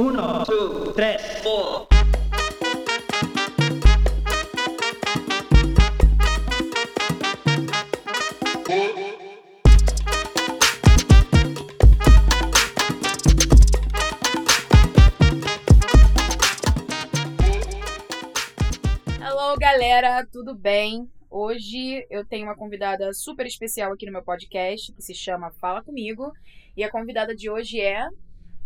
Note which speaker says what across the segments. Speaker 1: Uno, two, tres, four.
Speaker 2: Hello, galera, tudo bem? Hoje eu tenho uma convidada super especial aqui no meu podcast, que se chama Fala Comigo. E a convidada de hoje é.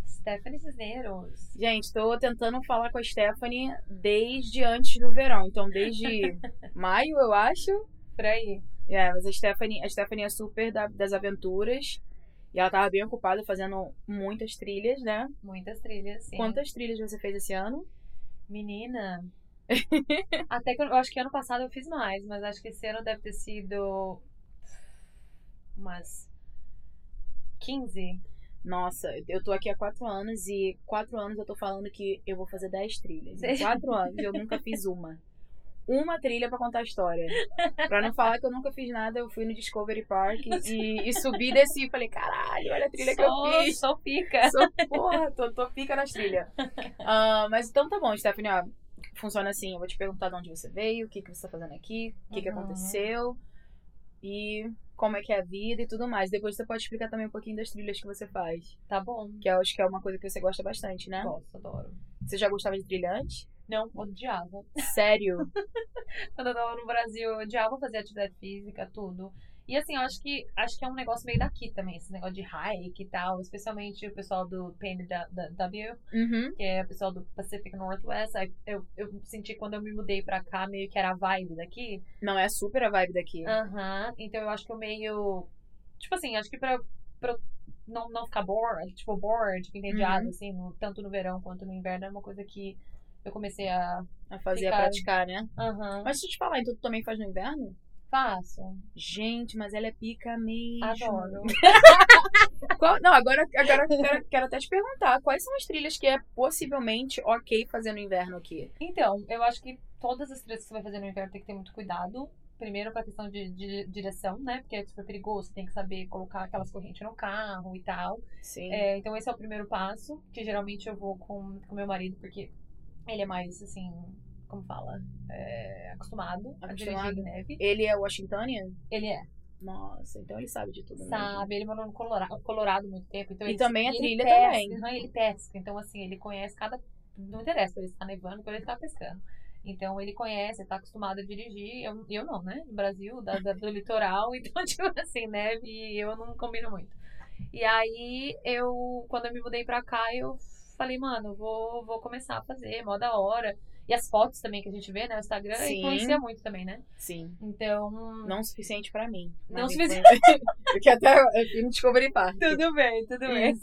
Speaker 3: Stephanie Cisneros.
Speaker 2: Gente, tô tentando falar com a Stephanie desde antes do verão. Então, desde maio, eu acho.
Speaker 3: Por aí.
Speaker 2: É, mas a Stephanie, a Stephanie é super da- das aventuras. E ela tava bem ocupada fazendo muitas trilhas, né?
Speaker 3: Muitas trilhas, sim.
Speaker 2: Quantas trilhas você fez esse ano?
Speaker 3: Menina. Até que eu, eu acho que ano passado eu fiz mais, mas acho que esse ano deve ter sido umas 15.
Speaker 2: Nossa, eu tô aqui há quatro anos e quatro anos eu tô falando que eu vou fazer dez trilhas. Em
Speaker 3: Sim.
Speaker 2: quatro anos eu nunca fiz uma. Uma trilha pra contar a história. Pra não falar que eu nunca fiz nada, eu fui no Discovery Park e, e subi e desci. Falei, caralho, olha a trilha que eu
Speaker 3: Sou-
Speaker 2: fiz.
Speaker 3: Sou pica.
Speaker 2: Sou, porra, tô, tô pica nas trilhas. Ah, mas então tá bom, Stephanie, ó. Funciona assim, eu vou te perguntar de onde você veio, o que, que você tá fazendo aqui, o que, que
Speaker 3: Uhum.
Speaker 2: aconteceu e como é que é a vida e tudo mais. Depois você pode explicar também um pouquinho das trilhas que você faz.
Speaker 3: Tá bom.
Speaker 2: Que eu acho que é uma coisa que você gosta bastante, né?
Speaker 3: Gosto, adoro.
Speaker 2: Você já gostava de trilhante?
Speaker 3: Não, odiava.
Speaker 2: Sério?
Speaker 3: Quando eu tava no Brasil, eu odiava fazer atividade física, tudo. E assim, eu acho que acho que é um negócio meio daqui também, esse negócio de hike e tal, especialmente o pessoal do PNW.
Speaker 2: uhum.
Speaker 3: que é o pessoal do Pacific Northwest, aí eu, eu senti quando eu me mudei pra cá, meio que era a vibe daqui.
Speaker 2: Não, é super a vibe daqui.
Speaker 3: Aham, então eu acho que eu meio. Tipo assim, acho que pra, pra eu não, não ficar bored, tipo, bored, tipo, entediado, assim, no- tanto no verão quanto no inverno, é uma coisa que eu comecei a.
Speaker 2: A fazer, a
Speaker 3: Ficar-
Speaker 2: praticar, né?
Speaker 3: Aham,
Speaker 2: Mas deixa eu te falar, então tu também faz no inverno?
Speaker 3: faço.
Speaker 2: Gente, mas ela é pica mesmo. Ah,
Speaker 3: Adoro.
Speaker 2: Qual- não, agora, agora quero, quero até te perguntar, quais são as trilhas que é possivelmente ok fazer no inverno aqui?
Speaker 3: Então, eu acho que todas as trilhas que você vai fazer no inverno tem que ter muito cuidado. Primeiro, pra questão de, de direção, né? Porque é super perigoso, tem que saber colocar aquelas correntes no carro e tal.
Speaker 2: Sim.
Speaker 3: É, então esse é o primeiro passo, que geralmente eu vou com com meu marido, porque ele é mais, assim, como fala, é, acostumado a dirigir
Speaker 2: Acostumado.
Speaker 3: em neve.
Speaker 2: Ele é Washingtonian?
Speaker 3: Ele é,
Speaker 2: Nossa, então ele sabe de tudo, né?
Speaker 3: sabe, ele morou no Colorado, Colorado muito tempo, então
Speaker 2: E
Speaker 3: ele,
Speaker 2: também a
Speaker 3: ele
Speaker 2: trilha
Speaker 3: pesca,
Speaker 2: também.
Speaker 3: aham, ele pesca, então assim, ele conhece cada, não interessa quando ele está nevando, quando ele está pescando. Então ele conhece, ele tá acostumado a dirigir, eu, eu não, né, no Brasil, da, da- do litoral, então tipo assim, neve e eu não combino muito. E aí, eu, quando eu me mudei pra cá, eu falei, mano, vou, vou começar a fazer, mó da hora. E as fotos também que a gente vê, né? O Instagram
Speaker 2: Sim.
Speaker 3: influencia muito também, né?
Speaker 2: Sim.
Speaker 3: Então,
Speaker 2: Não o suficiente pra mim.
Speaker 3: Não o
Speaker 2: Mas
Speaker 3: suficiente.
Speaker 2: enquanto- Porque até eu fui no Discovery Park.
Speaker 3: tudo bem, tudo bem.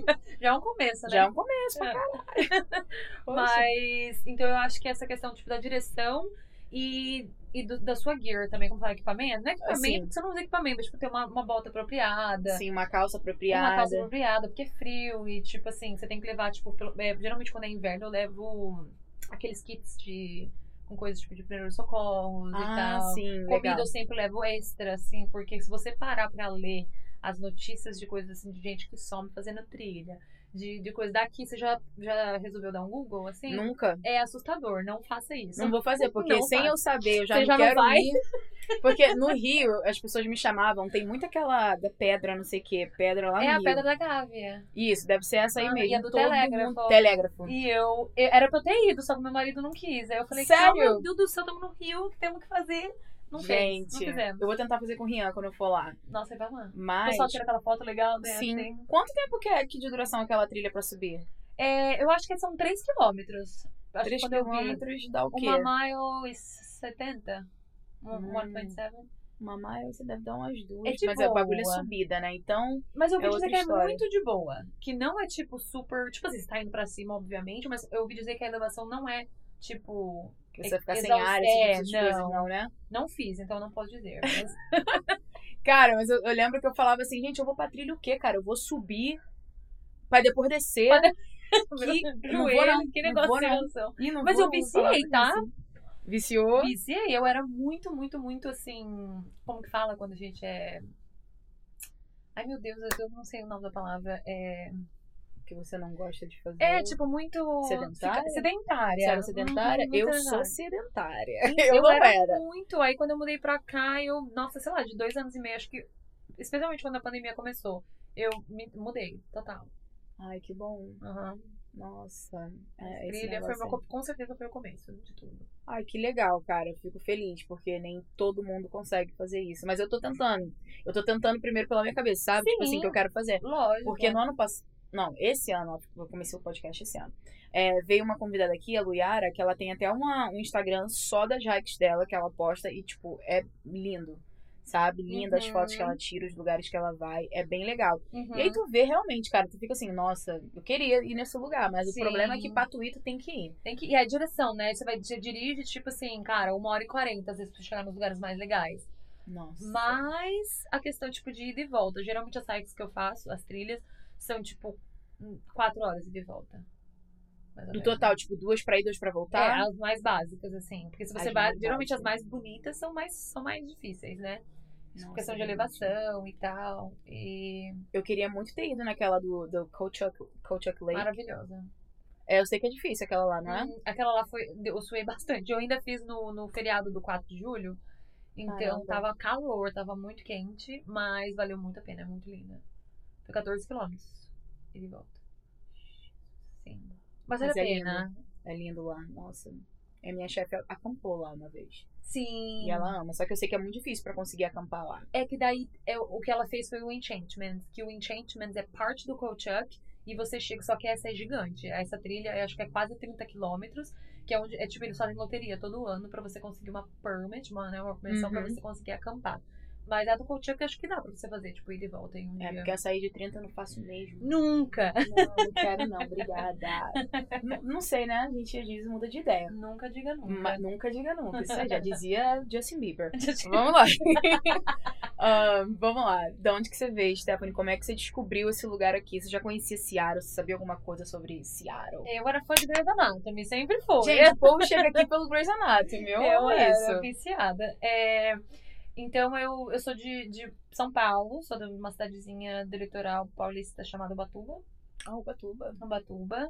Speaker 3: Já é um começo, né?
Speaker 2: Já é um começo pra
Speaker 3: É.
Speaker 2: caralho. Poxa.
Speaker 3: Mas, então eu acho que essa questão, tipo, da direção e, e do- da sua gear também, como fala equipamento. Não é equipamento,
Speaker 2: Assim.
Speaker 3: porque você não usa equipamento, mas, tipo, ter uma, uma bota apropriada.
Speaker 2: Sim, uma calça apropriada.
Speaker 3: Uma calça apropriada, porque é frio e, tipo assim, você tem que levar, tipo, pelo- é, geralmente quando é inverno eu levo aqueles kits de. com coisas tipo de primeiros socorros e
Speaker 2: Ah,
Speaker 3: tal.
Speaker 2: sim,
Speaker 3: Comida
Speaker 2: legal.
Speaker 3: eu sempre levo extra, assim, porque se você parar pra ler as notícias de coisas assim, de gente que some fazendo trilha, de, de coisa daqui, você já, já resolveu dar um Google, assim?
Speaker 2: Nunca.
Speaker 3: É assustador, não faça isso.
Speaker 2: Não vou fazer, porque
Speaker 3: Não
Speaker 2: sem
Speaker 3: faz.
Speaker 2: eu saber, eu já
Speaker 3: Você
Speaker 2: não
Speaker 3: já não
Speaker 2: quero
Speaker 3: vai?
Speaker 2: ir. Porque no Rio, as pessoas me chamavam, tem muito aquela da pedra, não sei o quê, pedra lá no
Speaker 3: é a
Speaker 2: Rio.
Speaker 3: pedra da Gávea.
Speaker 2: Isso, deve ser essa aí
Speaker 3: Ah,
Speaker 2: mesmo.
Speaker 3: e a do
Speaker 2: Todo
Speaker 3: telégrafo.
Speaker 2: mundo- Telégrafo.
Speaker 3: E eu, eu- Era pra eu ter ido, só que meu marido não quis. Aí eu falei,
Speaker 2: Sério?
Speaker 3: "Não, meu Deus do céu, estamos no Rio, o que temos que fazer? Não
Speaker 2: Gente,
Speaker 3: fez, não fizemos.
Speaker 2: eu vou tentar fazer com o Rian quando eu for lá.
Speaker 3: Nossa, ele vai amar. O
Speaker 2: Mas,
Speaker 3: pessoal tira aquela foto legal, né?
Speaker 2: sim.
Speaker 3: assim.
Speaker 2: Quanto tempo que é que de duração aquela trilha pra subir?
Speaker 3: É, eu acho que são 3 quilômetros. Eu Acho que
Speaker 2: Três
Speaker 3: quando eu vi,
Speaker 2: quilômetros dá o quê?
Speaker 3: uma mile e 70. é Um-
Speaker 2: Hum.
Speaker 3: 1.7.
Speaker 2: Uma mile, você deve dar umas duas.
Speaker 3: É de
Speaker 2: mas é o bagulho é
Speaker 3: boa.
Speaker 2: subida, né? Então,
Speaker 3: Mas eu ouvi
Speaker 2: É outra
Speaker 3: dizer que
Speaker 2: história.
Speaker 3: é muito de boa. Que não é tipo super. Tipo assim, você tá indo pra cima, obviamente, mas eu ouvi dizer que a elevação não é tipo.
Speaker 2: que você
Speaker 3: É-
Speaker 2: ficar sem
Speaker 3: exaust-
Speaker 2: ar, esse
Speaker 3: é,
Speaker 2: tipo de coisa,
Speaker 3: não.
Speaker 2: não, né?
Speaker 3: Não fiz, então não posso dizer. Mas
Speaker 2: Cara, mas eu, eu lembro que eu falava assim, gente, eu vou pra trilha o quê, cara? Eu vou subir pra depois descer.
Speaker 3: Pra tipo,
Speaker 2: Que
Speaker 3: Joelho,
Speaker 2: não vou não,
Speaker 3: que
Speaker 2: não vou
Speaker 3: negócio
Speaker 2: não.
Speaker 3: não.
Speaker 2: Ih, não
Speaker 3: Mas
Speaker 2: vou
Speaker 3: eu
Speaker 2: falar
Speaker 3: viciei, tá?
Speaker 2: isso. Viciou?
Speaker 3: Viciei, eu era muito, muito, muito assim. Como que fala quando a gente é. Ai meu Deus, eu não sei o nome da palavra. É.
Speaker 2: que você não gosta de fazer.
Speaker 3: É, tipo, muito.
Speaker 2: Sedentária?
Speaker 3: fica- Sedentária.
Speaker 2: Você era sedentária?
Speaker 3: Uhum, muito
Speaker 2: eu
Speaker 3: sedentária.
Speaker 2: sou sedentária.
Speaker 3: Sim,
Speaker 2: eu, não era.
Speaker 3: muito. Aí quando eu mudei pra cá, eu, nossa, sei lá, de dois anos e meio, acho que. Especialmente quando a pandemia começou, eu me mudei, total.
Speaker 2: Ai, que bom.
Speaker 3: Aham.
Speaker 2: Nossa. É, esse
Speaker 3: Trilha foi
Speaker 2: negócio
Speaker 3: meu,
Speaker 2: aí.
Speaker 3: co- com certeza foi o começo de tudo.
Speaker 2: Ai, que legal, cara. Eu Fico feliz, porque nem todo mundo consegue fazer isso. Mas eu tô tentando. Eu tô tentando primeiro pela minha cabeça, sabe? Tipo assim,
Speaker 3: Sim.
Speaker 2: que eu quero fazer.
Speaker 3: Lógico.
Speaker 2: Porque no ano passado. Não, esse ano, ó, eu comecei o podcast esse ano. É, veio uma convidada aqui, a Luiara, que ela tem até uma, um Instagram só das hikes dela, que ela posta, e, tipo, é lindo. Sabe? Linda as
Speaker 3: Uhum.
Speaker 2: fotos que ela tira, os lugares que ela vai. É bem legal.
Speaker 3: Uhum.
Speaker 2: E aí tu vê realmente, cara, tu fica assim, nossa, eu queria ir nesse lugar, mas
Speaker 3: Sim.
Speaker 2: o problema é que Patuí tu tem que ir.
Speaker 3: Tem que... E a direção, né? Você vai você dirige, tipo assim, cara, uma hora e quarenta, às vezes, pra chegar nos lugares mais legais.
Speaker 2: Nossa.
Speaker 3: Mas a questão, tipo, de ida e volta. Geralmente as hikes que eu faço, as trilhas, são, tipo, hum, quatro horas ida e volta. Mais ou
Speaker 2: No
Speaker 3: menos.
Speaker 2: total, tipo, duas pra ir, duas pra voltar.
Speaker 3: É, as mais básicas, assim. Porque se você
Speaker 2: Tá? As
Speaker 3: vai.
Speaker 2: mais
Speaker 3: Geralmente as
Speaker 2: básicas.
Speaker 3: mais bonitas são mais, são mais difíceis, né?
Speaker 2: Nossa,
Speaker 3: questão de
Speaker 2: gente.
Speaker 3: elevação e tal. E
Speaker 2: Eu queria muito ter ido naquela do, do Kouchuk, Kouchuk Lake.
Speaker 3: maravilhosa.
Speaker 2: É, eu sei que é difícil aquela lá, não é?
Speaker 3: Hum, Aquela lá foi. Eu suei bastante. Eu ainda fiz no, no feriado do 4 de julho. Então
Speaker 2: Caramba.
Speaker 3: tava calor, tava muito quente, mas valeu muito a pena, é muito linda. Foi 14 quilômetros. E de volta. Sim. Mas,
Speaker 2: Mas
Speaker 3: vale a
Speaker 2: é
Speaker 3: pena.
Speaker 2: É lindo lá, nossa. A minha chefe acampou lá uma vez.
Speaker 3: Sim.
Speaker 2: E ela ama, só que eu sei que é muito difícil pra conseguir acampar lá.
Speaker 3: É que daí é, o que ela fez foi o Enchantment, que o Enchantment é parte do Kolchak e você chega, só que essa é gigante. Essa trilha, eu acho que é quase 30 quilômetros, que é onde é tipo eles fazem loteria todo ano pra você conseguir uma permit, uma, né, uma permissão pra
Speaker 2: Uhum.
Speaker 3: você conseguir acampar. Mas a do Kolchak acho que dá pra você fazer, tipo, ida e volta em um
Speaker 2: É,
Speaker 3: dia.
Speaker 2: porque a sair de 30 eu não faço mesmo.
Speaker 3: Nunca,
Speaker 2: Não, não quero não, obrigada. N- não sei, né? A gente às vezes muda de ideia.
Speaker 3: nunca diga nunca.
Speaker 2: Mas nunca diga nunca. Isso aí já dizia Justin Bieber. Vamos lá. Ah, vamos lá. Da onde que você veio, Stephanie? Como é que você descobriu esse lugar aqui? Você já conhecia Seattle? Você sabia alguma coisa sobre Seattle?
Speaker 3: Eu era fã de Grey's Anatomy, sempre foi.
Speaker 2: Gente, o povo chega aqui pelo Grey's Anatomy. Eu, amo
Speaker 3: era
Speaker 2: isso.
Speaker 3: viciada. É, então, eu, eu sou de, de São Paulo, sou de uma cidadezinha do litoral paulista chamada Ubatuba.
Speaker 2: Ah, Ubatuba.
Speaker 3: Ubatuba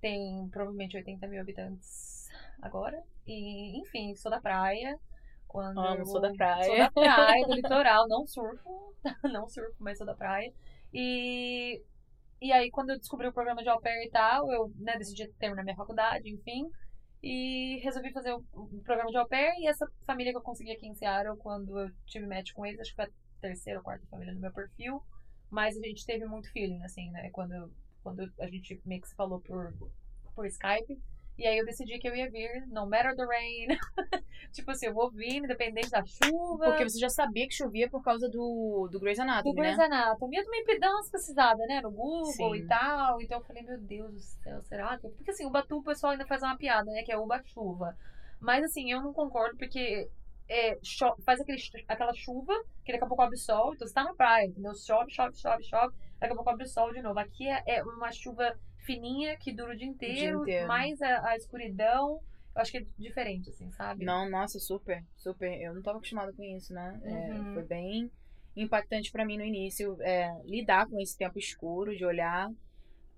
Speaker 3: tem provavelmente 80 mil habitantes agora. E, enfim, sou da praia. Quando
Speaker 2: Amo, sou da praia.
Speaker 3: Sou da praia, do litoral, não surfo, tá? não surfo, mas sou da praia. E, e aí, quando eu descobri o programa de au pair e tal, eu né, decidi terminar minha faculdade, enfim. E resolvi fazer o, o programa de au pair. E essa família que eu consegui aqui em Seattle, quando eu tive match com eles, acho que foi a terceira ou quarta família no meu perfil. Mas a gente teve muito feeling, assim, né? Quando, quando a gente meio que se falou por, por Skype. E aí eu decidi que eu ia vir, no matter the rain. tipo assim, eu vou vir, independente da chuva.
Speaker 2: Porque você já sabia que chovia por causa do, do Grey's Anatomy,
Speaker 3: Do Grey's
Speaker 2: né?
Speaker 3: Anatomy. Eu também dei umas pesquisadas, né? No Google
Speaker 2: Sim.
Speaker 3: e tal. Então eu falei, meu Deus do céu, será que. eu- Porque assim, o Batu o pessoal ainda faz uma piada, né? Que é Uba chuva. Mas assim, eu não concordo porque é, cho- faz aquele, chu- aquela chuva, que daqui a pouco abre o sol. Então você tá na praia, entendeu? Chove, chove, chove, chove. Daqui a pouco abre o sol de novo. Aqui é, é uma chuva fininha que dura o dia inteiro,
Speaker 2: inteiro.
Speaker 3: mais a, a escuridão. Eu acho que é diferente, assim, sabe?
Speaker 2: Não, nossa, super, super. Eu não tava acostumada com isso, né? É,
Speaker 3: Uhum.
Speaker 2: foi bem impactante pra mim no início é, lidar com esse tempo escuro, de olhar.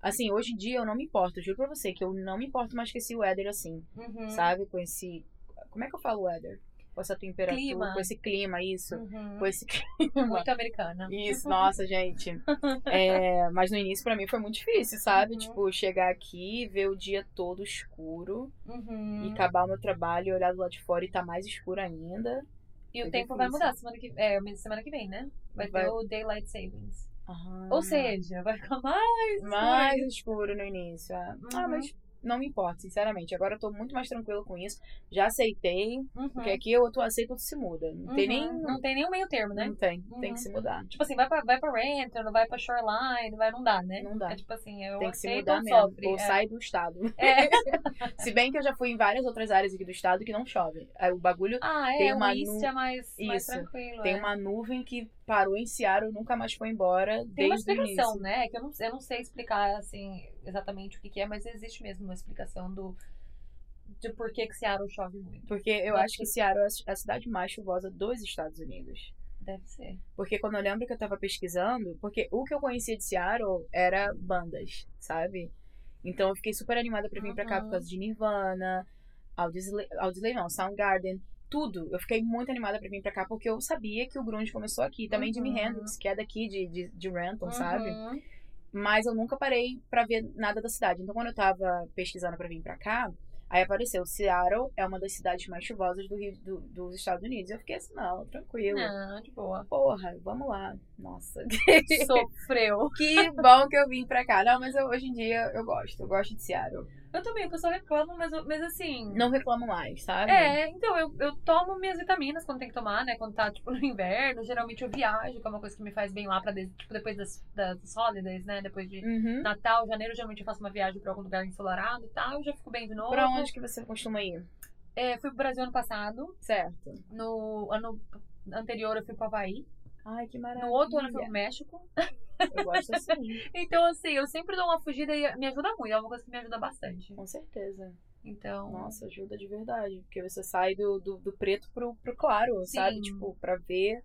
Speaker 2: Assim, hoje em dia eu não me importo, juro pra você que eu não me importo mais que esse weather assim,
Speaker 3: Uhum.
Speaker 2: sabe? Com esse. Como é que eu falo weather? Com essa temperatura,
Speaker 3: Clima.
Speaker 2: com esse clima, isso.
Speaker 3: Uhum.
Speaker 2: Com esse clima.
Speaker 3: Muito americana.
Speaker 2: Isso, nossa, gente. É, mas no início pra mim foi muito difícil, sabe?
Speaker 3: Uhum.
Speaker 2: Tipo, chegar aqui, ver o dia todo escuro
Speaker 3: Uhum.
Speaker 2: e acabar o meu trabalho e olhar do lado de fora e tá mais escuro ainda.
Speaker 3: E o
Speaker 2: Foi
Speaker 3: tempo vai
Speaker 2: É difícil.
Speaker 3: mudar semana que, é, mas semana que vem, né? Vai,
Speaker 2: Vai.
Speaker 3: ter o Daylight Savings.
Speaker 2: Ah,
Speaker 3: Ou seja, vai ficar mais.
Speaker 2: mais escuro no início. é. Ah,
Speaker 3: Uhum.
Speaker 2: mas não me importa, sinceramente. Agora eu tô muito mais tranquila com isso. Já aceitei,
Speaker 3: Uhum.
Speaker 2: porque aqui eu tô aceito, tudo se muda. Não tem
Speaker 3: Uhum.
Speaker 2: nem.
Speaker 3: Não tem nenhum meio termo, né?
Speaker 2: Não tem, tem
Speaker 3: Uhum.
Speaker 2: que se mudar.
Speaker 3: Tipo assim, vai pra, vai pra Renton, vai pra Shoreline, vai, não dá, né?
Speaker 2: Não dá.
Speaker 3: É tipo assim, eu
Speaker 2: Tem que se
Speaker 3: aceito
Speaker 2: mudar
Speaker 3: ou
Speaker 2: mesmo.
Speaker 3: sofre.
Speaker 2: Ou
Speaker 3: é.
Speaker 2: sai do estado.
Speaker 3: É.
Speaker 2: se bem que eu já fui em várias outras áreas aqui do estado que não chove. Aí O bagulho
Speaker 3: Ah, é,
Speaker 2: Tem
Speaker 3: o
Speaker 2: uma
Speaker 3: East é mais, mais
Speaker 2: Isso.
Speaker 3: tranquilo.
Speaker 2: tem
Speaker 3: é.
Speaker 2: uma nuvem que parou em Seattle e nunca mais foi embora
Speaker 3: Tem uma
Speaker 2: desde o
Speaker 3: explicação,
Speaker 2: início.
Speaker 3: né? Que eu não, eu não sei explicar assim exatamente o que, que é, mas existe mesmo uma explicação do de por que que Seattle chove muito.
Speaker 2: Porque eu
Speaker 3: Nossa.
Speaker 2: é acho que Seattle é a cidade mais chuvosa dos Estados Unidos.
Speaker 3: Deve ser.
Speaker 2: Porque quando eu lembro que eu tava pesquisando, porque o que eu conhecia de Seattle era bandas, sabe? Então eu fiquei super animada pra vir pra cá
Speaker 3: Uhum.
Speaker 2: por causa de Nirvana, Audisley, Audisley não, Soundgarden, tudo. Eu fiquei muito animada pra vir pra cá porque eu sabia que o grunge começou aqui. Também Jimi
Speaker 3: Uhum.
Speaker 2: Hendrix, que é daqui de, de, de Renton, sabe?
Speaker 3: Uhum.
Speaker 2: mas eu nunca parei pra ver nada da cidade. Então, quando eu tava pesquisando pra vir pra cá, aí apareceu Seattle é uma das cidades mais chuvosas do Rio, do- dos Estados Unidos. Eu fiquei assim, não, tranquilo.
Speaker 3: Não, de boa.
Speaker 2: Porra, vamos lá. Nossa,
Speaker 3: Sofreu.
Speaker 2: que bom que eu vim pra cá. Não, mas eu- hoje em dia eu gosto, eu gosto de Seattle.
Speaker 3: Eu também, o pessoal reclama, mas, eu- mas assim.
Speaker 2: Não reclamo mais, sabe?
Speaker 3: É, então, eu, eu tomo minhas vitaminas quando tem que tomar, né? Quando tá, tipo, no inverno. Geralmente eu viajo, que é uma coisa que me faz bem lá pra, des- tipo, depois das, das holidays, né? Depois de
Speaker 2: Uhum.
Speaker 3: Natal, janeiro, geralmente eu faço uma viagem pra algum lugar ensolarado e tal. Eu já fico bem de novo.
Speaker 2: Pra onde que você costuma ir?
Speaker 3: É, fui pro Brasil ano passado.
Speaker 2: Certo.
Speaker 3: No ano anterior eu fui pro Havaí.
Speaker 2: Ai, que maravilha.
Speaker 3: No outro ano eu fui pro México.
Speaker 2: Eu gosto assim,
Speaker 3: Então, assim, eu sempre dou uma fugida e me ajuda muito. É uma coisa que me ajuda bastante.
Speaker 2: com certeza.
Speaker 3: Então.
Speaker 2: Nossa, ajuda de verdade. Porque você sai do, do, do preto pro, pro claro,
Speaker 3: Sim.
Speaker 2: sabe? Tipo, pra ver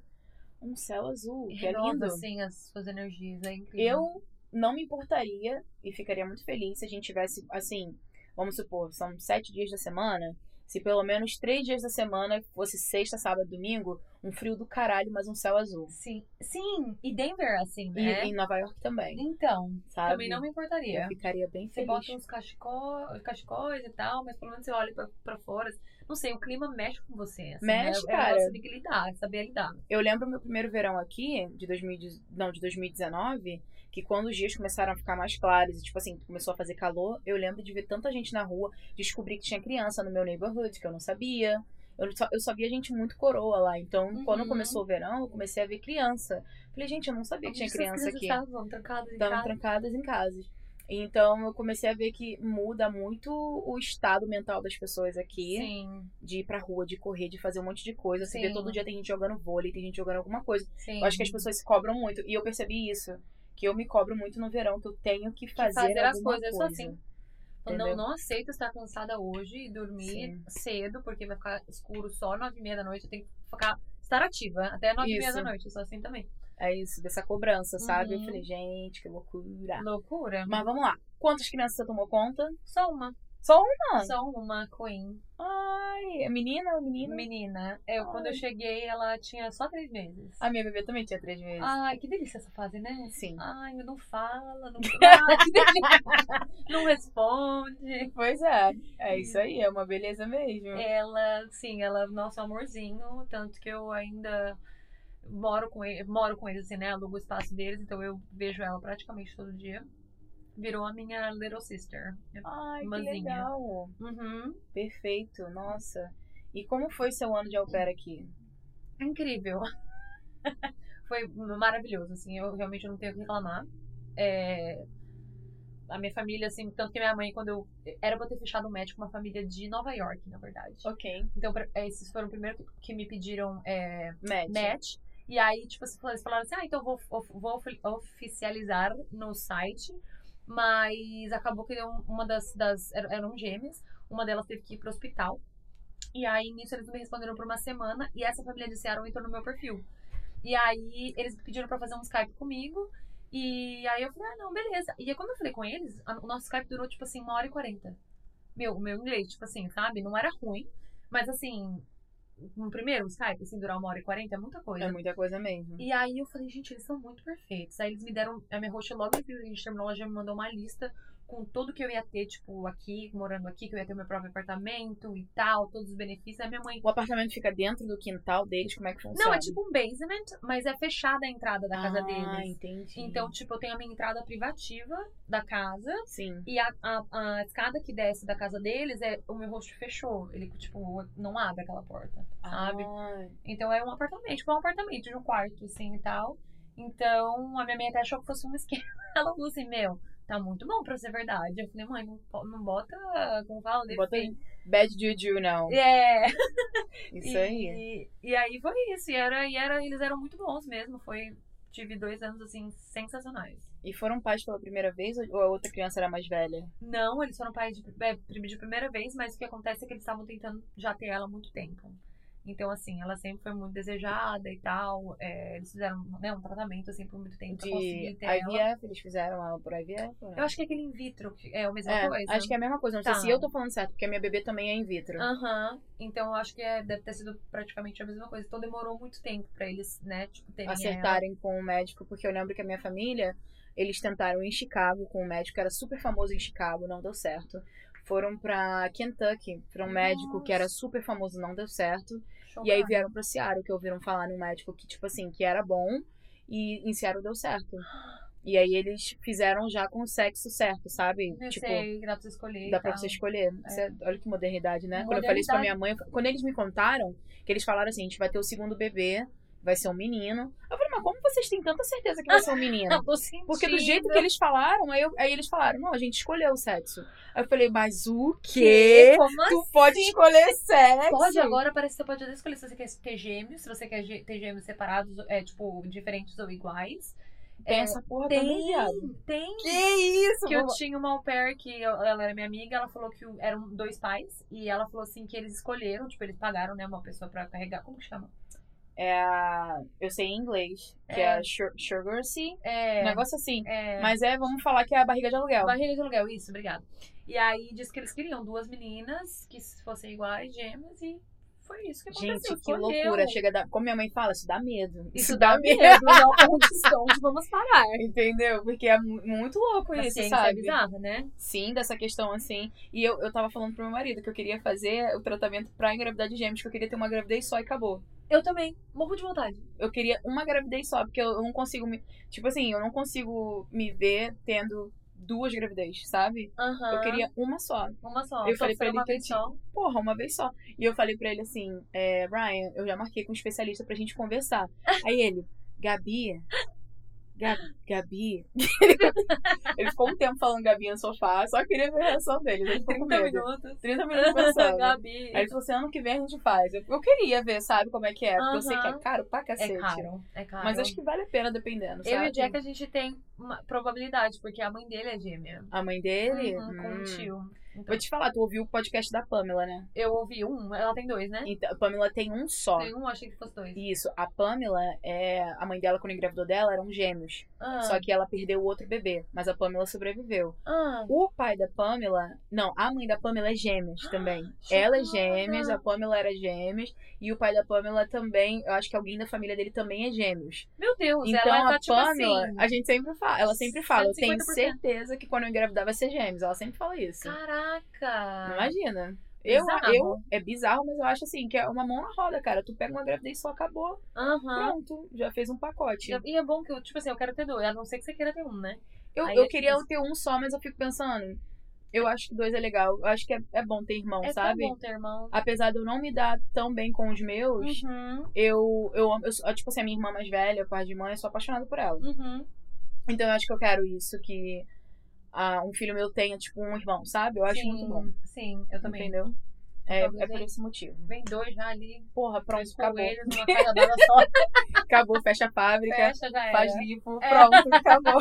Speaker 2: um céu azul, que é
Speaker 3: Renova,
Speaker 2: lindo.
Speaker 3: assim, as suas energias. É incrível.
Speaker 2: Eu não me importaria e ficaria muito feliz se a gente tivesse, assim, vamos supor, são sete dias da semana. Se pelo menos três dias da semana fosse sexta, sábado, domingo, um frio do caralho, mas um céu azul.
Speaker 3: Sim. Sim, e Denver, assim,
Speaker 2: E
Speaker 3: né?
Speaker 2: em Nova York também,
Speaker 3: Então,
Speaker 2: sabe?
Speaker 3: também não me
Speaker 2: Eu
Speaker 3: importaria.
Speaker 2: ficaria bem
Speaker 3: Você
Speaker 2: feliz.
Speaker 3: bota uns cachecó- cachecóis e tal, mas pelo menos você olha pra, pra fora. Não sei, o clima mexe com você. Assim,
Speaker 2: Mexe,
Speaker 3: né? É um negócio
Speaker 2: cara.
Speaker 3: que Você tem que lidar, saber lidar.
Speaker 2: Eu lembro meu primeiro verão aqui, de 2000, não, de 2019, que quando os dias começaram a ficar mais claros e, tipo assim, começou a fazer calor, eu lembro de ver tanta gente na rua, descobri que tinha criança no meu neighborhood, que eu não sabia. Eu só, eu só via gente muito coroa lá. Então,
Speaker 3: Uhum.
Speaker 2: quando começou o verão, eu comecei a ver criança. Falei, gente, eu não sabia que tinha
Speaker 3: Essas
Speaker 2: criança
Speaker 3: crianças
Speaker 2: aqui.
Speaker 3: Estavam trancadas em
Speaker 2: Estavam
Speaker 3: casa.
Speaker 2: trancadas em casas. Então, eu comecei a ver que muda muito o estado mental das pessoas aqui
Speaker 3: Sim,
Speaker 2: de ir pra rua, de correr, de fazer um monte de coisa. Você vê
Speaker 3: Sim.
Speaker 2: todo dia tem gente jogando vôlei, tem gente jogando alguma coisa.
Speaker 3: sim.
Speaker 2: Eu acho que as pessoas se cobram muito. E eu percebi isso. Que eu me cobro muito no verão, que eu tenho que fazer,
Speaker 3: fazer as
Speaker 2: alguma
Speaker 3: coisas, eu sou assim. Eu não,
Speaker 2: entendeu?
Speaker 3: não aceito estar cansada hoje e dormir cedo, porque vai ficar escuro só nove e meia da noite. Eu tenho que ficar, estar ativa até nove e meia
Speaker 2: Isso.
Speaker 3: da noite. Eu sou assim também.
Speaker 2: É isso, dessa cobrança, sabe? Eu
Speaker 3: Uhum.
Speaker 2: falei, gente, que loucura.
Speaker 3: Loucura.
Speaker 2: Mas vamos lá. Quantas crianças você tomou conta?
Speaker 3: Só uma.
Speaker 2: Só uma?
Speaker 3: Só uma queen.
Speaker 2: Ai, é menina ou menino?
Speaker 3: Menina, é, eu, quando eu
Speaker 2: Ai.
Speaker 3: cheguei, ela tinha só três meses.
Speaker 2: A minha bebê também tinha três meses.
Speaker 3: Ai, que delícia essa fase, né?
Speaker 2: Sim.
Speaker 3: Ai, não fala, não fala, que delícia. não responde.
Speaker 2: Pois é. É isso aí, é uma beleza mesmo.
Speaker 3: É Ela, sim, ela, é nosso amorzinho, tanto que eu ainda moro com ele, moro com eles, assim, né? Alugo o espaço deles, então eu vejo ela praticamente todo dia. Virou a minha little sister.
Speaker 2: Ai, que
Speaker 3: Irmãzinha.
Speaker 2: legal.
Speaker 3: Uhum.
Speaker 2: Perfeito, nossa. E como foi seu ano de au pair aqui?
Speaker 3: Incrível. Foi maravilhoso, assim, eu realmente não tenho o que reclamar. É, A minha família, assim, tanto que minha mãe, quando eu. Era pra eu ter fechado um médico com uma família de Nova York, na verdade.
Speaker 2: Ok.
Speaker 3: Então, pra- esses foram o primeiro que- que me pediram é,
Speaker 2: Match.
Speaker 3: match. E aí, tipo, assim, eles falaram assim, ah, então eu vou, of- vou ofi- oficializar no site. Mas acabou que um- uma das, das er- eram gêmeas, uma delas teve que ir pro hospital. E aí, nisso, eles me responderam por uma semana. E essa família de Seattle entrou no meu perfil. E aí, eles pediram pra fazer um Skype comigo. E aí, eu falei, ah, não, beleza. E aí, quando eu falei com eles, a- o nosso Skype durou, tipo assim, uma hora e quarenta. Meu, o meu inglês, tipo assim, sabe? Não era ruim. Mas, assim, no primeiro Skype, assim, durar uma hora e quarenta é muita coisa.
Speaker 2: É muita coisa mesmo.
Speaker 3: E aí eu falei, gente, eles são muito perfeitos. Aí eles me deram, a minha roxa logo depois que a gente terminou, ela já me mandou uma lista com tudo que eu ia ter, tipo, aqui, morando aqui, que eu ia ter meu próprio apartamento e tal, todos os benefícios. Aí minha mãe.
Speaker 2: O apartamento fica dentro do quintal deles? Como é que funciona?
Speaker 3: Não, é tipo um basement, mas é fechada a entrada da casa
Speaker 2: ah,
Speaker 3: deles.
Speaker 2: entendi.
Speaker 3: Então, tipo, eu tenho a minha entrada privativa da casa
Speaker 2: Sim.
Speaker 3: e a, a, a escada que desce da casa deles é o meu rosto fechou. Ele, tipo, não abre aquela porta, sabe?
Speaker 2: Ah,
Speaker 3: Então é um apartamento, tipo um apartamento de um quarto, assim e tal. Então a minha mãe até achou que fosse um esquema. Ela falou assim: Meu, tá muito bom pra ser verdade. Eu falei, mãe, não, po- não bota, como fala,
Speaker 2: não bota
Speaker 3: defeito.
Speaker 2: bad juju, não.
Speaker 3: É.
Speaker 2: Isso aí.
Speaker 3: E, e aí foi isso. E, era, e era, eles eram muito bons mesmo. Foi, tive dois anos, assim, sensacionais.
Speaker 2: E foram pais pela primeira vez ou ou a outra criança era mais velha?
Speaker 3: Não, eles foram pais de, é, de primeira vez, mas o que acontece é que eles estavam tentando já ter ela há muito tempo. Então, assim, ela sempre foi muito desejada e tal. É, eles fizeram né, um tratamento assim por muito tempo pra
Speaker 2: De
Speaker 3: conseguir ter ela.
Speaker 2: IVF, eles fizeram ela por IVF? né?
Speaker 3: Eu acho que é aquele in vitro que é a mesma
Speaker 2: É,
Speaker 3: coisa.
Speaker 2: acho que é a mesma coisa. Não
Speaker 3: Tá. Ah,
Speaker 2: sei se eu tô falando certo, porque a minha bebê também é in vitro.
Speaker 3: Aham. Então eu acho que é- deve ter sido praticamente a mesma coisa. Então demorou muito tempo pra eles, né, tipo, terem ela.
Speaker 2: acertarem com o médico, porque eu lembro que a minha família, eles tentaram em Chicago com um médico que era super famoso em Chicago, não deu certo. Foram pra Kentucky, pra um médico que era super famoso, não deu certo. E aí vieram pra Seattle, que ouviram falar num médico que, tipo assim, que era bom, e em Seattle deu certo. E aí eles fizeram já com o sexo certo, sabe?
Speaker 3: Eu
Speaker 2: tipo,
Speaker 3: sei, então. que dá pra você escolher. e
Speaker 2: Dá pra
Speaker 3: tal.
Speaker 2: você escolher. Isso é- olha que modernidade, né? Quando eu falei isso pra minha mãe, eu fa- quando eles me contaram, que eles falaram assim: a gente vai ter o segundo bebê, vai ser um menino. Eu falei, mas como vocês têm tanta certeza que vai ser um menino?
Speaker 3: Não, tô sentindo.
Speaker 2: Porque do jeito que eles falaram, aí, eu- aí eles falaram: não, a gente escolheu o sexo. Aí eu falei, mas o quê?
Speaker 3: Como assim?
Speaker 2: Tu pode escolher sexo?
Speaker 3: Pode agora, parece que você pode até escolher se você quer ter gêmeos, se você quer gê- ter gêmeos separados, é, tipo, diferentes ou iguais.
Speaker 2: Tem
Speaker 3: É,
Speaker 2: essa porra também,
Speaker 3: tem,
Speaker 2: viado.
Speaker 3: tem.
Speaker 2: Que isso,
Speaker 3: Que eu
Speaker 2: vovó?
Speaker 3: tinha uma au pair que eu- ela era minha amiga, ela falou que o- eram dois pais, e ela falou assim que eles escolheram, tipo, eles pagaram, né, uma pessoa pra carregar, como que chama?
Speaker 2: É a- Eu sei em inglês, que é,
Speaker 3: É.
Speaker 2: a sur- surrogacy.
Speaker 3: É,
Speaker 2: Um negócio assim.
Speaker 3: é,
Speaker 2: Mas é, vamos falar que é a barriga de aluguel.
Speaker 3: barriga de aluguel, isso, obrigada. E aí disse que eles queriam duas meninas que fossem iguais, gêmeas, e foi isso que aconteceu.
Speaker 2: Gente, que
Speaker 3: escolheu.
Speaker 2: loucura. Chega a dar... Como minha mãe fala, isso dá medo.
Speaker 3: Isso dá medo,
Speaker 2: né?
Speaker 3: não há condição de vamos parar.
Speaker 2: Entendeu? Porque é mu- muito louco
Speaker 3: A
Speaker 2: isso,
Speaker 3: ciência é
Speaker 2: sabe?
Speaker 3: bizarra, né?
Speaker 2: Sim, dessa questão assim. E eu, eu tava falando pro meu marido que eu queria fazer o tratamento pra engravidar de gêmeos, que eu queria ter uma gravidez só e acabou.
Speaker 3: Eu também. Morro de vontade.
Speaker 2: Eu queria uma gravidez só, porque eu, eu não consigo me. Tipo assim, eu não consigo me ver tendo duas gravidez, sabe?
Speaker 3: Aham.
Speaker 2: Eu queria uma só.
Speaker 3: Uma só.
Speaker 2: Eu
Speaker 3: só
Speaker 2: falei pra
Speaker 3: ser
Speaker 2: ele
Speaker 3: uma
Speaker 2: que eu
Speaker 3: vez só.
Speaker 2: Porra, uma vez só. E eu falei pra ele assim, é, Brian, eu já marquei com um especialista pra gente conversar. Aí ele, Gabi, Ga- Gabi. ele ficou um tempo falando Gabi no sofá, só queria ver a reação dele. Ele ficou com
Speaker 3: 30
Speaker 2: medo.
Speaker 3: minutos.
Speaker 2: 30 minutos
Speaker 3: né?
Speaker 2: pensando. Aí
Speaker 3: Gabi.
Speaker 2: ele falou assim, ano que vem a gente faz. Eu, eu queria ver, sabe, como é que é. Porque eu sei que é
Speaker 3: Aham.
Speaker 2: caro pra cacete.
Speaker 3: É caro. É caro.
Speaker 2: Mas acho que vale a pena, dependendo,
Speaker 3: Eu
Speaker 2: sabe?
Speaker 3: e o Jack, a gente tem uma probabilidade, porque a mãe dele é gêmea.
Speaker 2: A mãe dele...
Speaker 3: Uhum, com
Speaker 2: hum.
Speaker 3: o tio. Então,
Speaker 2: Vou te falar, tu ouviu o podcast da Pamela, né?
Speaker 3: eu ouvi um, ela tem dois, né?
Speaker 2: Então, a Pamela tem um só.
Speaker 3: Tem um, achei que fosse dois.
Speaker 2: Isso, a Pamela, é, a mãe dela, quando engravidou dela, eram gêmeos.
Speaker 3: Ah,
Speaker 2: Só que ela perdeu o outro bebê, mas a Pamela sobreviveu.
Speaker 3: ah,
Speaker 2: O pai da Pamela, não, a mãe da Pamela é gêmeas também.
Speaker 3: Ah,
Speaker 2: Ela é gêmeas, a
Speaker 3: chocada.
Speaker 2: Pamela era gêmeas, e o pai da Pamela também, eu acho que alguém da família dele também é gêmeos.
Speaker 3: Meu Deus,
Speaker 2: Então
Speaker 3: ela
Speaker 2: a
Speaker 3: tá tipo
Speaker 2: Pamela,
Speaker 3: assim.
Speaker 2: a gente sempre fala, ela sempre fala, eu tenho
Speaker 3: 150%.
Speaker 2: certeza que quando eu engravidar vai ser gêmeos, ela sempre fala isso. Não é?
Speaker 3: Caraca!
Speaker 2: Imagina. Eu,
Speaker 3: Bizarro.
Speaker 2: eu, é bizarro, mas eu acho assim, que é uma mão na roda, cara. Tu pega uma gravidez e só acabou.
Speaker 3: Aham.
Speaker 2: Pronto, já fez um pacote.
Speaker 3: E é bom que eu, tipo assim, eu quero ter dois, a não ser que você queira ter um, né?
Speaker 2: Eu,
Speaker 3: Aí
Speaker 2: eu
Speaker 3: é
Speaker 2: queria
Speaker 3: difícil.
Speaker 2: ter um só, mas eu fico pensando. Eu acho que dois é legal. Eu acho que é, é bom ter irmão,
Speaker 3: é
Speaker 2: sabe?
Speaker 3: tão bom ter irmão.
Speaker 2: Apesar de eu não me dar tão bem com os meus,
Speaker 3: Uhum,
Speaker 2: eu, eu, amo- eu sou- Tipo assim, a minha irmã mais velha, parte de mãe, eu sou apaixonada por ela.
Speaker 3: uhum.
Speaker 2: Então eu acho que eu quero isso, que ah, um filho meu tenha, tipo, um irmão, sabe? Eu acho
Speaker 3: Sim,
Speaker 2: muito bom.
Speaker 3: Sim, eu também. Então,
Speaker 2: Entendeu? É,
Speaker 3: Talvez
Speaker 2: é por
Speaker 3: eu-
Speaker 2: esse motivo.
Speaker 3: Vem dois já ali,
Speaker 2: Porra, pronto,
Speaker 3: dois
Speaker 2: acabou.
Speaker 3: coelhos numa cajadada só,
Speaker 2: Acabou, fecha a fábrica,
Speaker 3: fecha, já era.
Speaker 2: faz lipo,
Speaker 3: É.
Speaker 2: pronto, acabou.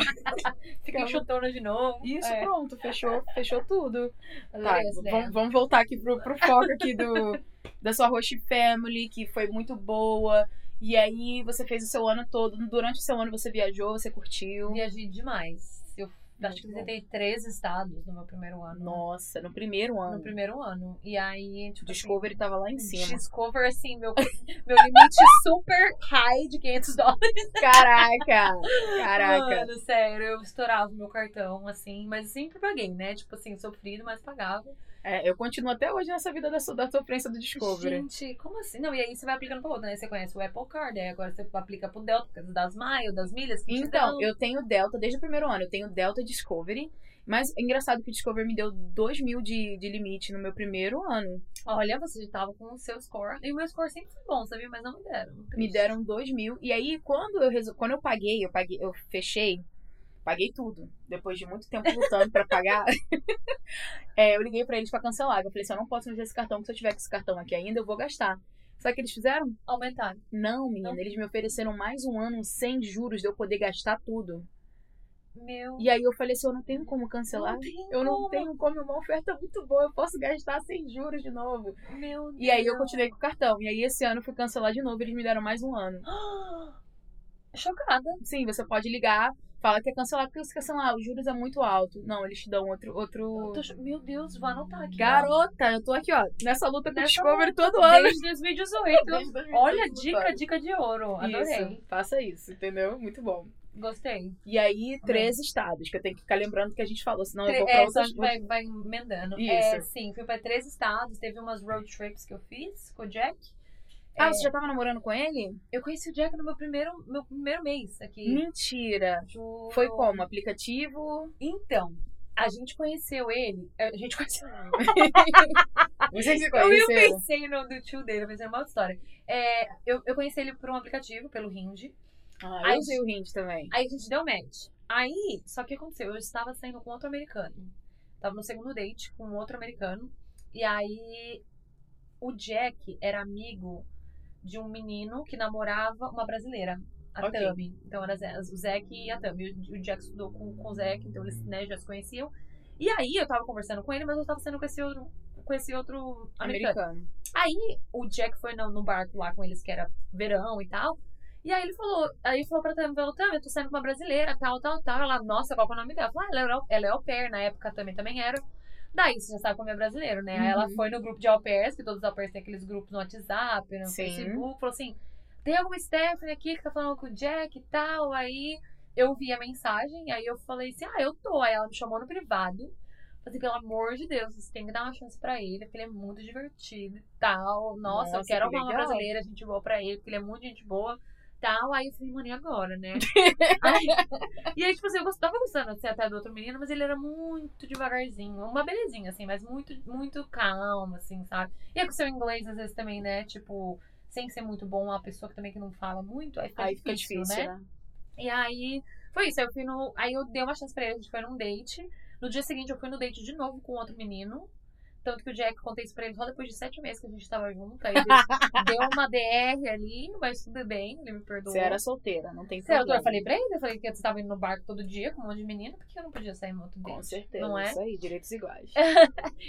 Speaker 3: Fica enxutando de novo.
Speaker 2: Isso,
Speaker 3: é.
Speaker 2: pronto, fechou, fechou tudo. Tá,
Speaker 3: Adorei essa ideia.
Speaker 2: vamos, vamos voltar aqui pro, pro foco aqui do, da sua Roche Family, que foi muito boa. E aí você fez o seu ano todo. Durante o seu ano você viajou, você curtiu.
Speaker 3: Viajei demais. Eu acho que
Speaker 2: Tá bom.
Speaker 3: visitei três estados no meu primeiro ano.
Speaker 2: Nossa, no primeiro
Speaker 3: No
Speaker 2: ano.
Speaker 3: primeiro ano. E aí, tipo
Speaker 2: Discovery tava lá em
Speaker 3: assim,
Speaker 2: cima.
Speaker 3: Discover, assim, meu, meu limite super high de 500 dólares.
Speaker 2: Caraca! Caraca!
Speaker 3: Mano, sério, eu estourava o meu cartão, assim, mas sempre paguei, né? Tipo assim, sofrido, mas pagava.
Speaker 2: É, eu continuo até hoje nessa vida da, so- da sofrência do Discovery.
Speaker 3: Gente, como assim? Não, e aí você vai aplicando pro outro, né? Você conhece o Apple Card, aí agora você aplica pro Delta, por causa das Maio, das milhas. que te
Speaker 2: Então,
Speaker 3: dão.
Speaker 2: eu tenho Delta desde o primeiro ano. Eu tenho Delta Discovery. Mas é engraçado que o Discovery me deu 2 mil de, de limite no meu primeiro ano.
Speaker 3: Olha, você tava com o seu score. E o meu score sempre foi bom, sabia? Mas não me deram.
Speaker 2: Me deram dois mil. E aí, quando eu resol... quando eu paguei, eu paguei, eu fechei, paguei tudo. Depois de muito tempo lutando pra pagar, é, eu liguei pra eles pra cancelar. Eu falei assim, eu não posso usar esse cartão, porque se eu tiver com esse cartão aqui ainda, eu vou gastar. Sabe o que eles fizeram?
Speaker 3: Aumentaram.
Speaker 2: Não, menina,
Speaker 3: Não.
Speaker 2: eles me ofereceram mais um ano sem juros de eu poder gastar tudo.
Speaker 3: Meu.
Speaker 2: E aí eu falei assim, eu não tenho como cancelar.
Speaker 3: não tem
Speaker 2: Eu não
Speaker 3: como.
Speaker 2: tenho como, É uma oferta muito boa, eu posso gastar sem juros de novo.
Speaker 3: Meu Deus.
Speaker 2: E aí eu continuei com o cartão. E aí esse ano eu fui cancelar de novo, eles me deram mais um ano.
Speaker 3: Chocada.
Speaker 2: Sim, você pode ligar, fala que é cancelar, porque se cancelar, os juros é muito alto. Não, eles te dão outro.
Speaker 3: Eu
Speaker 2: outro...
Speaker 3: tô cho- Meu Deus, vou anotar aqui. ó.
Speaker 2: Garota, eu tô aqui, ó, nessa luta com o
Speaker 3: Nessa
Speaker 2: Discovery todo ano.
Speaker 3: Desde 2018.
Speaker 2: Desde 2018,
Speaker 3: Olha,
Speaker 2: tá.
Speaker 3: dica, dica de ouro. Adorei.
Speaker 2: Isso, faça isso, entendeu? Muito bom.
Speaker 3: Gostei.
Speaker 2: E aí, três estados, que eu tenho que ficar lembrando que a gente falou, senão eu vou pra
Speaker 3: É, só a
Speaker 2: outras.
Speaker 3: gente vai, vai emendando.
Speaker 2: Isso.
Speaker 3: É, sim, fui pra três estados. Teve umas road trips que eu fiz com o Jack.
Speaker 2: Ah,
Speaker 3: é.
Speaker 2: você já tava namorando com ele?
Speaker 3: Eu conheci o Jack no meu primeiro, meu primeiro mês aqui.
Speaker 2: Mentira.
Speaker 3: Juro.
Speaker 2: Hum. Foi como? Aplicativo?
Speaker 3: Então, a gente conheceu ele. A gente conheceu. Ah,
Speaker 2: Vocês se
Speaker 3: Eu, eu
Speaker 2: conheceram?
Speaker 3: pensei no do tio dele, eu pensei numa outra história. É, eu, eu conheci ele por um aplicativo, pelo Hinge.
Speaker 2: Ah,
Speaker 3: Ai,
Speaker 2: eu usei o Hint também.
Speaker 3: Aí a gente deu match. Aí, só que aconteceu, eu estava saindo com outro americano. Tava no segundo date com um outro americano. E aí, o Jack era amigo de um menino que namorava uma brasileira, a
Speaker 2: Ok.
Speaker 3: Tami. Então era Zé- o Zack e a Tami. O, o Jack estudou com, com o Zack, então eles né, já se conheciam. E aí, eu tava conversando com ele, mas eu tava saindo com esse outro, com esse outro americano.
Speaker 2: Americano.
Speaker 3: Aí o Jack foi no, no barco lá com eles, que era verão e tal. E aí ele falou, aí ele falou pra Tami, falou, Tami, eu tô saindo com uma brasileira, tal, tal, tal. Ela, nossa, qual que é o nome dela? Eu Falei, ah, ela, é au- ela é au pair, na época também também era. Daí você já sabe como é brasileiro, né? Aí ela
Speaker 2: Uhum.
Speaker 3: foi no grupo de au pairs, que todos os au pairs têm aqueles grupos no WhatsApp, no
Speaker 2: Sim.
Speaker 3: Facebook, falou assim, tem alguma Stephanie aqui que tá falando com o Jack e tal, aí eu vi a mensagem, aí eu falei assim, ah, eu tô. Aí ela me chamou no privado, falei, assim, pelo amor de Deus, você tem que dar uma chance pra ele, porque ele é muito divertido e tal. Nossa, eu
Speaker 2: Nossa,
Speaker 3: quero
Speaker 2: que
Speaker 3: arrumar uma
Speaker 2: legal.
Speaker 3: brasileira, gente boa pra ele, porque ele é muito gente boa. Tal, aí eu falei, mano, e agora, né? Aí- e aí, tipo assim, eu gost- tava gostando assim, até do outro menino, mas ele era muito devagarzinho. Uma belezinha, assim, mas muito, muito calmo, assim, sabe? E aí com o seu inglês, às vezes, também, né? Tipo, sem ser muito bom, é uma pessoa que também que não fala muito, aí fica,
Speaker 2: Aí
Speaker 3: difícil,
Speaker 2: fica difícil,
Speaker 3: né?
Speaker 2: né?
Speaker 3: E aí, foi isso. Eu fui no. Aí eu dei uma chance pra ele, a gente foi num date. No dia seguinte, eu fui no date de novo com outro menino. Tanto que o Jack contei isso pra ele só depois de sete meses que a gente tava junto. Aí deu, deu uma DR ali, mas tudo bem, ele me perdoou.
Speaker 2: Você era assim. solteira, não tem
Speaker 3: Sei, eu
Speaker 2: problema.
Speaker 3: tô- eu falei pra ele, eu falei que você tava indo no barco todo dia com um monte de menino, porque eu não podia sair no outro date.
Speaker 2: Com certeza,
Speaker 3: Não é?
Speaker 2: isso aí, direitos iguais.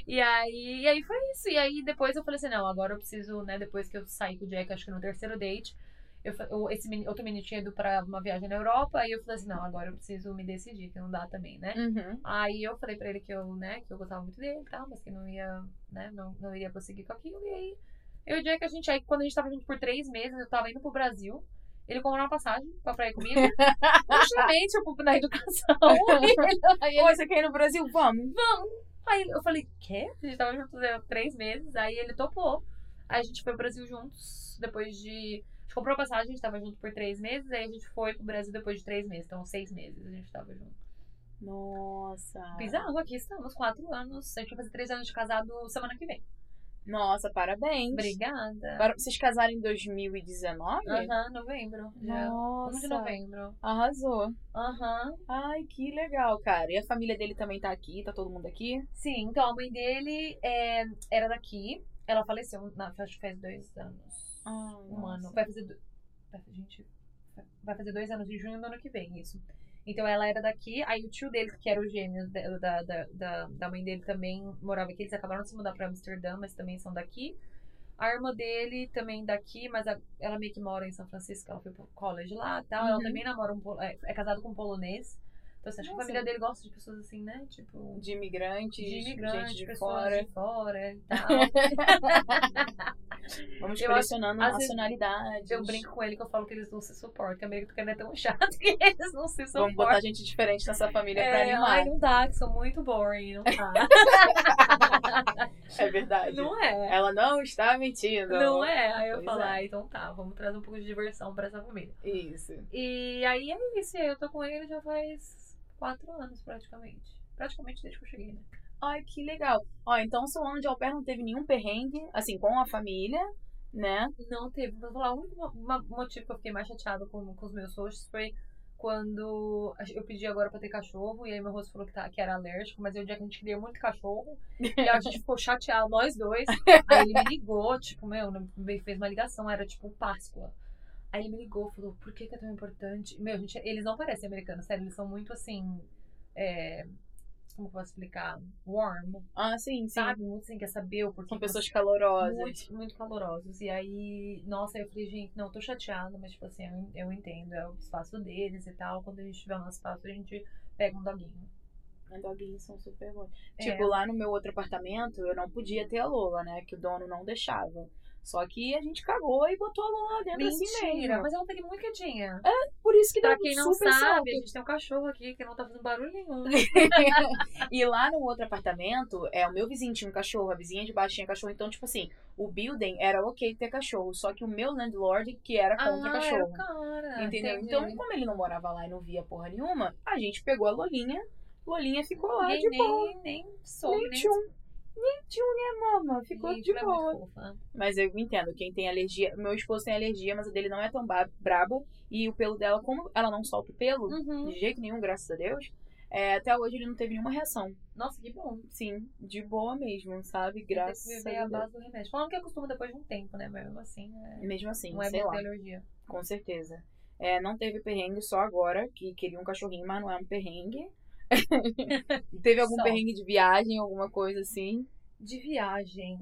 Speaker 3: E aí, e aí foi isso. E aí depois eu falei assim, não, agora eu preciso, né? Depois que eu saí com o Jack, acho que no terceiro date, eu, fa- eu- esse meni- outro menino tinha ido pra uma viagem na Europa, aí eu falei assim, não, agora eu preciso me decidir, que não dá também, né?
Speaker 2: Uhum.
Speaker 3: Aí eu falei pra ele que eu, né, que eu gostava muito dele e tal, mas que não ia, né, não, não iria prosseguir com aquilo. E aí, eu e o Jack, a gente, aí quando a gente tava junto por três meses, eu tava indo pro Brasil, ele comprou uma passagem pra praia comigo. eu chamei, tipo, na educação. aí ele
Speaker 2: Oi, você quer ir no Brasil? Vamos.
Speaker 3: Aí eu falei, quê? A gente tava juntos há três meses, aí ele topou. Aí a gente foi pro Brasil juntos, depois de. A gente comprou a passagem, a gente tava junto por três meses, aí a gente foi pro Brasil depois de três meses, então seis meses a gente tava junto.
Speaker 2: Nossa.
Speaker 3: Bizarro, aqui estamos, quatro anos. A gente vai fazer três anos de casado semana que vem.
Speaker 2: Nossa, parabéns.
Speaker 3: Obrigada.
Speaker 2: Para- Vocês casaram em 2019?
Speaker 3: Aham, novembro. Já. 1 de novembro.
Speaker 2: Arrasou.
Speaker 3: Aham.
Speaker 2: Ai, que legal, cara. E a família dele também tá aqui? Tá todo mundo aqui?
Speaker 3: Sim, então a mãe dele é, era daqui. Ela faleceu, na, acho que faz dois anos. um ano. Vai fazer. Do... vai- Gente, vai fazer dois anos de junho do ano que vem, isso. Então ela era daqui, aí o tio dele, que era o gêmeo da, da, da- da, da mãe dele, também morava aqui. Eles acabaram de se mudar pra Amsterdã, mas também são daqui. A irmã dele também daqui, mas a- ela meio que mora em São Francisco, ela foi pro college lá e tal. Ela
Speaker 2: Uhum.
Speaker 3: também namora um pol- é, é casado com um polonês. Então assim, acho que a
Speaker 2: Nossa.
Speaker 3: família dele gosta de pessoas assim, né? Tipo.
Speaker 2: De imigrantes,
Speaker 3: De imigrantes,
Speaker 2: gente de
Speaker 3: pessoas
Speaker 2: fora.
Speaker 3: de fora e tal.
Speaker 2: Vamos
Speaker 3: Eu acho-
Speaker 2: colecionando
Speaker 3: às vezes-
Speaker 2: nacionalidades.
Speaker 3: Eu brinco com ele que eu falo que eles não se suportam, que americano é tão chato que eles não se
Speaker 2: Vamos
Speaker 3: suportam.
Speaker 2: botar gente diferente nessa família pra
Speaker 3: É,
Speaker 2: animar.
Speaker 3: ai, não dá, que são muito boring, não dá.
Speaker 2: É verdade.
Speaker 3: não é.
Speaker 2: Ela não está mentindo.
Speaker 3: Não é. Aí eu
Speaker 2: Pois
Speaker 3: falo,
Speaker 2: é.
Speaker 3: ah, então tá, vamos trazer um pouco de diversão pra essa família.
Speaker 2: Isso.
Speaker 3: E aí é isso, e aí eu tô com ele já faz quatro anos praticamente. Praticamente desde que eu cheguei, né?
Speaker 2: Ai, que legal. Ó, então seu ano de au pair não teve nenhum perrengue, assim, com a família, né?
Speaker 3: Não teve. Vou falar, o único mo- mo- motivo que eu fiquei mais chateada com, com os meus hosts foi quando a gen- eu pedi agora pra ter cachorro, e aí meu host falou que, tá- que era alérgico, mas eu dia que a gente queria muito cachorro, e aí a gente ficou chateado, nós dois. Aí ele me ligou, tipo, meu, me fez uma ligação, era tipo Páscoa. Aí ele me ligou, falou, por que, que é tão importante? Meu, gente, eles não parecem americanos, sério, eles são muito assim. É, como que eu posso explicar? Warm,
Speaker 2: Ah, sim, sim.
Speaker 3: sabe? Muito assim, quer saber o porquê.
Speaker 2: São
Speaker 3: que você-
Speaker 2: pessoas calorosas.
Speaker 3: Muito, muito calorosos. E aí, nossa, eu falei, gente, não, eu tô chateada, mas tipo assim, eu, eu entendo, é o espaço deles e tal. Quando a gente tiver um espaço, a gente pega um doguinho.
Speaker 2: Doguinhos são super bons.
Speaker 3: É.
Speaker 2: Tipo, lá no meu outro apartamento, eu não podia ter a Lola, né? Que o dono não deixava. Só que a gente cagou e botou a Lola lá dentro assim
Speaker 3: Mentira,
Speaker 2: mesmo.
Speaker 3: mas ela tá aqui muito quietinha.
Speaker 2: Por isso que
Speaker 3: pra
Speaker 2: deu
Speaker 3: quem não
Speaker 2: super
Speaker 3: sabe,
Speaker 2: certo.
Speaker 3: a gente tem um cachorro aqui que não tá fazendo barulho nenhum.
Speaker 2: E lá no outro apartamento, é, o meu vizinho tinha um cachorro, a vizinha de baixo tinha cachorro. Então, tipo assim, o building era ok ter cachorro. Só que o meu landlord, que era contra
Speaker 3: ah, era o
Speaker 2: cachorro.
Speaker 3: cara.
Speaker 2: entendeu?
Speaker 3: entendi.
Speaker 2: Então, como ele não morava lá e não via porra nenhuma, a gente pegou a Lolinha. Lolinha ficou lá
Speaker 3: Ninguém
Speaker 2: de boa. um.
Speaker 3: nem, nem soube, nem,
Speaker 2: Nem tchum. Nem tchum, né, mama? Ficou
Speaker 3: Gente,
Speaker 2: de
Speaker 3: ela é
Speaker 2: boa.
Speaker 3: muito fofa.
Speaker 2: Mas eu entendo, quem tem alergia. Meu esposo tem alergia, mas a dele não é tão ba- braba. E o pelo dela, como ela não solta o pelo,
Speaker 3: Uhum.
Speaker 2: de jeito nenhum, graças a Deus, é, até hoje ele não teve nenhuma reação.
Speaker 3: Nossa, que bom.
Speaker 2: Sim, de boa mesmo, sabe?
Speaker 3: Graças
Speaker 2: Graças
Speaker 3: que beber a
Speaker 2: a Deus.
Speaker 3: base do remédio. Falando que acostuma depois de um tempo, né? Mesmo assim, é-
Speaker 2: Mesmo assim,
Speaker 3: não é
Speaker 2: sei lá,
Speaker 3: muita alergia.
Speaker 2: com certeza. É, não teve perrengue só agora, que queria um cachorrinho, mas não é um perrengue. teve algum
Speaker 3: Só.
Speaker 2: perrengue de viagem, alguma coisa assim?
Speaker 3: De viagem.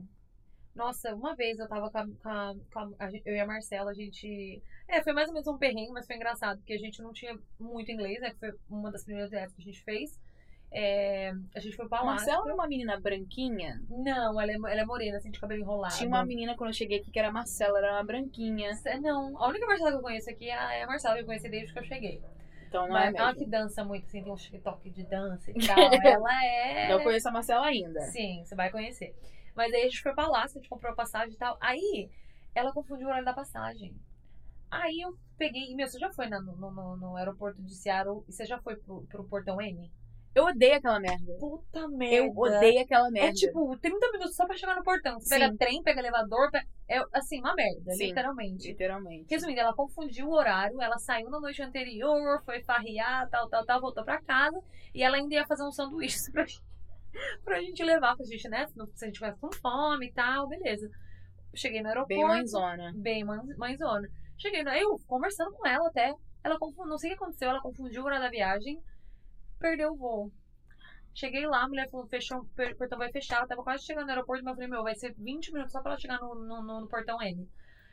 Speaker 3: Nossa, uma vez eu tava com a, com a- com a- a gen- eu e a Marcela, a gente. É, foi mais ou menos um perrengue, mas foi engraçado, porque a gente não tinha muito inglês, né? Que foi uma das primeiras viagens que a gente fez. É, a gente foi pra
Speaker 2: A
Speaker 3: lá.
Speaker 2: Marcela era uma menina branquinha.
Speaker 3: Não, ela é, ela é morena, assim, de cabelo enrolado.
Speaker 2: Tinha uma menina quando eu cheguei aqui que era a Marcela, era uma branquinha.
Speaker 3: É, Não, a única Marcela que eu conheço aqui é a é a Marcela que eu conheci desde que eu cheguei.
Speaker 2: Então não
Speaker 3: Mas
Speaker 2: é
Speaker 3: ela
Speaker 2: mesmo.
Speaker 3: que dança muito, assim, tem um TikTok de dança e tal. ela é.
Speaker 2: Eu conheço a Marcela ainda.
Speaker 3: Sim, você vai conhecer. Mas aí a gente foi pra lá, a gente comprou a passagem e tal. Aí ela confundiu o horário da passagem. Aí eu peguei. E, meu, você já foi na- no, no- no aeroporto de Seattle e você já foi pro, pro portão N?
Speaker 2: Eu odeio aquela merda.
Speaker 3: Puta
Speaker 2: Eu
Speaker 3: merda.
Speaker 2: odeio aquela merda.
Speaker 3: É tipo 30 minutos só pra chegar no portão. Você
Speaker 2: Sim.
Speaker 3: pega trem, pega elevador. pe- É assim, uma merda,
Speaker 2: Sim.
Speaker 3: literalmente.
Speaker 2: literalmente.
Speaker 3: Resumindo, assim, ela confundiu o horário, ela saiu na noite anterior, foi farrear, tal, tal, tal, voltou pra casa e ela ainda ia fazer um sanduíche pra, gente- pra gente levar, pra gente, né? Se a gente tivesse com fome e tal, beleza. Cheguei no aeroporto.
Speaker 2: Bem mãezona.
Speaker 3: Bem mãe- mãezona. Cheguei, no- eu conversando com ela até. Ela confundiu, não sei o que aconteceu, ela confundiu o horário da viagem, perdeu o voo. Cheguei lá, a mulher falou, fechou, o portão vai fechar. Ela tava quase chegando no aeroporto, mas eu falei, meu, vai ser 20 minutos só pra ela chegar no, no, no- no portão N.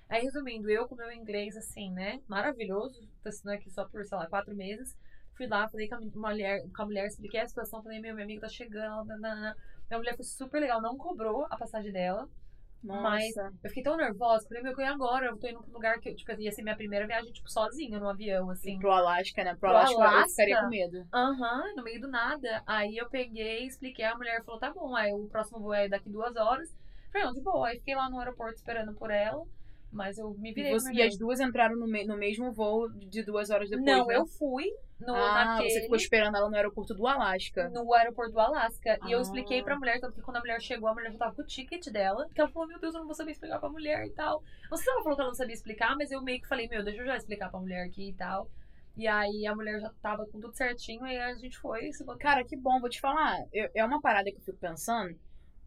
Speaker 3: Aí, resumindo, eu com meu inglês, assim, né, maravilhoso, tô assinando aqui só por, sei lá, quatro meses. Fui lá, falei com a mulher, com a mulher expliquei a situação, falei, meu, minha amiga tá chegando, nananã. Minha mulher foi super legal, não cobrou a passagem dela. Mas-
Speaker 2: Nossa.
Speaker 3: Eu fiquei tão nervosa, falei, meu, que eu ia agora, eu tô indo pra um lugar que, tipo, ia ser minha primeira viagem, tipo, sozinha, num avião, assim.
Speaker 2: E pro Alasca, né? Pro,
Speaker 3: Pro
Speaker 2: Alasca, eu
Speaker 3: Alasca?
Speaker 2: ficaria com medo.
Speaker 3: Aham, no meio do nada. Aí eu peguei, expliquei, a mulher falou, tá bom, aí o próximo voo é daqui duas horas. Falei, não, de boa. Aí fiquei lá no aeroporto esperando por ela, mas eu me virei.
Speaker 2: E, você-
Speaker 3: meu
Speaker 2: e as duas entraram no, me- no mesmo voo de duas horas
Speaker 3: Deus.
Speaker 2: depois.
Speaker 3: Não,
Speaker 2: né?
Speaker 3: Então, eu fui no,
Speaker 2: Ah,
Speaker 3: naquele...
Speaker 2: você ficou esperando ela no aeroporto do Alasca.
Speaker 3: no aeroporto do Alasca. E eu
Speaker 2: Ah.
Speaker 3: expliquei pra mulher, tanto que quando a mulher chegou, a mulher já tava com o ticket dela. Que ela falou, meu Deus, eu não vou saber explicar pra mulher e tal. Não sei se ela falou que ela não sabia explicar, mas eu meio que falei, meu, deixa eu já explicar pra mulher aqui e tal. E aí a mulher já tava com tudo certinho, e a gente foi. Se botou...
Speaker 2: Cara, que bom, vou te falar. Eu- é uma parada que eu fico pensando,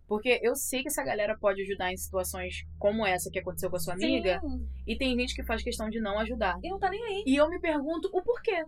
Speaker 2: porque eu sei que essa galera pode ajudar em situações como essa que aconteceu com a sua amiga,
Speaker 3: Sim,
Speaker 2: e tem gente que faz questão de não ajudar.
Speaker 3: E não tá nem aí.
Speaker 2: E eu me pergunto o porquê.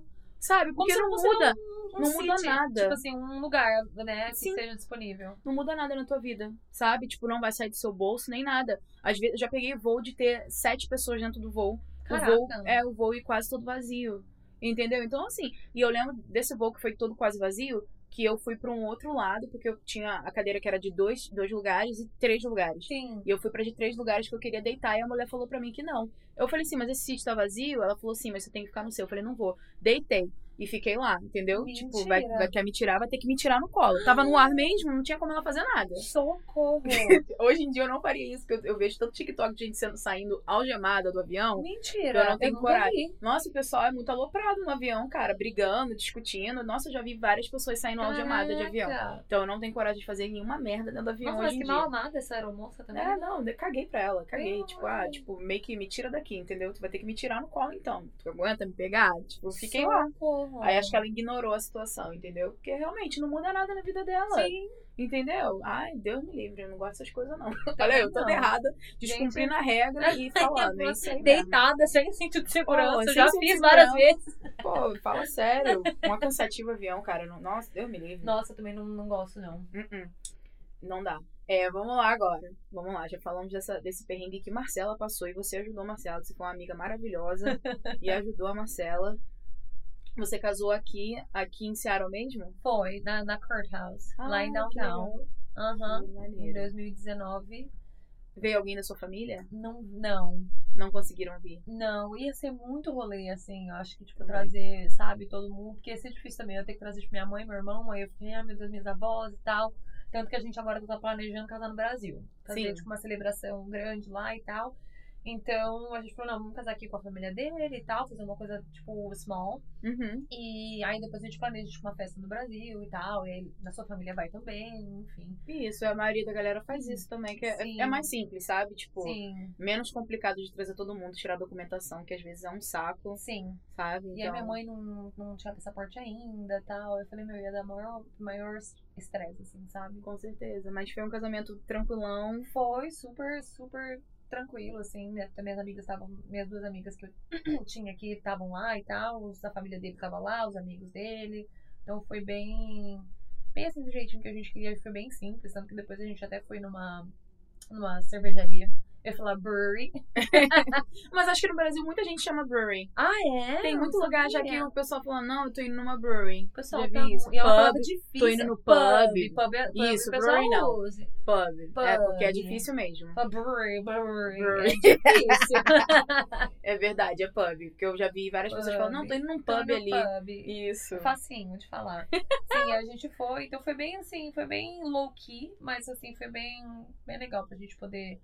Speaker 2: Sabe?
Speaker 3: Como
Speaker 2: Porque
Speaker 3: se
Speaker 2: não
Speaker 3: fosse
Speaker 2: muda.
Speaker 3: um- um
Speaker 2: não muda
Speaker 3: city,
Speaker 2: nada.
Speaker 3: Tipo assim, um lugar, né, que
Speaker 2: Sim.
Speaker 3: seja disponível.
Speaker 2: Não muda nada na tua vida, sabe? Tipo, não vai sair do seu bolso nem nada. Às vezes eu já peguei voo de ter sete pessoas dentro do voo.
Speaker 3: Caraca.
Speaker 2: O voo é o voo e quase todo vazio. Entendeu? Então, assim, e eu lembro desse voo que foi todo quase vazio, que eu fui pra um outro lado, porque eu tinha a cadeira que era de dois, dois lugares e três lugares.
Speaker 3: Sim.
Speaker 2: E eu fui pra de três lugares que eu queria deitar e a mulher falou pra mim que não. Eu falei assim, mas esse sítio tá vazio? Ela falou assim, mas você tem que ficar no seu. Eu falei, não vou. Deitei e fiquei lá, entendeu? Tipo, vai,
Speaker 3: Mentira.
Speaker 2: vai quer me tirar, vai ter que me tirar no colo. Tava no ar mesmo, não tinha como ela fazer nada.
Speaker 3: Socorro!
Speaker 2: Hoje em dia eu não faria isso, porque eu, eu vejo tanto TikTok de gente sendo, saindo algemada do avião.
Speaker 3: Mentira!
Speaker 2: Eu não tenho
Speaker 3: nunca
Speaker 2: coragem.
Speaker 3: vi.
Speaker 2: Nossa, o pessoal é muito aloprado no avião, cara, brigando, discutindo. Nossa, eu já vi várias pessoas saindo algemadas de avião.
Speaker 3: Caraca.
Speaker 2: Então eu não tenho coragem de fazer nenhuma merda dentro do avião
Speaker 3: Nossa,
Speaker 2: hoje
Speaker 3: mas
Speaker 2: em
Speaker 3: que
Speaker 2: dia.
Speaker 3: mal amada essa aeromoça também.
Speaker 2: É, não, eu caguei pra ela, caguei.
Speaker 3: Não,
Speaker 2: tipo, ah,
Speaker 3: assim.
Speaker 2: tipo, meio que me tira daqui, entendeu? Tu vai ter que me tirar no colo então. Tu aguenta me pegar? Tipo, eu fiquei lá.
Speaker 3: Socorro.
Speaker 2: Aí acho que ela ignorou a situação, entendeu? Porque realmente não muda nada na vida dela.
Speaker 3: Sim,
Speaker 2: Entendeu? Ai, Deus me livre, eu não gosto dessas coisas, não. Olha, eu toda errada, descumprindo a regra e falando. é Isso aí mesmo.
Speaker 3: Deitada, sem cinto de segurança.
Speaker 2: Pô,
Speaker 3: eu
Speaker 2: sem
Speaker 3: já
Speaker 2: cinto de
Speaker 3: fiz várias
Speaker 2: segurança.
Speaker 3: vezes.
Speaker 2: Pô, fala sério. Uma cansativa avião, cara. não- Nossa, Deus me livre.
Speaker 3: Nossa, eu também não, não gosto, não.
Speaker 2: Uh-uh. Não dá. É, vamos lá agora. Vamos lá, já falamos dessa, desse perrengue que Marcela passou e você ajudou Marcela. Você foi uma amiga maravilhosa e ajudou a Marcela. Você casou aqui, aqui em Seattle mesmo?
Speaker 3: Foi, na, na Courthouse, lá em
Speaker 2: Ah, que
Speaker 3: downtown.
Speaker 2: legal.
Speaker 3: Aham. Uhum.
Speaker 2: Que
Speaker 3: Em
Speaker 2: maneiro.
Speaker 3: 2019.
Speaker 2: Veio alguém da sua família?
Speaker 3: Não, não,
Speaker 2: Não conseguiram vir.
Speaker 3: não. Ia ser muito rolê, assim. Eu acho que, tipo,
Speaker 2: Também.
Speaker 3: trazer, sabe, todo mundo. Porque ia ser difícil também. Eu ia ter que trazer, tipo, minha mãe, meu irmão. Aí eu fiquei, ah, meu Deus, minhas avós e tal. Tanto que a gente agora tá planejando casar no Brasil. Fazer,
Speaker 2: Sim.
Speaker 3: tipo, uma celebração grande lá e tal. Então, a gente falou, não, vamos casar aqui com a família dele e tal. Fazer uma coisa, tipo, small.
Speaker 2: Uhum.
Speaker 3: E aí depois a gente planeja tipo, uma festa no Brasil e tal. E aí da sua família vai também, enfim.
Speaker 2: E Isso, a maioria da galera faz isso também, que é,
Speaker 3: Sim.
Speaker 2: é mais simples, sabe? Tipo,
Speaker 3: Sim,
Speaker 2: menos complicado de trazer todo mundo, tirar documentação, que às vezes é um saco,
Speaker 3: sim.
Speaker 2: sabe?
Speaker 3: E aí minha
Speaker 2: Então,
Speaker 3: mãe não, não tinha passaporte ainda tal. Eu falei, meu, ia dar maior, maior estresse, assim, sabe?
Speaker 2: Com certeza. Mas foi um casamento tranquilão.
Speaker 3: Foi super, super tranquilo, assim. Minha, minhas amigas estavam, minhas duas amigas que eu tinha aqui estavam lá e tal. Os da família dele estavam lá, os amigos dele. Então foi bem, bem assim do jeitinho que a gente queria, foi bem simples. Tanto que depois a gente até foi numa, numa cervejaria. Eu ia falar brewery.
Speaker 2: Mas acho que no Brasil muita gente chama brewery.
Speaker 3: Ah, é?
Speaker 2: Tem
Speaker 3: Eu
Speaker 2: muito
Speaker 3: não
Speaker 2: lugar já
Speaker 3: sabia.
Speaker 2: que o pessoal fala, não, eu tô indo numa brewery.
Speaker 3: O pessoal
Speaker 2: já vi
Speaker 3: tá
Speaker 2: isso.
Speaker 3: E é uma
Speaker 2: Pub,
Speaker 3: palavra difícil.
Speaker 2: tô indo no
Speaker 3: Pub,
Speaker 2: pub.
Speaker 3: pub, é- pub
Speaker 2: Isso,
Speaker 3: o pessoal
Speaker 2: brewery não.
Speaker 3: usa.
Speaker 2: Pub. É,
Speaker 3: Pub.
Speaker 2: porque é difícil mesmo.
Speaker 3: Fala brewery, brewery.
Speaker 2: Brewery.
Speaker 3: É difícil.
Speaker 2: É verdade, é pub. Porque eu já vi várias pessoas
Speaker 3: Pub.
Speaker 2: falando, não, tô indo num
Speaker 3: Tô Tá
Speaker 2: pub
Speaker 3: no
Speaker 2: ali.
Speaker 3: pub.
Speaker 2: Isso.
Speaker 3: Facinho de falar. Sim, a gente foi. Então foi bem assim, foi bem low-key, mas assim, foi bem, bem legal pra gente poder.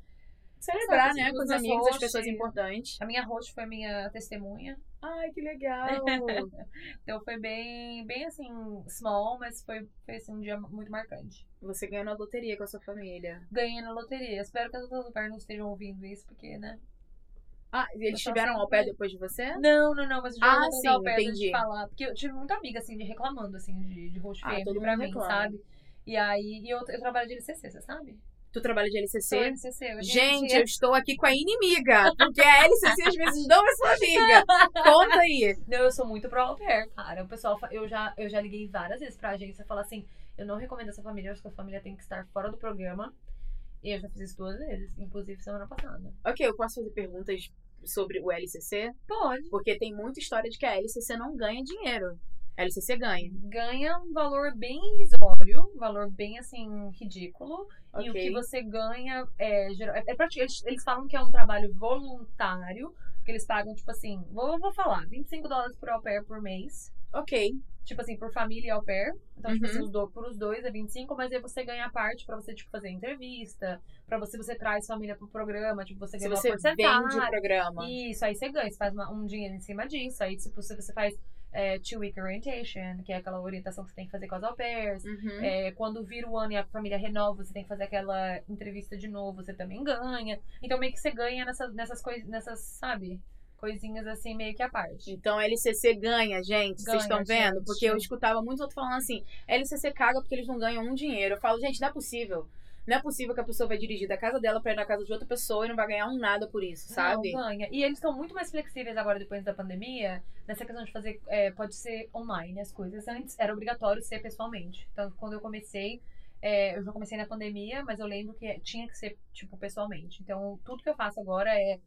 Speaker 2: Celebrar,
Speaker 3: Sabe,
Speaker 2: né,
Speaker 3: os
Speaker 2: com os
Speaker 3: meus
Speaker 2: amigos, as
Speaker 3: hosts.
Speaker 2: pessoas importantes.
Speaker 3: A minha host foi minha testemunha.
Speaker 2: Ai, que legal.
Speaker 3: Então foi bem, bem assim, small, mas foi, foi assim, um dia muito marcante.
Speaker 2: Você ganhou na loteria com a sua família.
Speaker 3: Ganhei na loteria. Espero que as outras lugares não estejam ouvindo isso, porque, né?
Speaker 2: Ah, e eles
Speaker 3: Pessoal
Speaker 2: tiveram ao
Speaker 3: sempre-
Speaker 2: pé depois de você?
Speaker 3: Não, não, não, mas eu já
Speaker 2: Ah,
Speaker 3: vou
Speaker 2: sim,
Speaker 3: contar o perto
Speaker 2: entendi.
Speaker 3: de falar. Porque eu tive muita amiga, assim, de reclamando, assim, de, de host
Speaker 2: Ah,
Speaker 3: fêmea
Speaker 2: todo
Speaker 3: pra
Speaker 2: mundo
Speaker 3: mim,
Speaker 2: reclama.
Speaker 3: sabe? E aí, e eu, eu trabalho de LCC, você sabe?
Speaker 2: Tu trabalha de
Speaker 3: Sou
Speaker 2: LCC?
Speaker 3: LCC. hoje em
Speaker 2: Gente,
Speaker 3: dia-
Speaker 2: eu estou aqui com a inimiga, porque a LCC às vezes não é sua amiga. Conta aí.
Speaker 3: Não, eu sou muito pro au pair, cara. O pessoal, fa- eu já, eu já liguei várias vezes pra agência e falar assim, eu não recomendo essa família, eu acho que a família tem que estar fora do programa. E eu já fiz isso duas vezes, inclusive semana passada.
Speaker 2: Ok, eu posso fazer perguntas sobre o LCC?
Speaker 3: Pode.
Speaker 2: Porque tem muita história de que a LCC não ganha dinheiro. A LCC ganha.
Speaker 3: Ganha um valor bem irrisório, um valor bem, assim, ridículo. E o que
Speaker 2: Ok.
Speaker 3: você ganha é, geral- é, é prati- eles, eles falam que é um trabalho voluntário, porque eles pagam, tipo assim, vou, vou falar, 25 dólares por au pair por mês.
Speaker 2: Ok.
Speaker 3: Tipo assim, por família e au pair. Então, tipo
Speaker 2: Uhum.
Speaker 3: assim, os do, por os dois é 25, mas aí você ganha a parte pra você, tipo, fazer entrevista, pra você, você traz família pro programa, tipo, você
Speaker 2: Se
Speaker 3: ganha uma
Speaker 2: você vende o
Speaker 3: porcentagem.
Speaker 2: programa.
Speaker 3: Isso, aí você ganha, você faz uma- um dinheiro em cima disso. Aí, tipo, se você faz é, two-week orientation, que é aquela orientação que você tem que fazer com as au pairs.
Speaker 2: Uhum.
Speaker 3: É, quando vira o ano e a família renova, você tem que fazer aquela entrevista de novo, você também ganha. Então meio que você ganha nessas, nessas coisas, nessas, sabe? Coisinhas assim, meio que à parte.
Speaker 2: Então a LCC ganha, gente. Vocês
Speaker 3: Ganha,
Speaker 2: estão vendo?
Speaker 3: gente.
Speaker 2: Porque eu escutava muitos outros falando assim: a LCC caga porque eles não ganham um dinheiro. Eu falo, gente, não é possível. Não é possível que a pessoa vai dirigir da casa dela pra ir na casa de outra pessoa e não vai ganhar um nada por isso, sabe?
Speaker 3: Não, ganha. E eles estão muito mais flexíveis agora, depois da pandemia, nessa questão de fazer. é, pode ser online as coisas. Antes era obrigatório ser pessoalmente. Então, quando eu comecei, é, eu já comecei na pandemia, mas eu lembro que tinha que ser, tipo, pessoalmente. Então, tudo que eu faço agora é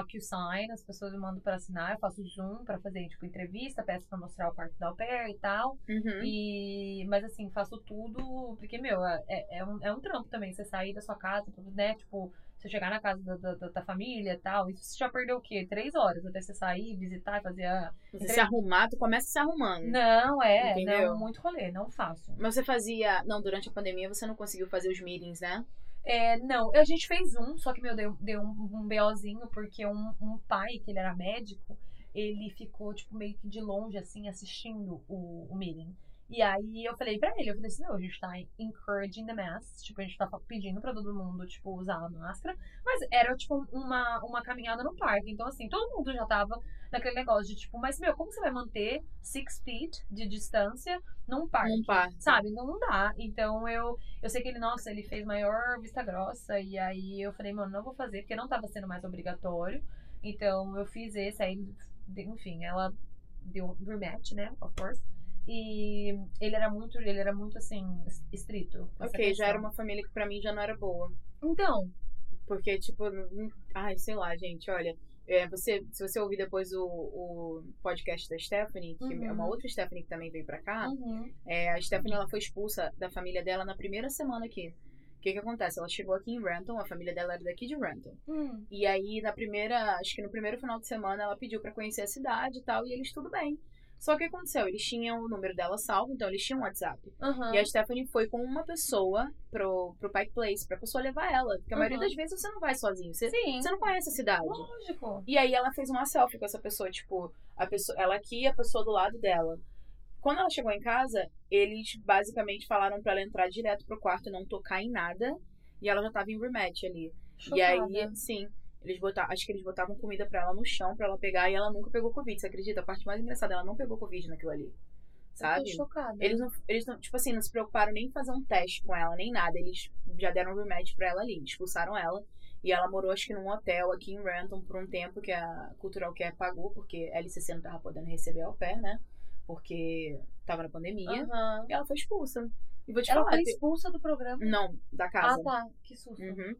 Speaker 3: DocuSign, as pessoas me mandam pra assinar, eu faço Zoom pra fazer, tipo, entrevista, peço pra mostrar o quarto da au pair e tal.
Speaker 2: Uhum.
Speaker 3: E, mas assim, faço tudo, porque, meu, é, é, um, é um trampo também, você sair da sua casa, tudo, né? Tipo, você chegar na casa da, da, da- da família e tal, isso você já perdeu o quê? Três horas até você sair, visitar e fazer a.
Speaker 2: Você se arrumar, tu começa se arrumando.
Speaker 3: Não, é,
Speaker 2: Entendeu?
Speaker 3: não, muito rolê, não faço.
Speaker 2: Mas você fazia. Não, durante a pandemia você não conseguiu fazer os meetings, né?
Speaker 3: É, não, a gente fez um, só que, meu, deu, deu um, um BOzinho, porque um, um pai, que ele era médico, ele ficou, tipo, meio que de longe, assim, assistindo o, o meeting. E aí eu falei pra ele, eu falei assim, não, a gente tá encouraging the mask, tipo, a gente tá pedindo pra todo mundo, tipo, usar a máscara. Mas era, tipo, uma, uma caminhada no parque. Então, assim, todo mundo já tava naquele negócio de, tipo, mas, meu, como você vai manter six feet de distância num parque?
Speaker 2: Num parque.
Speaker 3: Sabe? Então não dá. Então eu, eu sei que ele, nossa, ele fez maior vista grossa. E aí eu falei, mano, não vou fazer, porque não tava sendo mais obrigatório. Então eu fiz esse, aí, enfim, ela deu um rematch, né? Of course. E ele era muito, ele era muito assim, estrito. com essa
Speaker 2: Ok, já
Speaker 3: questão.
Speaker 2: era uma família que pra mim já não era boa.
Speaker 3: Então,
Speaker 2: Porque, tipo, não- não- ai, sei lá, gente, olha. é, você, se você ouvir depois o, o podcast da Stephanie, que
Speaker 3: Uhum.
Speaker 2: é uma outra Stephanie que também veio pra cá,
Speaker 3: uhum.
Speaker 2: é, a Stephanie ela foi expulsa da família dela na primeira semana aqui. O que que acontece? Ela chegou aqui em Renton, a família dela era daqui de Renton.
Speaker 3: Hum.
Speaker 2: E aí, na primeira, acho que no primeiro final de semana, ela pediu pra conhecer a cidade e tal, e eles tudo bem. Só que o que aconteceu? Eles tinham o número dela salvo, então eles tinham o WhatsApp.
Speaker 3: Aham.
Speaker 2: E a Stephanie foi com uma pessoa pro, pro Pike Place, pra pessoa levar ela. Porque a maioria
Speaker 3: Uhum.
Speaker 2: das vezes você não vai sozinho, você,
Speaker 3: Sim,
Speaker 2: você não conhece a cidade.
Speaker 3: lógico.
Speaker 2: E aí ela fez uma selfie com essa pessoa, tipo, a pessoa, ela aqui e a pessoa do lado dela. Quando ela chegou em casa, eles basicamente falaram pra ela entrar direto pro quarto e não tocar em nada. E ela já tava em rematch ali. E aí, sim, eles botavam, acho que eles botavam comida pra ela no chão pra ela pegar e ela nunca pegou Covid, você acredita? A parte mais engraçada, ela não pegou Covid naquilo ali. Sabe?
Speaker 3: Eu tô chocada.
Speaker 2: Eles não, eles não, tipo assim, não se preocuparam nem em fazer um teste com ela, nem nada. Eles já deram um remédio pra ela ali, expulsaram ela. E ela morou, acho que num hotel aqui em Renton por um tempo que a Cultural Care pagou, porque a LCC não tava podendo receber ao pé, né? Porque tava na pandemia.
Speaker 3: Aham.
Speaker 2: E ela foi expulsa. E vou te
Speaker 3: Ela
Speaker 2: falar.
Speaker 3: foi
Speaker 2: te-
Speaker 3: expulsa do programa.
Speaker 2: Não, da
Speaker 3: Ah,
Speaker 2: casa.
Speaker 3: tá. Que susto.
Speaker 2: Uhum.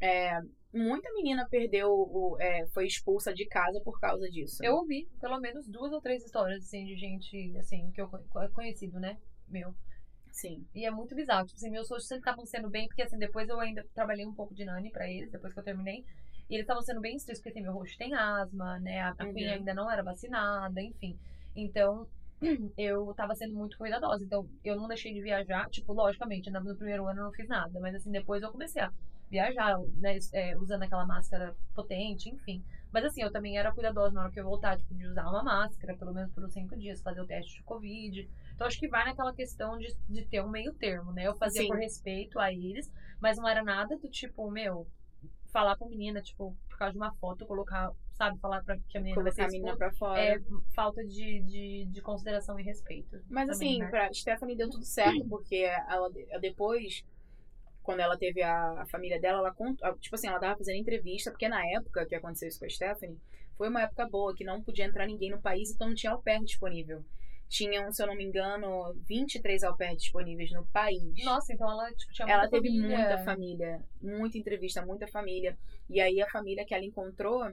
Speaker 2: É, muita menina perdeu, o- é, foi expulsa de casa por causa disso.
Speaker 3: Eu ouvi pelo menos duas ou três histórias, assim, de gente, assim, que eu con- conhecido, né? Meu.
Speaker 2: Sim.
Speaker 3: E é muito bizarro. Tipo assim, meus sogros sempre estavam sendo bem, porque assim, depois eu ainda trabalhei um pouco de Nani pra eles, depois que eu terminei. E eles estavam sendo bem estritos, porque assim, meu rosto tem asma, né? A, a
Speaker 2: Uhum.
Speaker 3: Queen ainda não era vacinada, enfim. Então, eu tava sendo muito cuidadosa. Então, eu não deixei de viajar. Tipo, logicamente, no no primeiro ano eu não fiz nada, mas assim, depois eu comecei a viajar, né? é, usando aquela máscara potente, enfim. Mas assim, eu também era cuidadosa na hora que eu voltar, tipo, de usar uma máscara, pelo menos por uns cinco dias, fazer o teste de Covid. Então acho que vai naquela questão de, de ter um meio termo, né? Eu fazia
Speaker 2: Sim.
Speaker 3: por respeito a eles, mas não era nada do tipo, meu, falar pra menina, tipo, por causa de uma foto, colocar, sabe, falar pra que a menina vai
Speaker 2: Colocar
Speaker 3: ser
Speaker 2: a menina
Speaker 3: expulsa.
Speaker 2: pra fora.
Speaker 3: É falta de, de, de consideração e respeito.
Speaker 2: Mas
Speaker 3: também,
Speaker 2: assim,
Speaker 3: né?
Speaker 2: pra Stephanie deu tudo certo, porque ela ela depois, quando ela teve a, a família dela, ela contou. Tipo assim, ela tava fazendo entrevista, porque na época que aconteceu isso com a Stephanie, foi uma época boa, que não podia entrar ninguém no país, então não tinha au pair disponível. Tinham, se eu não me engano, 23 au pair disponíveis no país.
Speaker 3: Nossa, então ela tipo, tinha
Speaker 2: Ela
Speaker 3: muita
Speaker 2: teve
Speaker 3: família.
Speaker 2: muita família, muita entrevista, muita família. E aí a família que ela encontrou,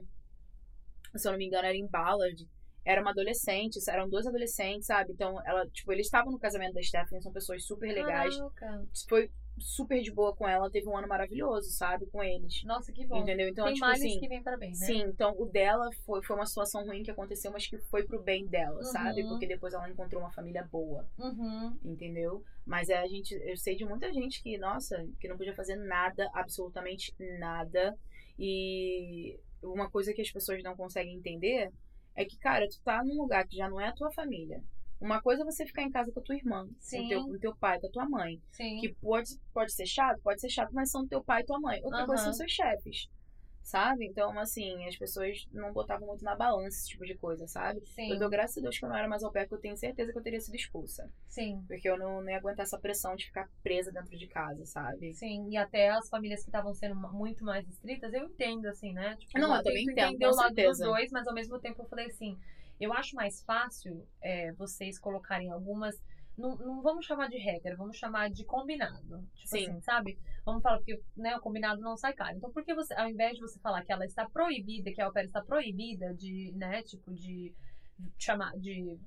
Speaker 2: se eu não me engano, era em Ballard. Era uma adolescente, eram dois adolescentes, sabe? Então, ela, tipo, eles estavam no casamento da Stephanie, são pessoas super legais.
Speaker 3: Caraca.
Speaker 2: Foi super de boa com ela, teve um ano maravilhoso, sabe? Com eles.
Speaker 3: Nossa, que bom.
Speaker 2: Entendeu? Então,
Speaker 3: Tem
Speaker 2: tipo
Speaker 3: males
Speaker 2: assim.
Speaker 3: que vêm para bem, né?
Speaker 2: Sim, então o dela foi, foi uma situação ruim que aconteceu, mas que foi pro bem dela, sabe?
Speaker 3: Uhum.
Speaker 2: Porque depois ela encontrou uma família boa
Speaker 3: Uhum.
Speaker 2: entendeu? Mas é, a gente, eu sei de muita gente que, nossa, que não podia fazer nada, absolutamente nada. E uma coisa que as pessoas não conseguem entender é que, cara, tu tá num lugar que já não é a tua família. Uma coisa é você ficar em casa com a tua irmã, com
Speaker 3: Sim.
Speaker 2: teu, com teu pai, com a tua mãe.
Speaker 3: Sim.
Speaker 2: Que pode, pode ser chato, pode ser chato, mas são teu pai e tua mãe. Outra coisa são
Speaker 3: Aham.
Speaker 2: seus chefes. Sabe? Então, assim, as pessoas não botavam muito na balança esse tipo de coisa, sabe?
Speaker 3: Sim.
Speaker 2: Eu dou graças a Deus que eu não era mais ao pé, porque eu tenho certeza que eu teria sido expulsa.
Speaker 3: Sim.
Speaker 2: Porque eu não, não ia aguentar essa pressão de ficar presa dentro de casa, sabe?
Speaker 3: Sim, e até as famílias que estavam sendo ma- muito mais estritas, eu entendo, assim, né? Tipo,
Speaker 2: Não, eu
Speaker 3: tento
Speaker 2: também entendo,
Speaker 3: entender
Speaker 2: com
Speaker 3: o lado dos
Speaker 2: certeza.
Speaker 3: dois, mas ao mesmo tempo eu falei assim, eu acho mais fácil é, vocês colocarem algumas. Não, não vamos chamar de regra, vamos chamar de combinado. Tipo
Speaker 2: Sim.
Speaker 3: assim, sabe? Vamos falar que né, o combinado não sai caro. Então, por que você, ao invés de você falar que ela está proibida, que a opera está proibida de, né, tipo, de chamar, de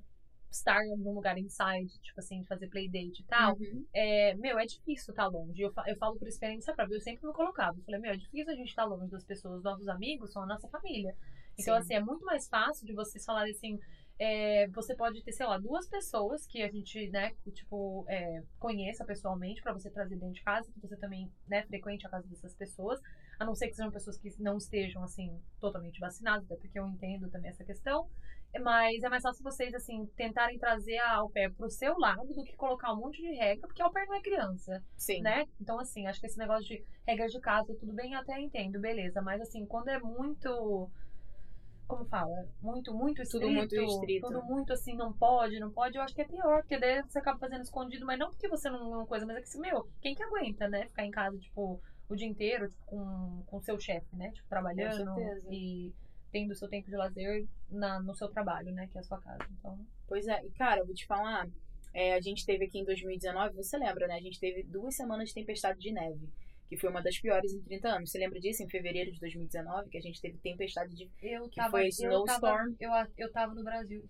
Speaker 3: estar em algum lugar inside, tipo assim, de fazer playdate e tal,
Speaker 2: Uhum.
Speaker 3: é, meu, é difícil estar longe. Eu, fa- eu falo por experiência própria. Eu sempre me colocava. Eu falei, meu, é difícil a gente estar longe das pessoas, nossos amigos são a nossa família. Então,
Speaker 2: Sim.
Speaker 3: assim, é muito mais fácil de vocês falarem assim. é, você pode ter, sei lá, duas pessoas que a gente, né, tipo, é, conheça pessoalmente pra você trazer dentro de casa, que você também, né, frequente a casa dessas pessoas, a não ser que sejam pessoas que não estejam, assim, totalmente vacinadas, até porque eu entendo também essa questão, é, mas é mais fácil vocês, assim, tentarem trazer a au pair pro seu lado do que colocar um monte de regra, porque a au pair não é criança,
Speaker 2: Sim.
Speaker 3: né? Então, assim, acho que esse negócio de regras de casa, tudo bem, até entendo, beleza, mas, assim, quando é muito como fala, muito, muito estrito.
Speaker 2: Tudo muito estrito.
Speaker 3: Tudo muito assim, não pode, não pode. Eu acho que é pior, porque daí você acaba fazendo escondido, mas não porque você não, não coisa, mas é que, meu, quem que aguenta, né? Ficar em casa, tipo, o dia inteiro, tipo, com, com seu chefe, né? Tipo, trabalhando
Speaker 2: certeza.
Speaker 3: e tendo o seu tempo de lazer na, no seu trabalho, né? Que é a sua casa. Então,
Speaker 2: Pois é, e cara, eu vou te falar, é, a gente teve aqui em 2019, você lembra, né? A gente teve duas semanas de tempestade de neve, que foi uma das piores em 30 anos. Você lembra disso? Em fevereiro de 2019, que a gente teve tempestade de.
Speaker 3: eu
Speaker 2: Que foi snowstorm.
Speaker 3: Eu, a- eu tava no Brasil.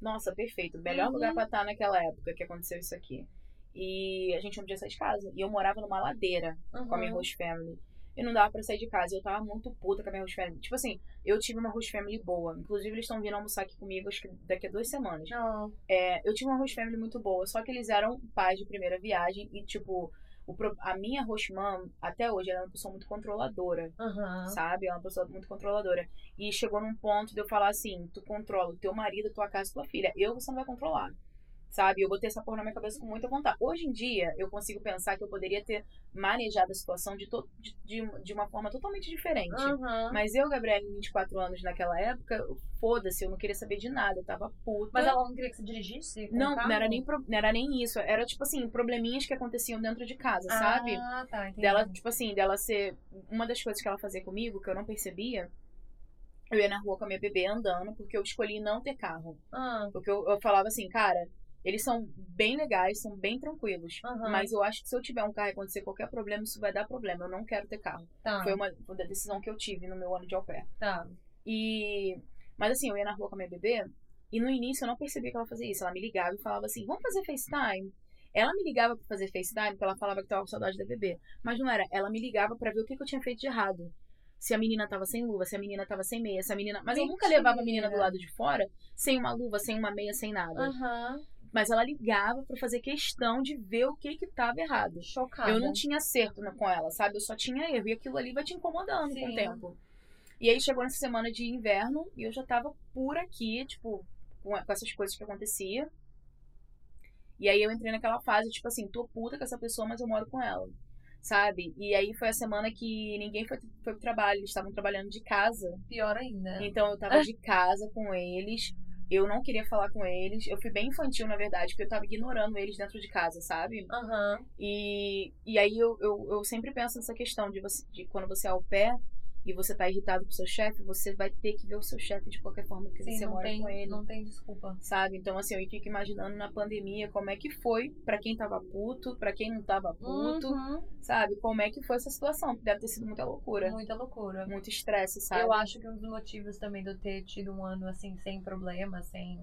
Speaker 2: Nossa, perfeito. Melhor
Speaker 3: Uhum.
Speaker 2: lugar pra estar naquela época que aconteceu isso aqui. E a gente não podia sair de casa. E eu morava numa ladeira com a minha
Speaker 3: Uhum.
Speaker 2: host family. E não dava pra sair de casa. Eu tava muito puta com a minha host family. Tipo assim, eu tive uma host family boa. Inclusive, eles estão vindo almoçar aqui comigo, acho que daqui a duas semanas.
Speaker 3: Não.
Speaker 2: É, eu tive uma host family muito boa, só que eles eram pais de primeira viagem e, tipo, o pro- a minha host mom, até hoje, ela é uma pessoa muito controladora,
Speaker 3: Aham.
Speaker 2: sabe? Ela é uma pessoa muito controladora. E chegou num ponto de eu falar assim: tu controla o teu marido, tua casa, tua filha. Eu você não vai controlar. Sabe? Eu botei essa porra na minha cabeça com muita vontade. Hoje em dia, eu consigo pensar que eu poderia ter manejado a situação de, to- de, de- de uma forma totalmente diferente.
Speaker 3: Aham.
Speaker 2: Mas eu, Gabriela, em 24 anos naquela época, eu- foda-se, eu não queria saber de nada, eu tava puta.
Speaker 3: Mas ela não queria que você dirigisse? com
Speaker 2: Não,
Speaker 3: o carro?
Speaker 2: não era, nem pro- não era nem isso. Era, tipo assim, probleminhas que aconteciam dentro de casa, sabe?
Speaker 3: Ah, tá, entendi.
Speaker 2: Dela, tipo assim, dela ser. Uma das coisas que ela fazia comigo, que eu não percebia, eu ia na rua com a minha bebê andando, porque eu escolhi não ter carro.
Speaker 3: Ah,
Speaker 2: Porque eu, eu falava assim, cara, eles são bem legais, são bem tranquilos.
Speaker 3: Aham.
Speaker 2: Mas eu acho que se eu tiver um carro e acontecer qualquer problema, isso vai dar problema. Eu não quero ter carro.
Speaker 3: tá,
Speaker 2: Foi uma, uma decisão que eu tive no meu ano de au pair.
Speaker 3: tá.
Speaker 2: E. Mas assim, eu ia na rua com a minha bebê e no início eu não percebia que ela fazia isso. Ela me ligava e falava assim: vamos fazer FaceTime? Ela me ligava pra fazer FaceTime porque ela falava que tava com saudade da bebê. Mas não era. Ela me ligava pra ver o que, que eu tinha feito de errado. Se a menina tava sem luva, se a menina tava sem meia, se a menina. Mas eu nunca
Speaker 3: Mentira.
Speaker 2: levava a menina do lado de fora sem uma luva, sem uma meia, sem nada.
Speaker 3: Aham.
Speaker 2: Mas ela ligava pra fazer questão de ver o que que tava errado.
Speaker 3: Chocada.
Speaker 2: Eu não tinha acerto na- com ela, sabe? Eu só tinha erro. E aquilo ali vai te incomodando com o
Speaker 3: Sim.
Speaker 2: tempo. E aí chegou nessa semana de inverno e eu já tava por aqui, tipo, com, a- com essas coisas que acontecia. E aí eu entrei naquela fase, tipo assim, tô puta com essa pessoa, mas eu moro com ela. Sabe? E aí foi a semana que ninguém foi, foi pro trabalho, eles estavam trabalhando de casa.
Speaker 3: Pior ainda.
Speaker 2: Então eu tava de casa com eles, eu não queria falar com eles. Eu fui bem infantil, na verdade, porque eu tava ignorando eles dentro de casa, sabe?
Speaker 3: Aham.
Speaker 2: E, e aí eu, eu, eu sempre penso nessa questão de, você, de quando você é ao pé e você tá irritado com o seu chefe, você vai ter que ver o seu chefe de qualquer forma, porque
Speaker 3: Sim,
Speaker 2: você
Speaker 3: não
Speaker 2: mora
Speaker 3: tem,
Speaker 2: com ele.
Speaker 3: não tem desculpa.
Speaker 2: Sabe? Então, assim, eu fico imaginando na pandemia como é que foi pra quem tava puto, pra quem não tava puto,
Speaker 3: Uhum.
Speaker 2: sabe? Como é que foi essa situação? Deve ter sido muita loucura,
Speaker 3: Muita loucura.
Speaker 2: muito estresse, sabe?
Speaker 3: Eu acho que um dos motivos também de eu ter tido um ano assim, sem problema, sem,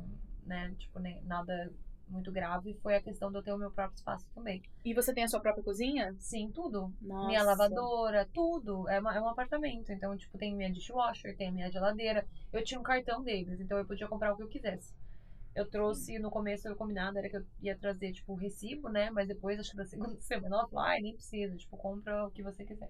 Speaker 3: né, tipo, nem, nada muito grave, foi a questão de eu ter o meu próprio espaço também.
Speaker 2: E você tem a sua própria cozinha?
Speaker 3: Sim, tudo.
Speaker 2: Nossa.
Speaker 3: Minha lavadora, tudo. É, uma- é um apartamento. Então, tipo, tem minha dishwasher, tem minha geladeira. Eu tinha um cartão deles, então eu podia comprar o que eu quisesse. Eu trouxe, no começo eu combinado, era que eu ia trazer, tipo, o recibo, né? Mas depois, acho que da segunda semana, ela falou, ai, nem precisa, tipo, compra o que você quiser.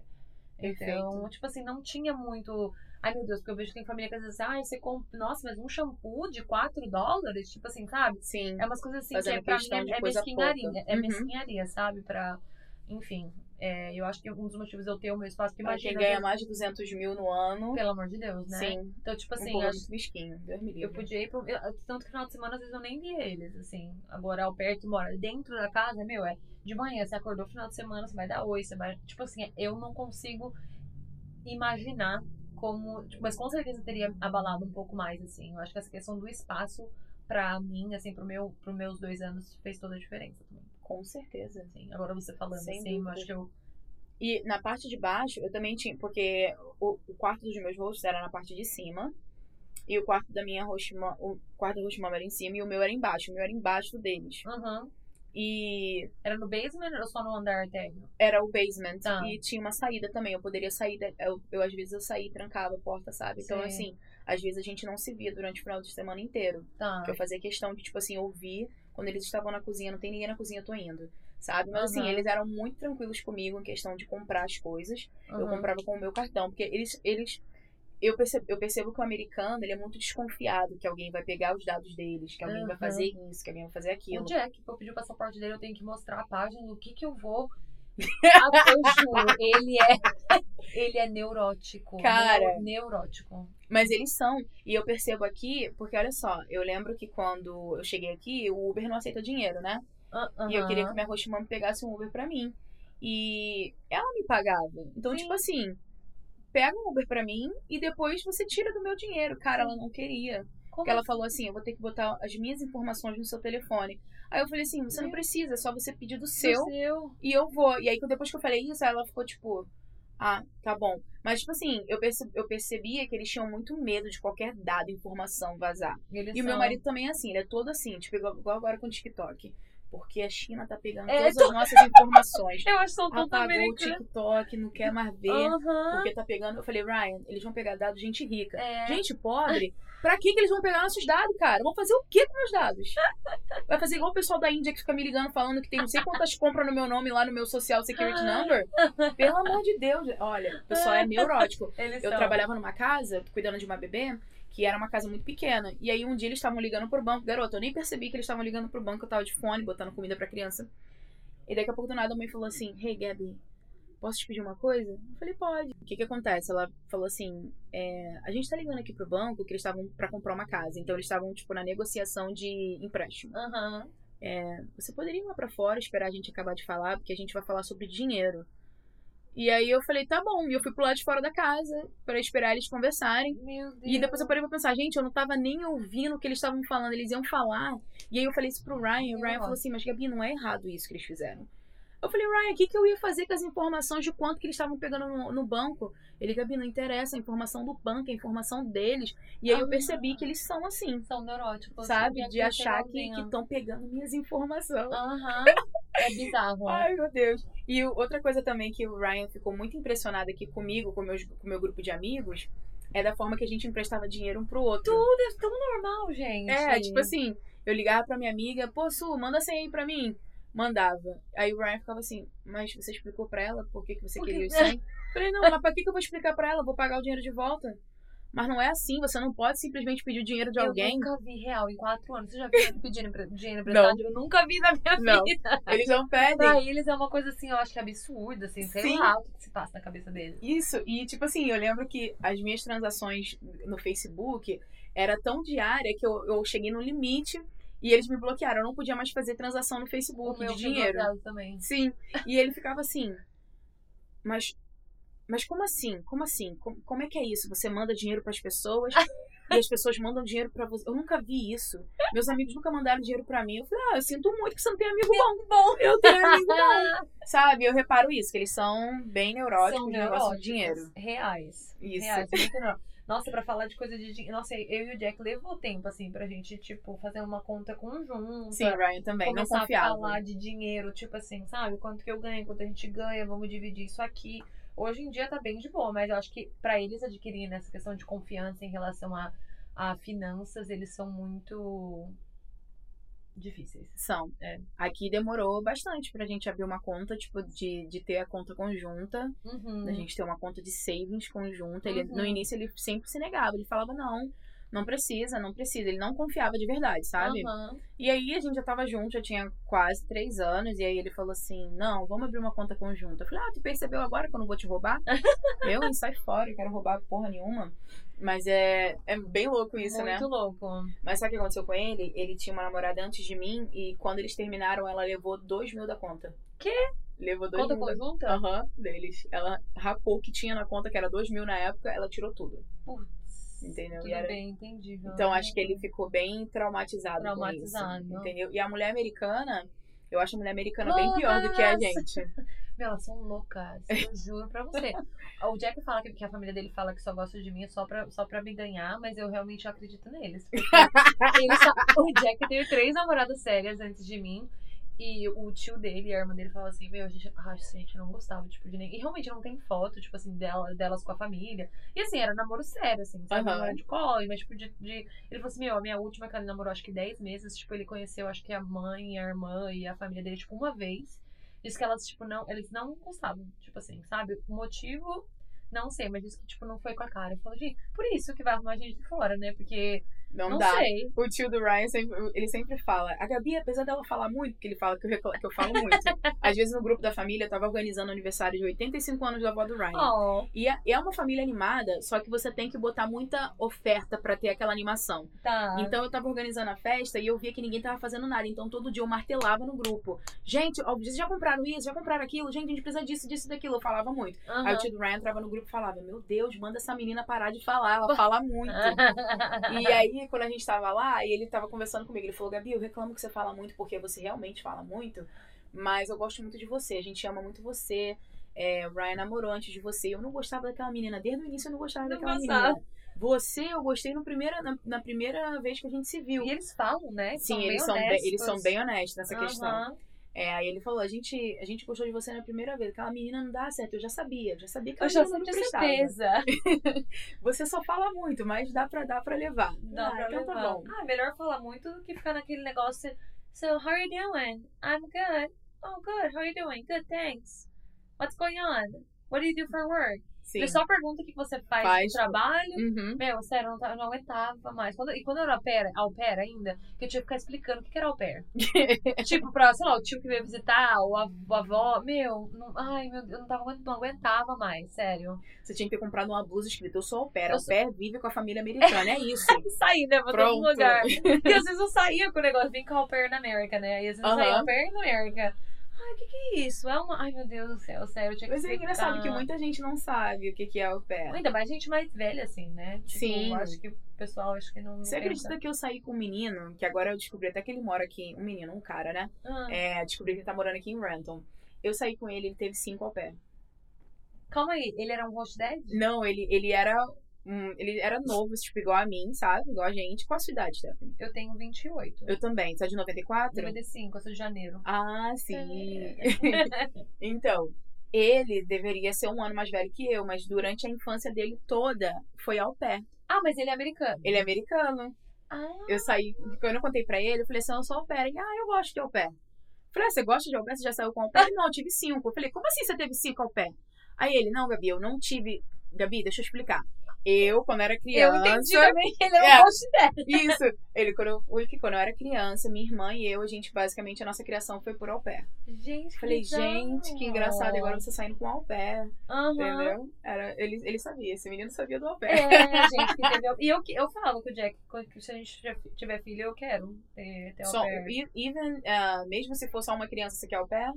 Speaker 3: Então,
Speaker 2: Perfeito.
Speaker 3: tipo assim, não tinha muito. Ai, meu Deus, porque eu vejo que tem família que às vezes, ai, você compra. Nossa, mas um shampoo de 4 dólares? Tipo assim, sabe?
Speaker 2: Sim.
Speaker 3: É umas coisas assim
Speaker 2: Uhum. Fazendo
Speaker 3: que é, pra mim
Speaker 2: questão de
Speaker 3: é, é
Speaker 2: coisa
Speaker 3: mesquinharia.
Speaker 2: pouca.
Speaker 3: É
Speaker 2: Uhum.
Speaker 3: mesquinharia, sabe? Pra. Enfim, é, eu acho que um dos motivos de eu ter o meu espaço, que
Speaker 2: Pra
Speaker 3: imagina.
Speaker 2: quem
Speaker 3: às
Speaker 2: ganha
Speaker 3: vezes-
Speaker 2: mais de 200 mil no ano.
Speaker 3: Pelo amor de Deus, assim, né?
Speaker 2: Sim.
Speaker 3: Então, tipo
Speaker 2: um
Speaker 3: assim,
Speaker 2: pouco
Speaker 3: acho
Speaker 2: muito mesquinho. Deus me livre.
Speaker 3: eu podia ir pro. eu- tanto que final de semana, às vezes, eu nem via eles, assim. Agora, ao pé que mora dentro da casa, meu, é de manhã, você acordou final de semana, você vai dar oi, você vai. Tipo assim, eu não consigo imaginar como. tipo, mas com certeza teria abalado um pouco mais, assim. Eu acho que essa questão do espaço, pra mim, assim, pro meu, pro meus dois anos, fez toda a diferença também.
Speaker 2: Com certeza.
Speaker 3: Assim, agora você falando
Speaker 2: Sem
Speaker 3: assim, eu
Speaker 2: dúvida.
Speaker 3: acho que eu.
Speaker 2: E na parte de baixo, eu também tinha, porque o, o quarto dos meus rostos era na parte de cima. E o quarto da minha roxima, o quarto da roximama era em cima e o meu era embaixo. O meu era embaixo do deles.
Speaker 3: Aham.
Speaker 2: E
Speaker 3: Era no basement ou só no andar térreo?
Speaker 2: era o basement.
Speaker 3: Tá.
Speaker 2: E tinha uma saída também. Eu poderia sair, da- eu, eu às vezes eu saía e trancava a porta, sabe? Então,
Speaker 3: Sim.
Speaker 2: assim, às vezes a gente não se via durante o final de semana inteiro.
Speaker 3: Tá.
Speaker 2: Porque eu fazia questão de, tipo assim, ouvir quando eles estavam na cozinha, não tem ninguém na cozinha, eu tô indo. Sabe? Mas assim,
Speaker 3: Aham.
Speaker 2: eles eram muito tranquilos comigo em questão de comprar as coisas. Eu
Speaker 3: Uhum.
Speaker 2: comprava com o meu cartão. Porque eles. eles eu, percebo, eu percebo que o americano ele é muito desconfiado que alguém vai pegar os dados deles, que alguém vai
Speaker 3: Aham. é?
Speaker 2: fazer isso, que alguém vai fazer aquilo.
Speaker 3: O Jack, pra eu pedir o passaporte dele, eu tenho que mostrar a página do que que eu vou. Ah, eu juro, ele é, ele é neurótico.
Speaker 2: Cara.
Speaker 3: Neu- neurótico.
Speaker 2: Mas eles são. E eu percebo aqui, porque olha só, eu lembro que quando eu cheguei aqui, o Uber não aceita dinheiro, né?
Speaker 3: Ah,
Speaker 2: E eu
Speaker 3: aham.
Speaker 2: queria que minha roximama pegasse um Uber pra mim. E ela me pagava. Então,
Speaker 3: Sim.
Speaker 2: tipo assim, pega um Uber pra mim e depois você tira do meu dinheiro. Cara, ela não queria.
Speaker 3: Como
Speaker 2: Porque ela falou assim: eu vou ter que botar as minhas informações no seu telefone. Aí eu falei assim: você não
Speaker 3: Meu.
Speaker 2: precisa, é só você pedir do
Speaker 3: assim?
Speaker 2: seu e eu vou. E aí, depois que eu falei isso, ela ficou tipo, ah, tá bom. Mas, tipo assim, eu, perce eu percebia que eles tinham muito medo de qualquer dado, informação vazar.
Speaker 3: Eles
Speaker 2: E o meu
Speaker 3: são-
Speaker 2: marido também é assim, ele é todo assim, tipo, igual, igual agora com o TikTok. Porque a China tá pegando
Speaker 3: É,
Speaker 2: todas as nossas informações.
Speaker 3: Eu acho que são tanto
Speaker 2: Apagou o
Speaker 3: americanos.
Speaker 2: TikTok, não quer mais ver.
Speaker 3: Aham.
Speaker 2: Porque tá pegando. Eu falei, Ryan, eles vão pegar dados de gente rica.
Speaker 3: É.
Speaker 2: Gente pobre, pra que, que eles vão pegar nossos dados, cara? Vão fazer o que com meus dados? Vai fazer igual o pessoal da Índia que fica me ligando falando que tem não sei quantas compras no meu nome lá no meu social security number? Pelo amor de Deus, olha, o pessoal é neurótico.
Speaker 3: Eles
Speaker 2: Eu
Speaker 3: são.
Speaker 2: trabalhava numa casa, cuidando de uma bebê, que era uma casa muito pequena. E aí um dia eles estavam ligando pro banco. Garota, eu nem percebi que eles estavam ligando pro banco, eu tava de fone, botando comida pra criança. E daqui a pouco do nada a mãe falou assim: Hey, Gabi, posso te pedir uma coisa? Eu falei: Pode. O que que acontece? Ela falou assim: "É, A gente tá ligando aqui pro banco que eles estavam pra comprar uma casa. Então eles estavam, tipo, na negociação de empréstimo.
Speaker 3: Aham.
Speaker 2: Você poderia ir lá pra fora esperar a gente acabar de falar, porque a gente vai falar sobre dinheiro. E aí eu falei: Tá bom. E eu fui pro lado de fora da casa pra esperar eles conversarem.
Speaker 3: Meu Deus.
Speaker 2: E depois eu parei pra pensar, gente, eu não tava nem ouvindo o que eles estavam falando, eles iam falar. E aí eu falei isso pro Ryan, e o
Speaker 3: Eu
Speaker 2: Ryan
Speaker 3: gosto.
Speaker 2: falou assim, mas Gabi, não é errado isso que eles fizeram. Eu falei, Ryan, o que, que eu ia fazer com as informações de quanto que eles estavam pegando no, no banco? Ele, Gabi, não interessa, a informação do banco, é a informação deles. E aí eu
Speaker 3: Ah.
Speaker 2: percebi que eles são assim,
Speaker 3: são neuróticos.
Speaker 2: sabe?
Speaker 3: Jack
Speaker 2: De
Speaker 3: vai
Speaker 2: achar que
Speaker 3: pegar o
Speaker 2: estão pegando minhas informações.
Speaker 3: Aham. É bizarro.
Speaker 2: Ai, meu Deus. E o- outra coisa também que o Ryan ficou muito impressionado aqui comigo, com meus- com o meu grupo de amigos, é da forma que a gente emprestava dinheiro um pro outro.
Speaker 3: Tudo é tão normal, gente.
Speaker 2: É, tipo assim, eu ligava pra minha amiga, pô, Su, manda a senha aí pra mim. Mandava. Aí o Ryan ficava assim, mas você explicou pra ela por que, que você
Speaker 3: Por que-
Speaker 2: queria isso aí? Falei, não, mas pra que, que eu vou explicar pra ela? Eu Vou pagar o dinheiro de volta. Mas não é assim, você não pode simplesmente pedir o dinheiro de
Speaker 3: Eu
Speaker 2: alguém.
Speaker 3: nunca vi real em quatro anos. Você já viu ele pedindo empre- dinheiro emprestado? Eu nunca vi na minha
Speaker 2: Não.
Speaker 3: vida.
Speaker 2: Eles não pedem.
Speaker 3: Pra eles é uma coisa assim, eu acho que absurda, assim, sei
Speaker 2: Sim.
Speaker 3: lá o que se passa na cabeça deles.
Speaker 2: Isso, e tipo assim, eu lembro que as minhas transações no Facebook era tão diária que eu, eu cheguei no limite e eles me bloquearam. Eu não podia mais fazer transação no
Speaker 3: O
Speaker 2: Facebook
Speaker 3: meu
Speaker 2: Um de dinheiro.
Speaker 3: foi bloqueado também.
Speaker 2: Sim. E ele ficava assim, mas, mas como assim? Como assim? Com- Como, é que é isso? Você manda dinheiro pras pessoas e as pessoas mandam dinheiro pra você. Eu nunca vi isso. Meus amigos nunca mandaram dinheiro pra mim. Eu falei, ah, eu sinto muito que você não tem amigo bom.
Speaker 3: Bom,
Speaker 2: Eu tenho amigo bom. Sabe? Eu reparo isso, que eles são bem neuróticos
Speaker 3: são
Speaker 2: no um negócio
Speaker 3: neuróticos.
Speaker 2: de dinheiro.
Speaker 3: Reais.
Speaker 2: Isso.
Speaker 3: Reais, muito não. Nossa, pra falar de coisa de dinheiro. Nossa, eu e o Jack levou tempo, assim, pra gente, tipo, fazer uma conta conjunta.
Speaker 2: Sim, o Ryan também. Não
Speaker 3: começar a
Speaker 2: confiava.
Speaker 3: falar de dinheiro, tipo assim, sabe? Quanto que eu ganho, quanto a gente ganha, vamos dividir isso aqui. Hoje em dia tá bem de boa, mas eu acho que pra eles adquirirem essa questão de confiança em relação a, a finanças, eles são muito difíceis.
Speaker 2: São.
Speaker 3: É.
Speaker 2: Aqui demorou bastante pra gente abrir uma conta, tipo, de, de ter a conta conjunta.
Speaker 3: Uhum.
Speaker 2: da gente ter uma conta de savings conjunta. Ele,
Speaker 3: Uhum.
Speaker 2: No início ele sempre se negava, ele falava não, não precisa, não precisa. Ele não confiava de verdade, sabe?
Speaker 3: Aham.
Speaker 2: E aí a gente já tava junto, já tinha quase três anos, e aí ele falou assim, não, vamos abrir uma conta conjunta. Eu falei, ah, tu percebeu agora que eu não vou te roubar? eu, hein, sai fora, eu quero roubar porra nenhuma. Mas é, é bem louco isso, né?
Speaker 3: Muito louco.
Speaker 2: Mas sabe o que aconteceu com ele? Ele tinha uma namorada antes de mim, e quando eles terminaram, ela levou dois mil da conta.
Speaker 3: Quê?
Speaker 2: Levou dois
Speaker 3: Conta
Speaker 2: mil da
Speaker 3: conjunta?
Speaker 2: Aham, deles. Ela rapou o que tinha na conta, que era 2 mil na época, ela tirou tudo.
Speaker 3: Putz.
Speaker 2: Entendeu? E
Speaker 3: Tudo
Speaker 2: era-
Speaker 3: bem, entendi.
Speaker 2: Então acho que ele ficou bem traumatizado, com isso.
Speaker 3: Ah. Traumatizado.
Speaker 2: Entendeu? E a mulher americana, eu acho a mulher americana bem
Speaker 3: Loucas!
Speaker 2: pior do que a gente.
Speaker 3: Meu, elas são loucas, eu juro pra você. O Jack fala que, que a família dele fala que só gosta de mim só pra, só pra me ganhar, mas eu realmente acredito neles. porque eles só- o Jack teve três namoradas sérias antes de mim. E o tio dele e a irmã dele falavam assim, meu, a gente, ah, a gente não gostava, tipo, de nem. E realmente não tem foto, tipo assim, dela, delas com a família. E assim, era namoro sério, assim, sabe?
Speaker 2: Aham.
Speaker 3: Não era de colo, mas tipo, de, de- Ele falou assim, meu, a minha última que ela namorou acho que 10 meses, tipo, ele conheceu acho que a mãe, a irmã e a família dele, tipo, uma vez. Diz que elas, tipo, não. Eles não gostavam, tipo assim, sabe? O motivo, não sei, mas disse que, tipo, não foi com a cara. Eu falou, gente, por isso que vai arrumar gente de fora, né? Porque.
Speaker 2: Não,
Speaker 3: não
Speaker 2: dá.
Speaker 3: sei.
Speaker 2: O tio do Ryan sempre, ele sempre fala. A Gabi, apesar dela falar muito, porque ele fala que eu, recla- que eu falo muito. às vezes no grupo da família eu tava organizando o aniversário de 85 anos da avó do Ryan.
Speaker 3: Oh,
Speaker 2: E é- é uma família animada, só que você tem que botar muita oferta pra ter aquela animação.
Speaker 3: tá.
Speaker 2: Então eu tava organizando a festa e eu via que ninguém tava fazendo nada. Então todo dia eu martelava no grupo. Gente, ó, vocês já compraram isso? Já compraram aquilo? Gente, a gente precisa disso, disso, e daquilo. Eu falava muito. Aí o
Speaker 3: Aham.
Speaker 2: tio do Ryan entrava no grupo e falava: Meu Deus, manda essa menina parar de falar, ela fala muito. E aí, quando a gente tava lá, e ele tava conversando comigo, ele falou, Gabi, eu reclamo que você fala muito, porque você realmente fala muito, mas eu gosto muito de você, a gente ama muito você. É, o Ryan namorou antes de você, eu não gostava daquela menina, desde o início eu não gostava
Speaker 3: Não
Speaker 2: daquela
Speaker 3: gostava.
Speaker 2: menina. Você, eu gostei no primeira, na, na primeira vez que a gente se viu.
Speaker 3: E eles falam, né?
Speaker 2: Sim, eles, são bem, eles são
Speaker 3: honestos.
Speaker 2: bem honestos nessa questão.
Speaker 3: Aham.
Speaker 2: É, aí ele falou, a gente, a gente gostou de você na primeira vez, aquela menina não dá certo, eu já sabia, eu já sabia que
Speaker 3: Eu
Speaker 2: ela
Speaker 3: já
Speaker 2: não
Speaker 3: tinha
Speaker 2: prestava.
Speaker 3: certeza.
Speaker 2: Ah, Você só fala muito, mas dá pra, dá pra levar.
Speaker 3: Dá
Speaker 2: ah,
Speaker 3: pra
Speaker 2: então
Speaker 3: levar.
Speaker 2: tá bom.
Speaker 3: Ah, melhor falar muito do que ficar naquele negócio. So, how are you doing? I'm good. Oh, good. How are you doing? Good, thanks. What's going on? What do you do for work?
Speaker 2: Sim.
Speaker 3: Ele só pergunta o que você faz,
Speaker 2: Faz,
Speaker 3: no trabalho.
Speaker 2: Uhum.
Speaker 3: Meu, sério, eu não, tava- eu não aguentava mais. Quando- e quando eu era au pair, au pair ainda, que eu tinha que ficar explicando o que que era au pair. tipo, pra, sei lá, o tio que veio visitar, ou a, a avó. Meu, não- ai, meu, Deus, eu não, tava, aguent- não aguentava mais, sério.
Speaker 2: Você tinha que ter comprado uma blusa escrita, eu sou au pair.
Speaker 3: Eu
Speaker 2: Au
Speaker 3: sou-
Speaker 2: pair vive com a família americana, é isso.
Speaker 3: sair, né? Pra todo
Speaker 2: Pronto.
Speaker 3: lugar. E às vezes eu saía com o negócio, vem com a au pair na América, né? E às vezes eu saía
Speaker 2: Aham.
Speaker 3: au pair na América. Ai, o que, que é isso? É uma. Ai, meu Deus do céu, sério, eu tinha que
Speaker 2: Mas é engraçado
Speaker 3: explicar.
Speaker 2: que muita gente não sabe o que que é au pair.
Speaker 3: Ainda mais gente mais velha, assim, né? Tipo,
Speaker 2: Sim.
Speaker 3: Acho que o pessoal acho que não. não
Speaker 2: Você
Speaker 3: pensa.
Speaker 2: acredita que eu saí com um menino, que agora eu descobri até que ele mora aqui, um menino, um cara, né?
Speaker 3: Ah,
Speaker 2: É, descobri que ele tá morando aqui em Renton. Eu saí com ele, ele teve cinco au pair.
Speaker 3: Calma aí, ele era um host dad?
Speaker 2: Não, ele, ele era. hum, ele era novo, tipo, igual a mim, sabe? Igual a gente. Qual a sua idade, Stephanie?
Speaker 3: Eu tenho 28.
Speaker 2: Eu também. Você é de 94?
Speaker 3: 95, eu sou de janeiro. É.
Speaker 2: Ah, sim. então, ele deveria ser um ano mais velho que eu, mas durante a infância dele toda foi ao pé.
Speaker 3: Ah, mas ele é americano.
Speaker 2: Ele é americano.
Speaker 3: Ah,
Speaker 2: Eu saí, quando eu contei pra ele, eu falei assim: eu sou au pair. Ele, ah, eu gosto de au pair. Eu Falei, ah, você gosta de au pair? Você já saiu com au pair? Não, eu tive cinco. Eu falei, como assim você teve cinco au pair? Aí ele, não, Gabi, eu não tive. Gabi, deixa eu explicar. Eu, quando era
Speaker 3: eu
Speaker 2: criança.
Speaker 3: entendi também que ele é um
Speaker 2: É.
Speaker 3: host dad.
Speaker 2: Isso. Ele, quando eu, ui, que quando eu era criança, minha irmã e eu, a gente, basicamente, a nossa criação foi por au pair.
Speaker 3: Gente,
Speaker 2: Eu Falei,
Speaker 3: que legal.
Speaker 2: gente, que engraçado. e Agora você saindo com au pair,
Speaker 3: Aham.
Speaker 2: entendeu? Era, ele, ele sabia, esse menino sabia do au pair.
Speaker 3: É, gente, que teve. E eu, que- eu falo com o Jack que se a gente já tiver filho, eu quero ter, ter au
Speaker 2: Só,
Speaker 3: pair.
Speaker 2: e- even, ah, mesmo se for só uma criança, você quer au pair?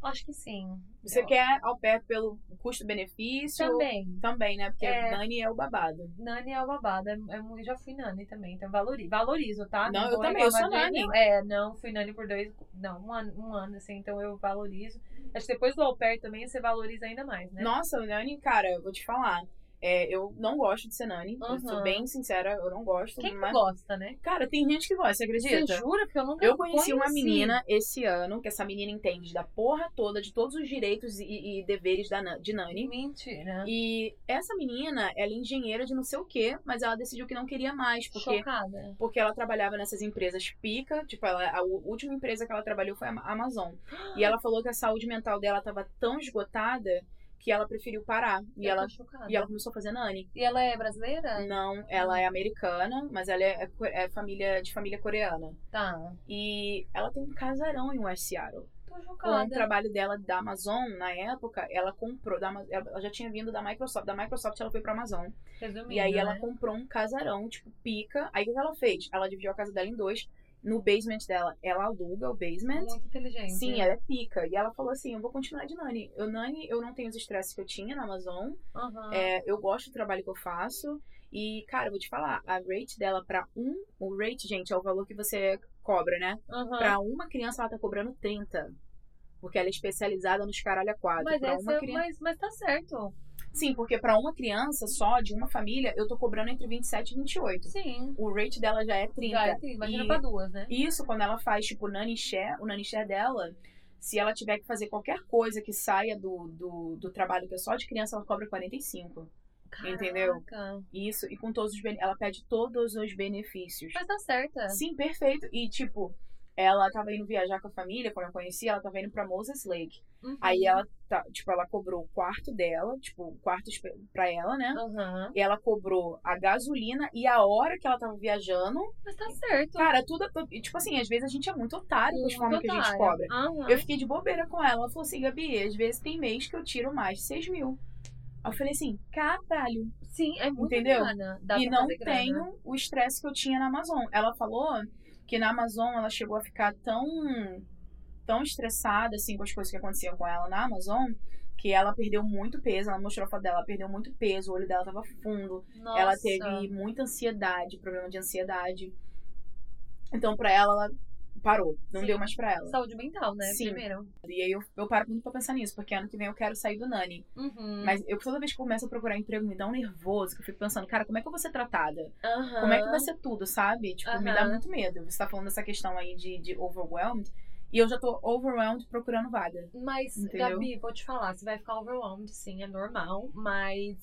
Speaker 3: Acho que sim.
Speaker 2: um. Você
Speaker 3: Eu-
Speaker 2: quer ao pé pelo custo-benefício?
Speaker 3: Também.
Speaker 2: Também, né? Porque
Speaker 3: É.
Speaker 2: Nani é o babado.
Speaker 3: Nani é o babado. é- é mu- Eu já fui Nani também, então valorizo, valorizo tá?
Speaker 2: Não, eu
Speaker 3: vou
Speaker 2: também, eu sou
Speaker 3: reclamar de
Speaker 2: Nani.
Speaker 3: jeito nenhum. É, não, fui Nani por dois. Não, um ano, um ano, assim, então eu valorizo. Acho que depois do au pair também você valoriza ainda mais, né?
Speaker 2: Nossa, o Nani, cara, eu vou te falar. É, eu não gosto de ser Nani. Eu sou
Speaker 3: Uhum.
Speaker 2: bem sincera, eu não gosto.
Speaker 3: Quem que
Speaker 2: mas...
Speaker 3: gosta, né?
Speaker 2: Cara, tem gente que gosta, você acredita?
Speaker 3: Você jura? Porque eu nunca assim.
Speaker 2: Eu conheci uma menina esse ano, que essa menina entende da porra toda, de todos os direitos e, e deveres da, Nan- de Nani.
Speaker 3: Mentira.
Speaker 2: E essa menina, ela é engenheira de não sei o quê, mas ela decidiu que não queria mais, porque
Speaker 3: Chocada.
Speaker 2: porque ela trabalhava nessas empresas pica, tipo, ela, a u- última empresa que ela trabalhou foi a Ma- Amazon. E ela falou que a saúde mental dela tava tão esgotada que ela preferiu parar. E
Speaker 3: Eu tô
Speaker 2: ela,
Speaker 3: chocada.
Speaker 2: e ela começou a fazer nani.
Speaker 3: E ela é brasileira?
Speaker 2: Não, ela é americana, mas ela é, é co- é família de família coreana.
Speaker 3: Tá.
Speaker 2: E ela tem um casarão em West Seattle.
Speaker 3: Tô
Speaker 2: Com o
Speaker 3: chocada.
Speaker 2: trabalho dela da Amazon, na época, ela comprou. da Ama- ela já tinha vindo da Microsoft. Da Microsoft ela foi pra Amazon.
Speaker 3: Resumindo,
Speaker 2: E aí
Speaker 3: né?
Speaker 2: ela comprou um casarão, tipo, pica. Aí o que que ela fez? Ela dividiu a casa dela em dois. No basement dela, ela aluga o basement.
Speaker 3: Muito inteligente.
Speaker 2: Sim, ela é pica. E ela falou assim: eu vou continuar de Nani. Eu, Nani, eu não tenho os estresses que eu tinha na Amazon.
Speaker 3: Aham.
Speaker 2: É, eu gosto do trabalho que eu faço. E, cara, eu vou te falar, a rate dela pra um. O rate, gente, é o valor que você cobra, né?
Speaker 3: Aham.
Speaker 2: Pra uma criança, ela tá cobrando 30. Porque ela é especializada nos caralho a quatro.
Speaker 3: Mas,
Speaker 2: pra
Speaker 3: essa,
Speaker 2: uma
Speaker 3: é-
Speaker 2: criança.
Speaker 3: mas, mas tá certo.
Speaker 2: Sim, porque pra uma criança só, de uma família, eu tô cobrando entre 27 e 28.
Speaker 3: Sim.
Speaker 2: O rate dela já é 30.
Speaker 3: Já é tri- Imagina
Speaker 2: E-
Speaker 3: pra duas, né?
Speaker 2: Isso, quando ela faz, tipo, nanny share, o nanny share dela, se ela tiver que fazer qualquer coisa que saia do, do, do trabalho que é só de criança, ela cobra 45. Entendeu?
Speaker 3: Caraca.
Speaker 2: Isso, e com todos os bene- ela pede todos os benefícios.
Speaker 3: Mas dá certa.
Speaker 2: Sim, perfeito. E, tipo, ela tava indo viajar com a família, quando eu conheci, ela tava indo pra Moses Lake.
Speaker 3: Uhum.
Speaker 2: Aí ela, tá, tipo, ela cobrou o quarto dela, tipo, o quarto espe- pra ela, né?
Speaker 3: Aham.
Speaker 2: E ela cobrou a gasolina e a hora que ela tava viajando.
Speaker 3: Mas tá certo.
Speaker 2: Cara, tudo. tudo- e, Tipo assim, às vezes a gente é muito otário com as
Speaker 3: Muito
Speaker 2: formas que a gente
Speaker 3: otário.
Speaker 2: cobra.
Speaker 3: Aham.
Speaker 2: Eu fiquei de bobeira com ela. Ela falou assim, Gabi, às vezes tem mês que eu tiro mais de 6 mil. Aí eu falei assim, caralho.
Speaker 3: Sim, é muito
Speaker 2: Entendeu?
Speaker 3: grana. Dá
Speaker 2: e
Speaker 3: pra
Speaker 2: não
Speaker 3: fazer grana.
Speaker 2: tenho o estresse que eu tinha na Amazon. Ela falou que na Amazon ela chegou a ficar tão tão estressada assim com as coisas que aconteciam com ela na Amazon que ela perdeu muito peso. Ela mostrou a foto dela, ela perdeu muito peso, o olho dela tava fundo.
Speaker 3: Nossa.
Speaker 2: Ela teve muita ansiedade, problema de ansiedade. Então pra ela ela parou, não
Speaker 3: Sim.
Speaker 2: deu mais pra ela.
Speaker 3: Saúde mental, né?
Speaker 2: Sim.
Speaker 3: Primeiro.
Speaker 2: E aí eu, eu paro muito pra pensar nisso, porque ano que vem eu quero sair do Nani.
Speaker 3: Uhum.
Speaker 2: Mas eu toda vez que começo a procurar emprego, me dá um nervoso, que eu fico pensando, cara, como é que eu vou ser tratada?
Speaker 3: Aham.
Speaker 2: como é que vai ser tudo, sabe? Tipo, me dá
Speaker 3: Aham.
Speaker 2: muito medo. Você tá falando dessa questão aí de, de overwhelmed. E eu já tô overwhelmed procurando vaga.
Speaker 3: Mas,
Speaker 2: Entendeu?
Speaker 3: Gabi, vou te falar, você vai ficar overwhelmed, sim, é normal, mas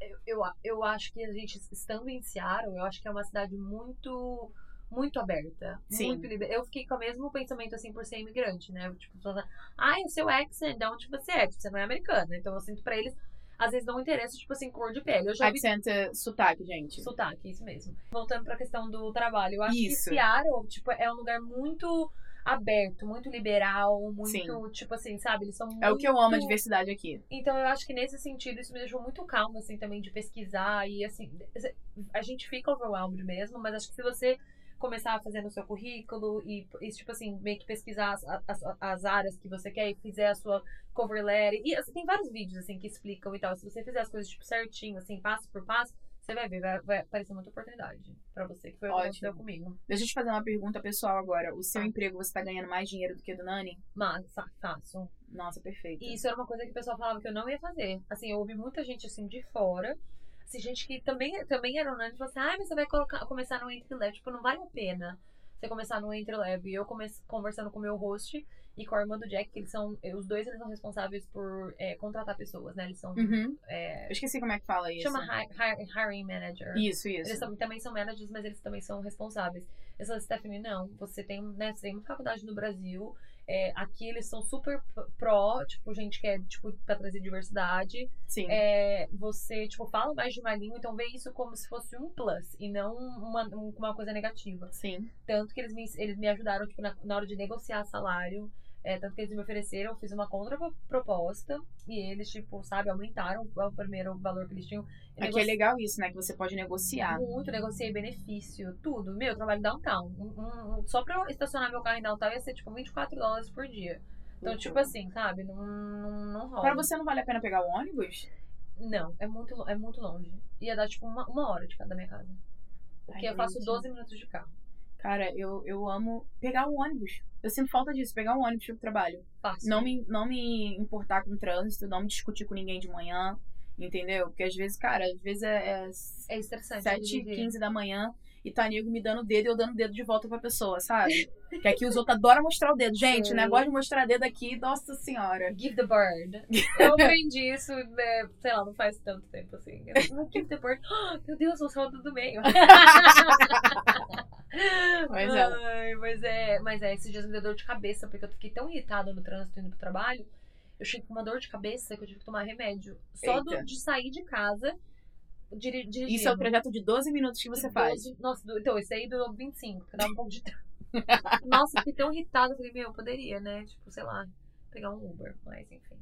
Speaker 3: eu, eu, a- eu acho que a gente, estando em Seattle, eu acho que é uma cidade muito muito aberta,
Speaker 2: Sim.
Speaker 3: muito liber... Eu fiquei com o mesmo pensamento, assim, por ser imigrante, né? Tipo, falando, ai, o seu accent, de onde você é? Tipo, você não é americana, então eu sinto pra eles, às vezes não interessa, tipo assim, cor de pele. Eu já ouvi
Speaker 2: Accent é sotaque, gente.
Speaker 3: Sotaque, isso mesmo. Voltando pra questão do trabalho, eu acho
Speaker 2: Isso.
Speaker 3: que Seattle, tipo, é um lugar muito aberto, muito liberal, muito,
Speaker 2: Sim.
Speaker 3: tipo assim, sabe? Eles são
Speaker 2: É o que eu amo a
Speaker 3: muito-
Speaker 2: diversidade aqui.
Speaker 3: Então eu acho que nesse sentido isso me deixou muito calma, assim, também de pesquisar e, assim, a gente fica overwhelmed mesmo, mas acho que se você começar a fazer no seu currículo e, e, tipo assim, meio que pesquisar as, as, as áreas que você quer e fizer a sua cover letter, e assim, tem vários vídeos, assim, que explicam e tal, se você fizer as coisas, tipo, certinho, assim, passo por passo, você vai ver, vai, vai aparecer muita oportunidade pra você, que foi o que
Speaker 2: Ótimo.
Speaker 3: aconteceu comigo.
Speaker 2: Deixa eu te fazer uma pergunta pessoal agora. O seu emprego, você tá ganhando mais dinheiro do que do Nani?
Speaker 3: Mas, fa- faço.
Speaker 2: Nossa, perfeito.
Speaker 3: E isso era uma coisa que o pessoal falava que eu não ia fazer. Assim, eu ouvi muita gente assim de fora. Assim, gente que também, também era unânime, falou assim, ah, mas você vai colocar, começar no entry level, tipo, não vale a pena você começar no entry level. E eu comecei conversando com o meu host e com a irmã do Jack, que eles são, eh, os dois eles são responsáveis por é, contratar pessoas, né? Eles são,
Speaker 2: Uhum.
Speaker 3: é,
Speaker 2: Eu esqueci como é que fala isso.
Speaker 3: chama hi- hi- hiring manager.
Speaker 2: Isso, isso.
Speaker 3: Eles tam- também são managers, mas eles também são responsáveis. Eu falei, Stephanie, não, você tem, né, você tem uma faculdade no Brasil, é, aqui eles são super p- pró, tipo, gente que é, tipo, pra trazer diversidade.
Speaker 2: Sim.
Speaker 3: É, você, tipo, fala mais de uma língua, então vê isso como se fosse um plus, e não uma, um- uma coisa negativa.
Speaker 2: Sim.
Speaker 3: Tanto que eles me, ens- eles me ajudaram, tipo, na, na hora de negociar salário, é, tanto que eles me ofereceram, eu fiz uma contraproposta, e eles, tipo, sabe, aumentaram o primeiro valor que eles tinham. Eu
Speaker 2: Aqui é legal isso, né? Que você pode negociar.
Speaker 3: muito, negociei benefício, tudo. Meu, eu trabalho downtown. Um- um- um- só pra eu estacionar meu carro em downtown ia ser tipo 24 dólares por dia. Então,
Speaker 2: Uhum.
Speaker 3: tipo assim, sabe? Não, não, não rola.
Speaker 2: Pra você não vale a pena pegar o ônibus?
Speaker 3: Não, é muito, lo- é muito longe. Ia dar tipo uma, uma hora de cada da minha casa. Porque
Speaker 2: Ai,
Speaker 3: eu faço
Speaker 2: gente.
Speaker 3: 12 minutos de carro.
Speaker 2: Cara, eu, eu amo pegar o ônibus. Eu sinto falta disso, pegar o ônibus pro trabalho.
Speaker 3: Fácil.
Speaker 2: não me, não me importar com o trânsito, não me discutir com ninguém de manhã, entendeu? Porque às vezes, cara, às vezes é, é
Speaker 3: É estressante.
Speaker 2: 7
Speaker 3: dirigir.
Speaker 2: 15 da manhã e tá nego me dando o dedo e eu dando o dedo de volta pra pessoa, sabe? que aqui os outros adoram mostrar o dedo. Gente,
Speaker 3: Sim.
Speaker 2: o negócio de mostrar dedo aqui, nossa senhora.
Speaker 3: Give the bird. Eu aprendi isso, é, sei lá, não faz tanto tempo assim. Eu, "Ah, Give the bird. Ah, meu Deus, eu sou do do meio.
Speaker 2: Pois é.
Speaker 3: Ai, mas é. Mas é, esses dias me deu dor de cabeça, porque eu fiquei tão irritada no trânsito indo pro trabalho. Eu cheguei com uma dor de cabeça que eu tive que tomar remédio. Só do-
Speaker 2: Eita.
Speaker 3: de sair de casa, diri, dirigindo.
Speaker 2: Isso é o trajeto de 12 minutos que você faz.
Speaker 3: Doze- Nossa, do- então, esse aí durou 25, porque dava um pouco de tempo. Nossa, eu fiquei tão irritada. eu Falei, meu, eu poderia, né? Tipo, sei lá, pegar um Uber. Mas, enfim.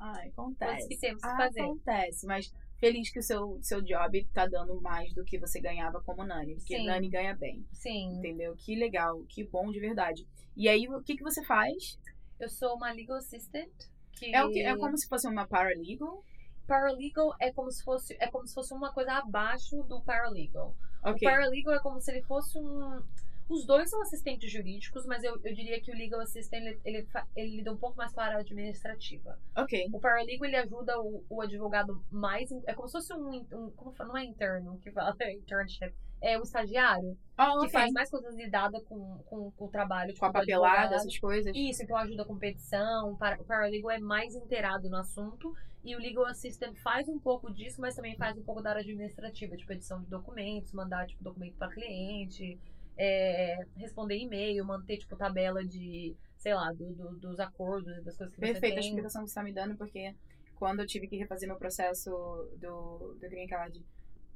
Speaker 2: Ai,
Speaker 3: Coisas
Speaker 2: acontece. Ah,
Speaker 3: que temos que fazer.
Speaker 2: então Acontece, mas feliz que o seu, seu job tá dando mais do que você ganhava como Nani. Porque
Speaker 3: Sim.
Speaker 2: Nani ganha bem.
Speaker 3: Sim.
Speaker 2: Entendeu? Que legal, que bom de verdade. E aí, o que, que você faz?
Speaker 3: Eu sou uma legal assistant. Que
Speaker 2: É, o que, é como se fosse uma paralegal?
Speaker 3: Paralegal é como se fosse, é como se fosse uma coisa abaixo do paralegal.
Speaker 2: Ok.
Speaker 3: O paralegal é como se ele fosse um. Os dois são assistentes jurídicos, mas eu, eu diria que o legal assistant ele, ele, fa- ele lida um pouco mais com a área administrativa.
Speaker 2: Ok.
Speaker 3: O paralegal ele ajuda o, o advogado mais. em- É como se fosse um. in- um como fala? Não é interno que fala, é internship. É o estagiário
Speaker 2: Ah,
Speaker 3: que
Speaker 2: ok.
Speaker 3: faz mais coisas lidada com, com, com o trabalho.
Speaker 2: Com a
Speaker 3: do
Speaker 2: papelada,
Speaker 3: advogado.
Speaker 2: essas coisas.
Speaker 3: Isso, então ajuda com petição, para- o paralegal é mais inteirado no assunto e o legal assistant faz um pouco disso, mas também faz um pouco da área administrativa, tipo edição de documentos, mandar tipo documento para cliente, é, responder e-mail, manter tipo tabela de, sei lá, do- do- dos acordos e das coisas que
Speaker 2: Perfeita a
Speaker 3: você tem.
Speaker 2: explicação que você tá me dando, porque quando eu tive que refazer meu processo do, do Green Card,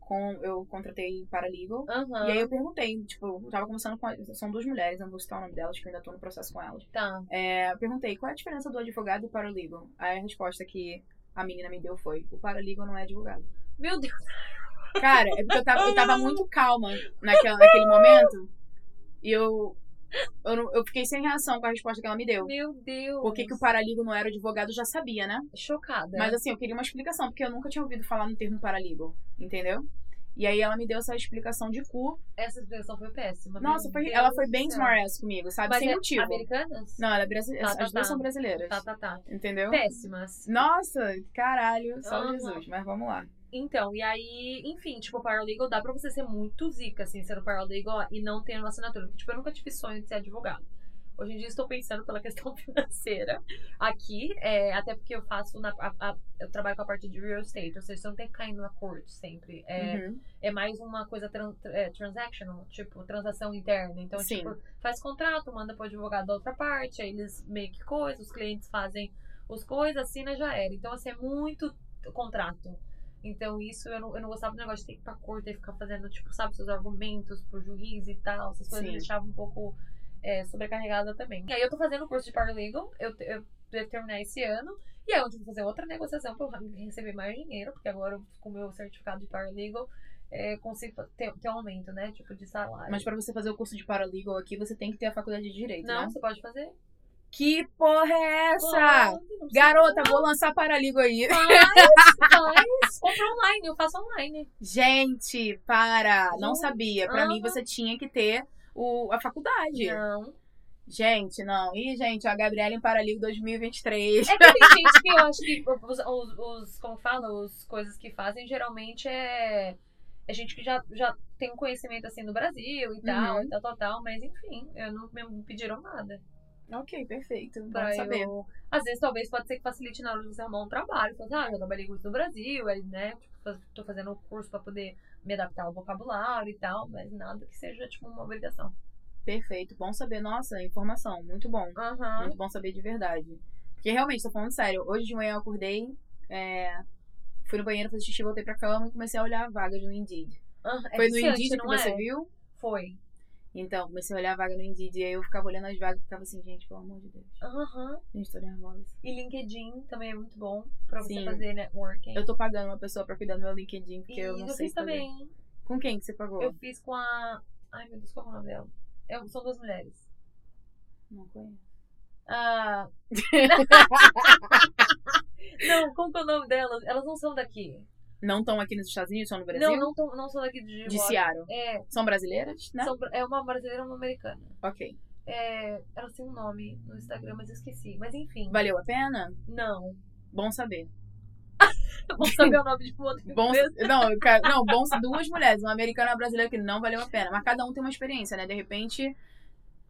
Speaker 2: com, eu contratei paralegal.
Speaker 3: Aham,
Speaker 2: E aí eu perguntei, tipo, eu tava conversando com. a- São duas mulheres, eu não vou citar o nome delas, que eu ainda tô no processo com elas.
Speaker 3: tá.
Speaker 2: É, eu perguntei qual é a diferença do advogado e do paralegal. Aí a resposta que a menina me deu foi: o paralegal não é advogado.
Speaker 3: Meu Deus,
Speaker 2: Cara, é porque eu tava, eu tava muito calma naquela, naquele momento e eu, eu, não- eu fiquei sem reação com a resposta que ela me deu.
Speaker 3: meu Deus.
Speaker 2: Por que, que o paralegal não era advogado, eu já sabia, né?
Speaker 3: Chocada.
Speaker 2: Mas assim, eu queria uma explicação, porque eu nunca tinha ouvido falar no termo paralegal, entendeu? E aí ela me deu essa explicação de cu.
Speaker 3: Essa explicação foi péssima.
Speaker 2: Nossa,
Speaker 3: meu
Speaker 2: foi-
Speaker 3: Deus
Speaker 2: ela foi
Speaker 3: do
Speaker 2: bem
Speaker 3: céu.
Speaker 2: smart ass comigo, sabe?
Speaker 3: Mas
Speaker 2: Sem
Speaker 3: é
Speaker 2: motivo.
Speaker 3: Americanas?
Speaker 2: Não, ela é brasi...
Speaker 3: Tá, tá,
Speaker 2: as duas
Speaker 3: tá.
Speaker 2: são brasileiras,
Speaker 3: Tá, tá, tá.
Speaker 2: entendeu?
Speaker 3: Péssimas.
Speaker 2: Nossa, caralho, só
Speaker 3: Aham.
Speaker 2: Jesus, mas vamos lá.
Speaker 3: Então, e aí, enfim, tipo, o paralegal dá pra você ser muito zica, assim, sendo paralegal e não tendo uma assinatura. Porque, tipo, eu nunca tive sonho de ser advogado. Hoje em dia estou pensando pela questão financeira aqui, é, até porque eu faço na. a- a- eu trabalho com a parte de real estate, ou seja, você não tem que cair na corte sempre. É,
Speaker 2: Uhum.
Speaker 3: é mais uma coisa tran, é, transactional, tipo, transação interna. Então,
Speaker 2: Sim.
Speaker 3: tipo, faz contrato, manda pro advogado da outra parte, aí eles meio que coisa, os clientes fazem os coisas, assina já era. Então, assim, é muito contrato. Então, isso eu não, eu não gostava do negócio de ter que ir pra corte e ficar fazendo, tipo, sabe, seus argumentos pro juiz e tal. Essas coisas
Speaker 2: Sim.
Speaker 3: me deixavam um pouco é, sobrecarregada também. E aí eu tô fazendo o curso de Paralegal, eu, te- eu devo terminar esse ano. E aí eu vou fazer outra negociação pra eu receber mais dinheiro, porque agora eu, com o meu certificado de Paralegal é, consigo ter, ter um aumento, né? Tipo, de salário.
Speaker 2: Mas pra você fazer o curso de paralegal aqui, você tem que ter a faculdade de direito,
Speaker 3: não,
Speaker 2: né?
Speaker 3: você pode fazer.
Speaker 2: Que porra é essa?
Speaker 3: Claro, não precisa-
Speaker 2: Garota, vou lançar paralegal aí.
Speaker 3: Faz, faz. Compra online, eu faço online.
Speaker 2: Gente, para! Não
Speaker 3: Não.
Speaker 2: sabia. Pra mim,
Speaker 3: Aham.
Speaker 2: você tinha que ter o, a faculdade.
Speaker 3: Não.
Speaker 2: Gente, não. Ih, gente, a Gabriela em Paraligo 2023.
Speaker 3: É que tem gente que eu acho que os, os, os- como fala, os coisas que fazem geralmente é, é gente que já, já tem um conhecimento assim no Brasil e tal,
Speaker 2: Uhum.
Speaker 3: e tal, tal, tal, mas enfim, eu não me pediram nada.
Speaker 2: Ok, perfeito. Bom
Speaker 3: pra
Speaker 2: saber.
Speaker 3: eu. Às vezes, talvez, pode ser que facilite na hora de você arrumar um trabalho. Falar, ah, já trabalhei com isso no Brasil, aí, né? Tipo, faz- tô fazendo um curso pra poder me adaptar ao vocabulário e tal, mas nada que seja, tipo, uma obrigação.
Speaker 2: Perfeito. Bom saber. Nossa, informação. Muito bom.
Speaker 3: Aham.
Speaker 2: Muito bom saber de verdade. Porque realmente, tô falando sério. Hoje de manhã eu acordei, é, fui no banheiro, fiz xixi, voltei pra cama e comecei a olhar a vaga do Indeed.
Speaker 3: Aham, é
Speaker 2: Foi no
Speaker 3: viciante,
Speaker 2: Indeed que
Speaker 3: não
Speaker 2: você
Speaker 3: é?
Speaker 2: viu?
Speaker 3: Foi.
Speaker 2: Então, comecei a olhar a vaga no Indeed e aí eu ficava olhando as vagas e ficava assim, gente, pelo amor de Deus.
Speaker 3: Aham.
Speaker 2: Gente, tô nervosa.
Speaker 3: E LinkedIn também é muito bom pra você
Speaker 2: Sim.
Speaker 3: fazer networking.
Speaker 2: Eu tô pagando uma pessoa pra cuidar do meu LinkedIn, porque
Speaker 3: e
Speaker 2: eu não sei
Speaker 3: fiz
Speaker 2: fazer.
Speaker 3: também.
Speaker 2: Com quem que você pagou?
Speaker 3: Eu fiz com a. Ai, meu Deus, qual é o nome dela? Eu- são duas mulheres.
Speaker 2: Não conheço.
Speaker 3: Ah. não, como que é o nome delas? Elas não são daqui.
Speaker 2: Não estão aqui nos Estados Unidos, são no Brasil?
Speaker 3: Não, não, tão- não são daqui de
Speaker 2: De
Speaker 3: Washington.
Speaker 2: Seattle.
Speaker 3: É,
Speaker 2: São brasileiras, né?
Speaker 3: são, é uma brasileira e uma americana.
Speaker 2: Ok.
Speaker 3: É, elas têm um nome no Instagram, mas eu esqueci. Mas enfim,
Speaker 2: Valeu a pena?
Speaker 3: não.
Speaker 2: Bom saber.
Speaker 3: Vou saber o nome de um uma outra
Speaker 2: Bom,
Speaker 3: empresa.
Speaker 2: não, eu quero- não, bom duas mulheres, uma americana e uma brasileira que não valeu a pena. Mas cada um tem uma experiência, né? De repente,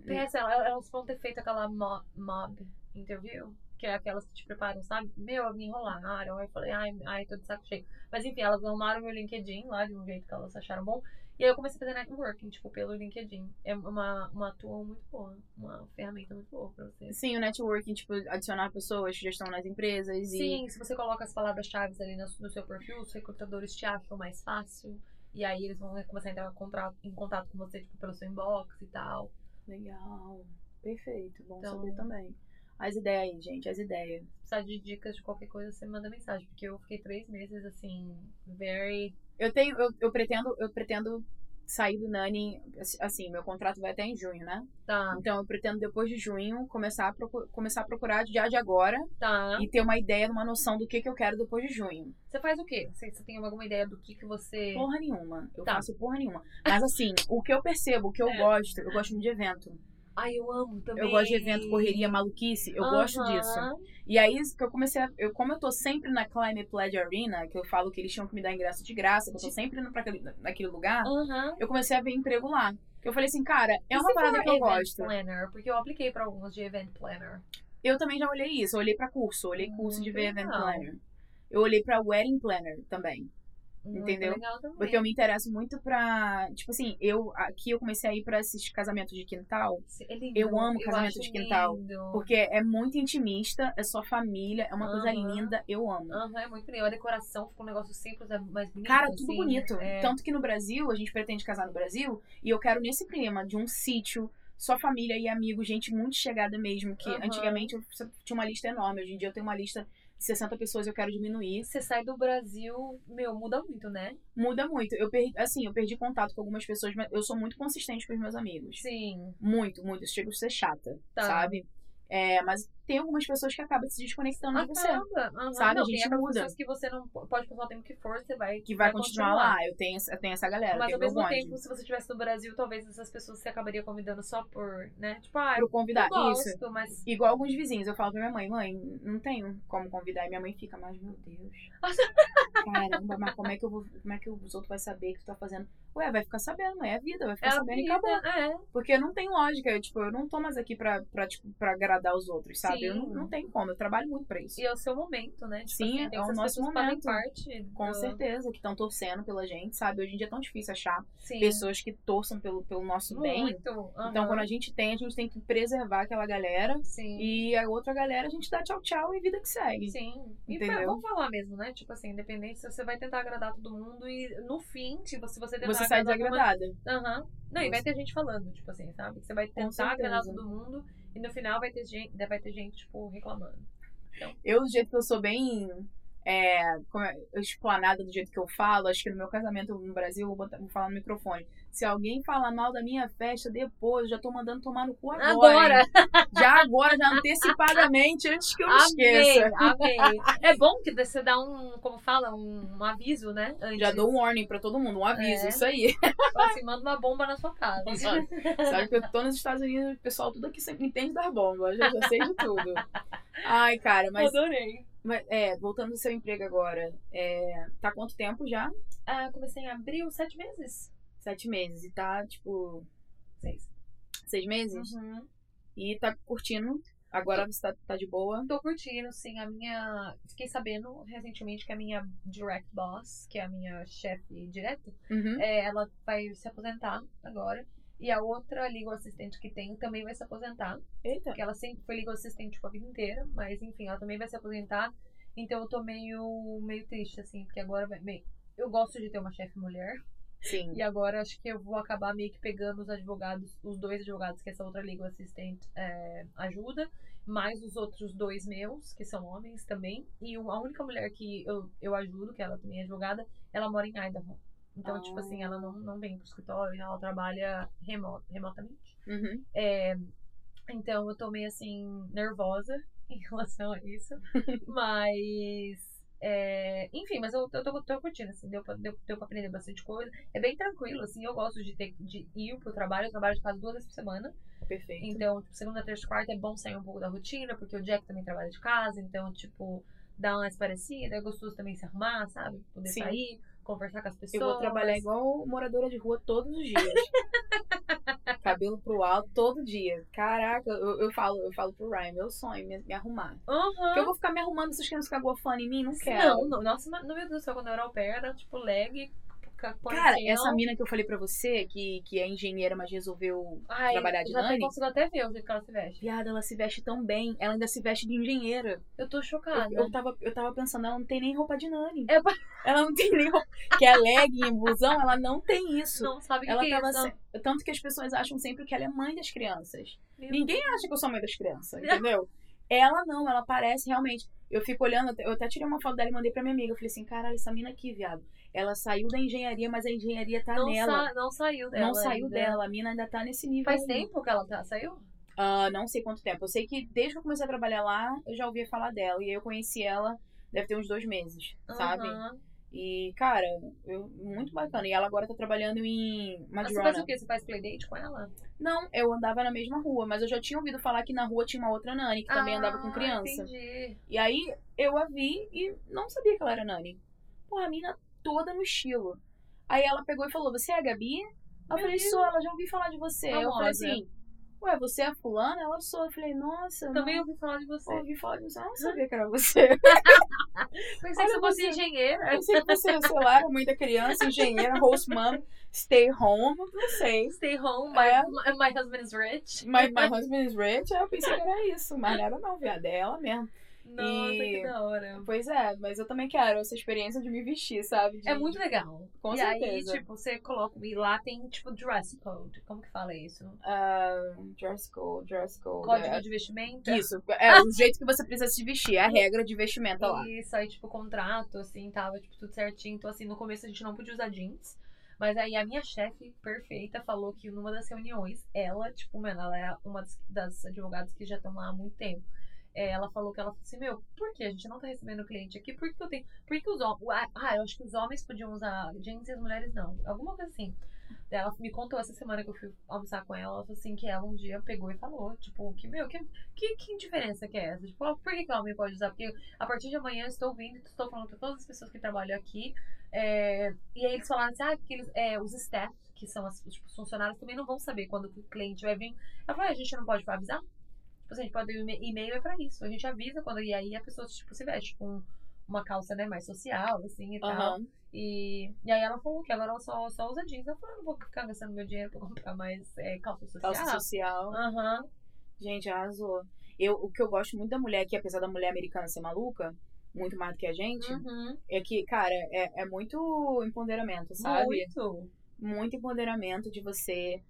Speaker 3: Pensa, assim, ela- elas vão ter feito aquela mo- mob interview, que é aquelas que te preparam, sabe? Meu, me enrolaram. Aí eu falei, ai, ai, tô de saco cheio. Mas enfim, elas arrumaram meu LinkedIn lá de um jeito que elas acharam bom. E aí eu comecei a fazer networking, tipo, pelo LinkedIn. É uma, uma tool muito boa, uma ferramenta muito boa pra você.
Speaker 2: sim, o networking, tipo, adicionar pessoas que já estão nas empresas e.
Speaker 3: Sim, se você coloca as palavras-chave ali no, no seu perfil, os recrutadores te acham mais fácil. E aí eles vão né, começar a entrar em contato, em contato com você, tipo, pelo seu inbox e tal.
Speaker 2: Legal. Perfeito. Bom
Speaker 3: Então-
Speaker 2: saber também. As ideias, aí, gente, as ideias.
Speaker 3: Se precisar de dicas de qualquer coisa, você manda mensagem. Porque eu fiquei três meses, assim, very...
Speaker 2: Eu tenho, eu, eu pretendo, eu pretendo sair do Nani, assim, meu contrato vai até em junho, né?
Speaker 3: Tá,
Speaker 2: Então eu pretendo depois de junho começar a, procu- começar a procurar já de agora
Speaker 3: tá.
Speaker 2: e ter uma ideia, uma noção do que, que eu quero depois de junho.
Speaker 3: Você faz o quê? Você, você tem alguma ideia do que que você...
Speaker 2: Porra nenhuma. Eu
Speaker 3: Tá.
Speaker 2: faço porra nenhuma. Mas assim, o que eu percebo, o que eu
Speaker 3: É.
Speaker 2: gosto, eu gosto muito de evento.
Speaker 3: Ai, eu amo também.
Speaker 2: Eu gosto de evento, correria, maluquice, eu gosto
Speaker 3: Aham.
Speaker 2: disso. E aí que eu comecei a. Eu, como eu tô sempre na Climate Pledge Arena, que eu falo que eles tinham que me dar ingresso de graça, que eu tô sempre indo pra aquele, naquele lugar,
Speaker 3: Aham.
Speaker 2: eu comecei a ver emprego lá. Eu falei assim, cara, é
Speaker 3: E
Speaker 2: uma
Speaker 3: se
Speaker 2: parada
Speaker 3: for
Speaker 2: que eu
Speaker 3: event
Speaker 2: gosto.
Speaker 3: Planner, porque eu apliquei pra alguns de event planner.
Speaker 2: Eu também já olhei isso, eu olhei pra curso, eu olhei curso de
Speaker 3: Muito
Speaker 2: ver event
Speaker 3: Hum, legal.
Speaker 2: planner. Eu olhei pra wedding planner também.
Speaker 3: Muito
Speaker 2: Entendeu?
Speaker 3: legal também.
Speaker 2: Porque eu me interesso muito pra. Tipo assim, eu aqui eu comecei a ir pra esses casamentos de quintal.
Speaker 3: É lindo,
Speaker 2: eu amo casamento
Speaker 3: acho
Speaker 2: de quintal,
Speaker 3: lindo.
Speaker 2: Porque é muito intimista, é só família, é uma coisa
Speaker 3: Aham.
Speaker 2: linda, eu amo.
Speaker 3: Aham, é muito lindo. A decoração fica um negócio simples, é mais bonito.
Speaker 2: Cara, tudo
Speaker 3: assim,
Speaker 2: bonito. Então
Speaker 3: É.
Speaker 2: Tanto que no Brasil, a gente pretende casar no Brasil, e eu quero nesse clima de um sítio, só família e amigos, gente muito chegada mesmo, que
Speaker 3: Aham.
Speaker 2: antigamente eu tinha uma lista enorme, hoje em dia eu tenho uma lista de 60 pessoas, eu quero diminuir.
Speaker 3: Você sai do Brasil, meu, muda muito, né?
Speaker 2: Muda muito. Eu perdi, assim, eu perdi contato com algumas pessoas, mas eu sou muito consistente com os meus amigos.
Speaker 3: Sim.
Speaker 2: Muito, muito. Eu chego a ser chata,
Speaker 3: Tá.
Speaker 2: sabe? É, mas tem algumas pessoas que acabam se desconectando de você.
Speaker 3: Acaba. Ah, Aham.
Speaker 2: Sabe,
Speaker 3: Não,
Speaker 2: a gente
Speaker 3: tem aquelas
Speaker 2: muda.
Speaker 3: pessoas que você não po- pode passar o tempo que for, você vai.
Speaker 2: Que vai, continuar,
Speaker 3: continuar.
Speaker 2: lá. Eu tenho, essa- eu tenho essa galera, eu
Speaker 3: Mas
Speaker 2: tenho
Speaker 3: ao
Speaker 2: meu
Speaker 3: mesmo
Speaker 2: bonde.
Speaker 3: tempo, se você estivesse no Brasil, talvez essas pessoas você acabaria convidando só por, né? Tipo, ah,
Speaker 2: Pra eu convidar.
Speaker 3: eu gosto,
Speaker 2: Isso.
Speaker 3: mas.
Speaker 2: Igual alguns vizinhos, eu falo pra minha mãe, mãe, não tenho como convidar. E minha mãe fica, mas meu Deus. Caramba, mas como é que eu vou. Como é que os outros vão saber que tu tá fazendo? Ué, vai ficar sabendo, mãe, é a vida, vai ficar
Speaker 3: a
Speaker 2: sabendo
Speaker 3: vida,
Speaker 2: e acabou.
Speaker 3: É,
Speaker 2: Porque não tem lógica, eu, tipo, eu não tô mais aqui pra, pra, tipo, pra agradar os outros, sabe? Eu não,
Speaker 3: Sim.
Speaker 2: não tenho como, eu trabalho muito pra isso.
Speaker 3: E é o seu momento, né? Tipo
Speaker 2: Sim,
Speaker 3: assim, tem
Speaker 2: é o
Speaker 3: essas
Speaker 2: nosso
Speaker 3: pessoas que fazem
Speaker 2: momento.
Speaker 3: parte
Speaker 2: Com
Speaker 3: do-
Speaker 2: certeza, que estão torcendo pela gente, sabe? Hoje em dia é tão difícil achar
Speaker 3: Sim.
Speaker 2: pessoas que torçam pelo, pelo nosso bem.
Speaker 3: Muito.
Speaker 2: Então, quando a gente tem, a gente tem que preservar aquela galera.
Speaker 3: Sim.
Speaker 2: E a outra galera, a gente dá tchau, tchau e vida que segue.
Speaker 3: Sim. E
Speaker 2: Entendeu?
Speaker 3: pra, vamos falar mesmo, né? Tipo assim, independente se você vai tentar agradar todo mundo e no fim, tipo, se você tentar
Speaker 2: Você sai
Speaker 3: agradar alguma-
Speaker 2: desagradada.
Speaker 3: Aham. Não, e
Speaker 2: Você-
Speaker 3: vai ter gente falando, tipo assim, sabe? Que Você vai tentar
Speaker 2: certeza.
Speaker 3: agradar todo mundo e no final vai ter gente, vai ter gente tipo, reclamando.
Speaker 2: Eu, do jeito que eu sou bem é, como é, explanada, do jeito que eu falo, acho que no meu casamento no Brasil, eu vou, botar- vou falar no microfone. Se alguém falar mal da minha festa depois, eu já tô mandando tomar no cu agora. hein? Já agora, já antecipadamente, antes que eu me
Speaker 3: Amei,
Speaker 2: esqueça.
Speaker 3: amei. É bom que você dá um, como fala, um, um aviso, né? Antes.
Speaker 2: Já dou um warning pra todo mundo, um aviso,
Speaker 3: É.
Speaker 2: isso aí.
Speaker 3: Fala assim, manda uma bomba na sua casa.
Speaker 2: Sabe que eu tô nos Estados Unidos, o pessoal tudo aqui sempre entende das bombas, eu já sei de tudo. Ai, cara, mas,
Speaker 3: Adorei.
Speaker 2: mas, é, voltando ao seu emprego agora, é, tá quanto tempo já?
Speaker 3: Ah, comecei em abril, sete meses.
Speaker 2: Sete meses, e tá, tipo,
Speaker 3: Seis.
Speaker 2: seis meses?
Speaker 3: Uhum.
Speaker 2: e tá curtindo. Agora você tá, tá de boa.
Speaker 3: Tô curtindo, sim. A minha. Fiquei sabendo recentemente que a minha direct boss, que é a minha chefe direta,
Speaker 2: Uhum.
Speaker 3: é, ela vai se aposentar agora. E a outra legal assistente que tem também vai se aposentar.
Speaker 2: Eita.
Speaker 3: Porque ela sempre foi legal assistente tipo, a vida inteira, mas enfim, ela também vai se aposentar. Então eu tô meio, meio triste, assim, porque agora vai. Bem, eu gosto de ter uma chefe mulher.
Speaker 2: Sim.
Speaker 3: E agora acho que eu vou acabar meio que pegando os advogados, os dois advogados que essa outra língua assistente é, ajuda, mais os outros dois meus, que são homens também. E o- a única mulher que eu, eu ajudo, que ela também é advogada, ela mora em Idaho. Então,
Speaker 2: Ah.
Speaker 3: tipo assim, ela não, não vem pro escritório, ela trabalha remo- remotamente.
Speaker 2: Uhum.
Speaker 3: É, então eu tô meio assim, nervosa em relação a isso. mas. é, enfim, mas eu, eu tô, tô curtindo, assim, deu pra, deu, deu pra aprender bastante coisa. É bem tranquilo, assim, eu gosto de ter de ir pro trabalho, eu trabalho de casa duas vezes por semana.
Speaker 2: Perfeito.
Speaker 3: Então, tipo, segunda, terça e quarta é bom sair um pouco da rotina, porque o Jack também trabalha de casa, então, tipo, dá uma parecida, é gostoso também se arrumar, sabe? Poder
Speaker 2: Sim.
Speaker 3: sair, conversar com as Então, pessoas.
Speaker 2: Eu vou trabalhar igual moradora de rua todos os dias. Cabelo pro alto todo dia. Caraca, eu, eu falo, eu falo pro Ryan, meu sonho, é me, me arrumar.
Speaker 3: Aham.
Speaker 2: Porque eu vou ficar me arrumando, vocês querem ficar gofando em mim? Não quero.
Speaker 3: Não, não, nossa, mas, meu Deus do céu, quando eu era au pair, era tipo leg, ca-
Speaker 2: Cara,
Speaker 3: quarentena.
Speaker 2: essa mina que eu falei pra você, que, que é engenheira, mas resolveu.
Speaker 3: Ai,
Speaker 2: trabalhar de
Speaker 3: já até
Speaker 2: Nani?
Speaker 3: consigo até ver o jeito que ela se veste.
Speaker 2: Viada, ela se veste tão bem. Ela ainda se veste de engenheira.
Speaker 3: Eu tô chocada.
Speaker 2: Eu, eu, tava, eu tava pensando, ela não tem nem roupa de nani.
Speaker 3: É, pa-
Speaker 2: Ela não tem nem roupa. Que é legging, blusão, ela não tem isso.
Speaker 3: Não sabe o que
Speaker 2: ela
Speaker 3: que é
Speaker 2: tava
Speaker 3: isso. não.
Speaker 2: se- Tanto que as pessoas acham sempre que ela é mãe das crianças.
Speaker 3: Meu
Speaker 2: Ninguém acha que eu sou mãe das crianças, entendeu? Ela não, ela parece realmente. Eu fico olhando, até- eu até tirei uma foto dela e mandei pra minha amiga. Eu falei assim, caralho, essa mina aqui, viado. Ela saiu da engenharia, mas a engenharia tá
Speaker 3: Não,
Speaker 2: nela.
Speaker 3: sa- não saiu dela.
Speaker 2: não saiu
Speaker 3: ainda.
Speaker 2: dela, a mina ainda tá nesse nível.
Speaker 3: Faz
Speaker 2: aí.
Speaker 3: tempo que ela tá- saiu?
Speaker 2: Ah, não sei quanto tempo. Eu sei que desde que eu comecei a trabalhar lá, eu já ouvia falar dela. E aí eu conheci ela, deve ter uns dois meses, sabe? Tá
Speaker 3: Aham.
Speaker 2: E, cara, eu- muito bacana. E ela agora tá trabalhando em
Speaker 3: Mas Ah, você faz
Speaker 2: Madrona.
Speaker 3: o quê? Você faz playdate com ela?
Speaker 2: Não, eu andava na mesma rua, mas eu já tinha ouvido falar que na rua tinha uma outra Nani que também andava com
Speaker 3: Ah,
Speaker 2: criança.
Speaker 3: Entendi.
Speaker 2: E aí eu a vi e não sabia que ela era Nani. Porra, a mina toda no estilo. Aí ela pegou e falou: Você é a Gabi? Eu
Speaker 3: Meu
Speaker 2: falei:
Speaker 3: Deus.
Speaker 2: Sou, ela já ouvi falar de você. Eu falei
Speaker 3: Famosa.
Speaker 2: assim: Ué, você é a fulana? Ela sou. Eu falei: Nossa, eu
Speaker 3: Também
Speaker 2: não
Speaker 3: ouvi falar de você.
Speaker 2: ouvi falar de você. Eu não sabia que era você.
Speaker 3: Pensei que
Speaker 2: Olha
Speaker 3: você fosse
Speaker 2: você.
Speaker 3: engenheira.
Speaker 2: Eu sei que você, sei lá, era mãe da criança, engenheira, host mom, stay home, não sei.
Speaker 3: Stay home,
Speaker 2: É.
Speaker 3: my, my husband is rich.
Speaker 2: My, my husband is rich, aí eu pensei que era isso, mas não era não, viado, é ela mesmo.
Speaker 3: Nossa,
Speaker 2: E-
Speaker 3: que da hora.
Speaker 2: Pois é, mas eu também quero essa experiência de me vestir, sabe? De-
Speaker 3: É muito legal.
Speaker 2: Com
Speaker 3: e
Speaker 2: certeza.
Speaker 3: aí, tipo, você coloca. E lá tem, tipo, dress code. Como que fala isso?
Speaker 2: ah, dress code, dress code.
Speaker 3: Código
Speaker 2: é.
Speaker 3: de vestimenta.
Speaker 2: Isso, é o jeito que você precisa se vestir, é a regra de vestimenta lá.
Speaker 3: Isso, aí, tipo, contrato, assim, tava, tipo, tudo certinho. Então, assim, no começo a gente não podia usar jeans. Mas aí a minha chefe perfeita falou que numa das reuniões, ela, tipo, mano, ela é uma das, das advogadas que já estão lá há muito tempo. É, ela falou que ela falou assim, meu, por que a gente não tá recebendo cliente aqui? Por que que eu tenho. Por que que os homens. Ah, eu acho que os homens podiam usar jeans e as mulheres não. Alguma coisa assim. Daí Ela me contou essa semana que eu fui almoçar com ela, ela falou assim, que ela um dia pegou e falou, tipo, que, meu, que, que, que diferença que é essa? Tipo, ó, por que, que o homem pode usar? Porque a partir de amanhã eu estou vindo, estou falando para todas as pessoas que trabalham aqui. é, e aí eles falaram assim, ah, que eles, é, os staff, que são as- os tipo, funcionários, também não vão saber quando o cliente vai vir. Ela falou, "Ah, a gente não pode avisar? Tipo, assim, a gente pode e- e-mail é pra isso. A gente avisa quando. E aí a pessoa tipo, se veste com uma calça né, mais social, assim, e tal.
Speaker 2: Aham.
Speaker 3: E, e aí ela falou que agora ela só, só usa jeans. Eu falei, eu não vou ficar gastando meu dinheiro pra comprar mais é, calça social.
Speaker 2: Então, Calça social.
Speaker 3: Aham.
Speaker 2: Gente, arrasou. Eu, o que eu gosto muito da mulher aqui, apesar da mulher americana ser maluca, muito mais do que a gente,
Speaker 3: Uhum.
Speaker 2: é que, cara, é, é muito empoderamento, sabe?
Speaker 3: Muito.
Speaker 2: muito empoderamento de você.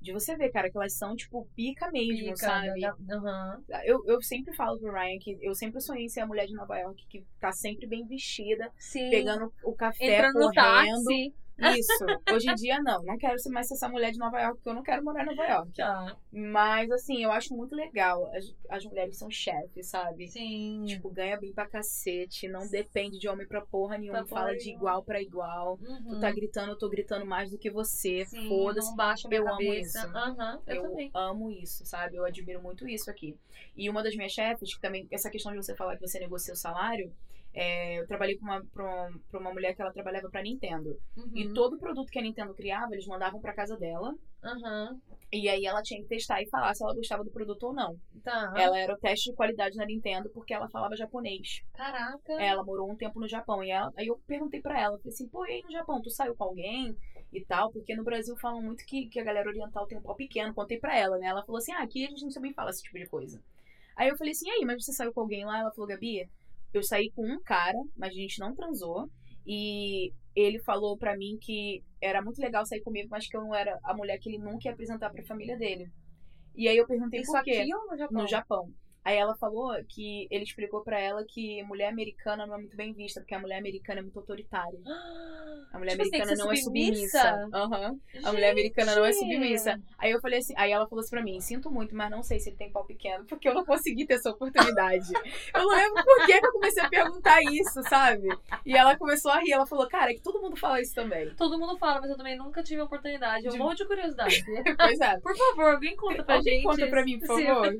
Speaker 2: De você ver, cara, que elas são, tipo, pica mesmo,
Speaker 3: Pica, né?
Speaker 2: sabe?
Speaker 3: da- da- Aham.
Speaker 2: Eu, eu sempre falo pro Ryan que eu sempre sonhei em ser a mulher de Nova York que tá sempre bem vestida,
Speaker 3: Sim.
Speaker 2: pegando o café,
Speaker 3: Entrando no
Speaker 2: correndo.
Speaker 3: táxi.
Speaker 2: Isso. Hoje em dia, não. Não quero ser mais essa mulher de Nova York, porque eu não quero morar em Nova York.
Speaker 3: Tá.
Speaker 2: Mas, assim, eu acho muito legal. As, as mulheres são chefes, sabe?
Speaker 3: Sim.
Speaker 2: Tipo, ganha bem pra cacete, não depende de homem pra porra nenhuma,
Speaker 3: Pra porra
Speaker 2: fala de
Speaker 3: nenhuma.
Speaker 2: igual pra igual.
Speaker 3: Uhum.
Speaker 2: Tu tá gritando, eu tô gritando mais do que você.
Speaker 3: Sim,
Speaker 2: Foda-se.
Speaker 3: não baixa minha
Speaker 2: eu amo
Speaker 3: cabeça.
Speaker 2: isso.
Speaker 3: Aham, eu,
Speaker 2: Eu
Speaker 3: também.
Speaker 2: amo isso, sabe? Eu admiro muito isso aqui. E uma das minhas chefes, que também, essa questão de você falar que você negocia o salário, é, eu trabalhei com uma, pra, um- pra uma mulher que ela trabalhava pra Nintendo. E
Speaker 3: Uhum.
Speaker 2: todo produto que a Nintendo criava, eles mandavam pra casa dela.
Speaker 3: Aham.
Speaker 2: E aí ela tinha que testar e falar se ela gostava do produto ou não.
Speaker 3: Tá.
Speaker 2: Ela era o teste de qualidade na Nintendo porque ela falava japonês.
Speaker 3: Caraca.
Speaker 2: Ela morou um tempo no Japão. E ela- aí eu perguntei pra ela, falei assim, pô, e aí no Japão, tu saiu com alguém e tal? Porque no Brasil falam muito que, que a galera oriental tem um pau pequeno. Contei pra ela, né? Ela falou assim, ah, aqui a gente não também fala esse tipo de coisa. Aí eu falei assim, e aí, mas você saiu com alguém lá? Ela falou, Gabi, eu saí com um cara, mas a gente não transou. E ele falou pra mim que era muito legal sair comigo, mas que eu não era a mulher que ele nunca ia apresentar pra família dele. E aí eu perguntei
Speaker 3: Isso
Speaker 2: por quê
Speaker 3: aqui ou no Japão?
Speaker 2: no Japão. Aí ela falou que ele explicou pra ela que mulher americana não é muito bem vista, porque a mulher americana é muito autoritária.
Speaker 3: Ah,
Speaker 2: A mulher
Speaker 3: Tipo assim,
Speaker 2: americana
Speaker 3: que
Speaker 2: não é
Speaker 3: submissa?
Speaker 2: submissa. Aham. A mulher americana não é
Speaker 3: gente!
Speaker 2: submissa. Aí eu falei assim, aí ela falou assim pra mim, sinto muito, mas não sei se ele tem pau pequeno, porque eu não consegui ter essa oportunidade. eu não lembro por que que eu comecei a perguntar isso, sabe? E ela começou a rir, ela falou, cara, é que todo mundo fala isso também.
Speaker 3: Todo mundo fala, mas eu também nunca tive a oportunidade. Eu
Speaker 2: De-
Speaker 3: morro de curiosidade.
Speaker 2: Pois é.
Speaker 3: Por favor, alguém conta pra
Speaker 2: Alguém
Speaker 3: gente.
Speaker 2: conta pra mim, por
Speaker 3: Sim.
Speaker 2: favor.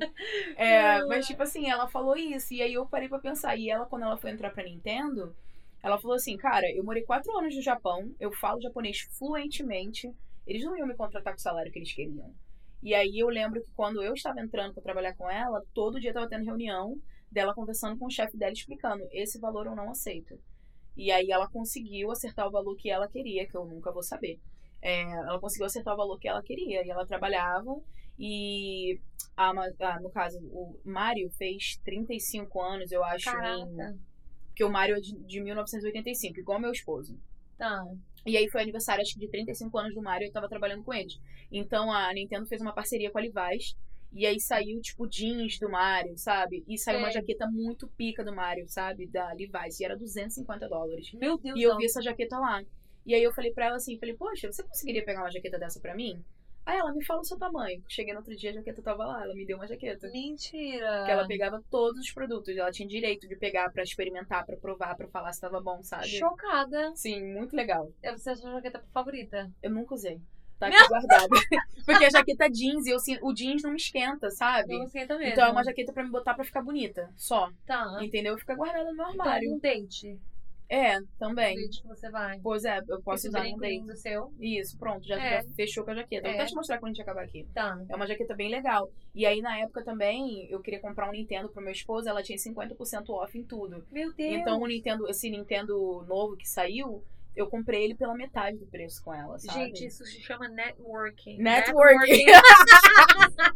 Speaker 2: É,
Speaker 3: Não.
Speaker 2: mas tipo assim, ela falou isso. E aí eu parei pra pensar. E ela, quando ela foi entrar pra Nintendo, ela falou assim, cara, eu morei quatro anos no Japão, eu falo japonês fluentemente. Eles não iam me contratar com o salário que eles queriam. E aí eu lembro que quando eu estava entrando pra trabalhar com ela, todo dia tava tendo reunião dela conversando com o chefe dela, explicando, esse valor eu não aceito. E aí ela conseguiu acertar o valor que ela queria, que eu nunca vou saber. É, ela conseguiu acertar o valor que ela queria. E ela trabalhava e a Ma- ah, no caso, o Mário fez 35 anos, eu acho, em,
Speaker 3: Caraca.
Speaker 2: porque o Mário é de, de 1985, igual meu esposo.
Speaker 3: Tá.
Speaker 2: E aí foi aniversário, acho que de 35 anos do Mario, eu tava trabalhando com eles. Então a Nintendo fez uma parceria com a Levi's. E aí saiu, tipo, jeans do Mario, sabe? E saiu uma
Speaker 3: Sei.
Speaker 2: jaqueta muito pica do Mario, sabe? Da Levi's. E era 250 dólares.
Speaker 3: Meu Deus,
Speaker 2: E eu
Speaker 3: não.
Speaker 2: vi essa jaqueta lá. E aí eu falei pra ela assim, falei, poxa, você conseguiria pegar uma jaqueta dessa pra mim? Aí ela me fala o seu tamanho. Cheguei no outro dia, a jaqueta tava lá, ela me deu uma jaqueta.
Speaker 3: Mentira.
Speaker 2: Que ela pegava todos os produtos, ela tinha direito de pegar pra experimentar, pra provar, pra falar se tava bom, sabe?
Speaker 3: Chocada. É,
Speaker 2: Sim, muito legal.
Speaker 3: Deve ser a sua jaqueta favorita.
Speaker 2: Eu nunca usei. Tá aqui guardada. Porque a jaqueta é jeans, eu, sinto- o jeans não me esquenta, sabe?
Speaker 3: Eu gostei também.
Speaker 2: Então é uma jaqueta pra me botar pra ficar bonita, só.
Speaker 3: Tá.
Speaker 2: Entendeu? Fica guardada no meu
Speaker 3: Então,
Speaker 2: armário.
Speaker 3: um date.
Speaker 2: É,
Speaker 3: Um
Speaker 2: também.
Speaker 3: date que você vai.
Speaker 2: Pois é, eu posso
Speaker 3: Esse
Speaker 2: usar num
Speaker 3: brinco
Speaker 2: date.
Speaker 3: lindo seu.
Speaker 2: Isso, pronto, já,
Speaker 3: É.
Speaker 2: já fechou com a jaqueta. Vou
Speaker 3: É.
Speaker 2: até te mostrar quando a gente acabar aqui.
Speaker 3: Tá.
Speaker 2: É uma jaqueta bem legal. E aí, na época também, eu queria comprar um Nintendo pro meu esposo, ela tinha 50% off em tudo.
Speaker 3: Meu Deus.
Speaker 2: Então, o Nintendo, esse Nintendo novo que saiu, eu comprei ele pela metade do preço com ela, sabe?
Speaker 3: Gente, isso se chama networking.
Speaker 2: Networking.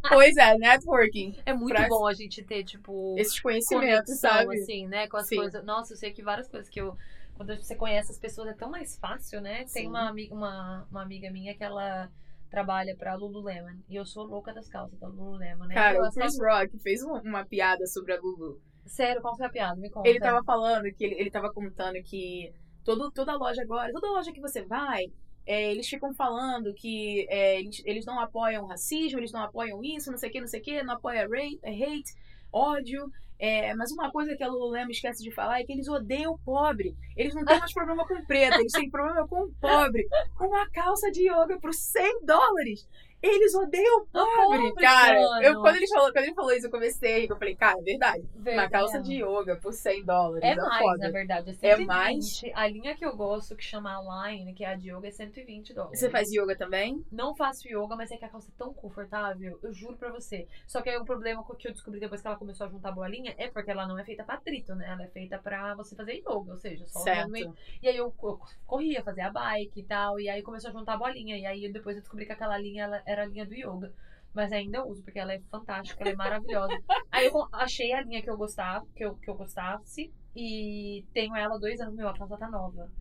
Speaker 2: pois é, networking.
Speaker 3: é muito
Speaker 2: Pra-
Speaker 3: bom a gente ter, tipo,
Speaker 2: Esses
Speaker 3: conexão,
Speaker 2: conhecimentos, sabe?
Speaker 3: assim, né? Com as
Speaker 2: Sim.
Speaker 3: coisas. Nossa, eu sei que várias coisas que eu. Quando você conhece as pessoas é tão mais fácil, né? Tem
Speaker 2: Sim.
Speaker 3: uma, ami- uma, uma amiga minha que ela trabalha pra Lululemon. E eu sou louca das calças da Lululemon, né?
Speaker 2: Cara,
Speaker 3: Eu
Speaker 2: o
Speaker 3: as
Speaker 2: Chris
Speaker 3: calças-
Speaker 2: Rock fez uma, uma piada sobre a Lulu.
Speaker 3: Sério, qual foi a piada? Me conta.
Speaker 2: Ele tava falando que ele, ele tava contando que todo, toda loja agora, toda loja que você vai, é, eles ficam falando que é, eles, eles não apoiam racismo, eles não apoiam isso, não sei o que, não sei o que, não apoia ra- é, hate, ódio. é, mas uma coisa que a Lululemon esquece de falar é que eles odeiam o pobre. Eles não têm mais problema com preto, eles têm problema com o pobre. Uma calça de yoga por 100 dólares. Eles odeiam o pobre,
Speaker 3: pobre,
Speaker 2: cara. Eu,
Speaker 3: mano.
Speaker 2: quando, ele falou, quando ele falou isso, eu comecei. Eu falei, cara, é verdade. Uma
Speaker 3: Verdade.
Speaker 2: calça de yoga por 100 dólares.
Speaker 3: É mais,
Speaker 2: foda.
Speaker 3: na verdade. É,
Speaker 2: É
Speaker 3: 120.
Speaker 2: mais.
Speaker 3: A linha que eu gosto, que chama Align, que é a de yoga, é 120 dólares.
Speaker 2: Você faz yoga também?
Speaker 3: Não faço yoga, mas é que a calça é tão confortável, eu juro pra você. Só que aí o problema co- que eu descobri depois que ela começou a juntar bolinha é porque ela não é feita pra trito, né? Ela é feita pra você fazer yoga, ou seja, só os movimentos.
Speaker 2: certo.
Speaker 3: E aí eu, eu corria, fazia bike e tal, e aí começou a juntar bolinha. E aí depois eu descobri que aquela linha ela era a linha do yoga. Mas ainda eu uso, porque ela é fantástica, ela é maravilhosa. aí eu co- achei a linha que eu gostava, que eu, que eu gostasse, e tenho ela há dois anos, meu, a calça tá nova.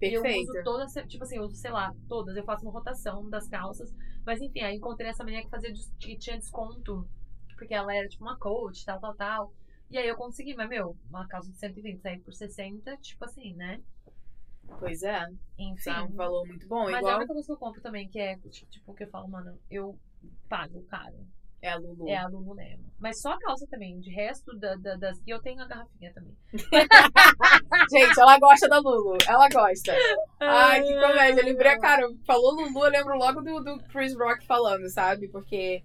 Speaker 3: E eu
Speaker 2: Perfeito.
Speaker 3: uso todas, tipo assim, eu uso, sei lá, todas. Eu faço uma rotação das calças. Mas enfim, aí encontrei essa menina que fazia des- que tinha desconto. Porque ela era tipo uma coach, tal, tal, tal. E aí eu consegui, mas meu, uma calça de 120 sair por 60, tipo assim, né?
Speaker 2: Pois é.
Speaker 3: Enfim.
Speaker 2: Tá um valor muito bom.
Speaker 3: Então. mas é a
Speaker 2: Igual
Speaker 3: única coisa que eu compro também, que é, tipo, que eu falo, mano, eu pago caro.
Speaker 2: é a Lulu.
Speaker 3: É a Lululemon. Mas só a calça também. De resto da, da- das. E eu tenho a garrafinha também.
Speaker 2: Gente, ela gosta da Lulu. Ela gosta.
Speaker 3: É.
Speaker 2: Ai,
Speaker 3: Ah,
Speaker 2: que comédia. Eu lembrei, cara, falou Lulu, eu lembro logo do, do Chris Rock falando, sabe? Porque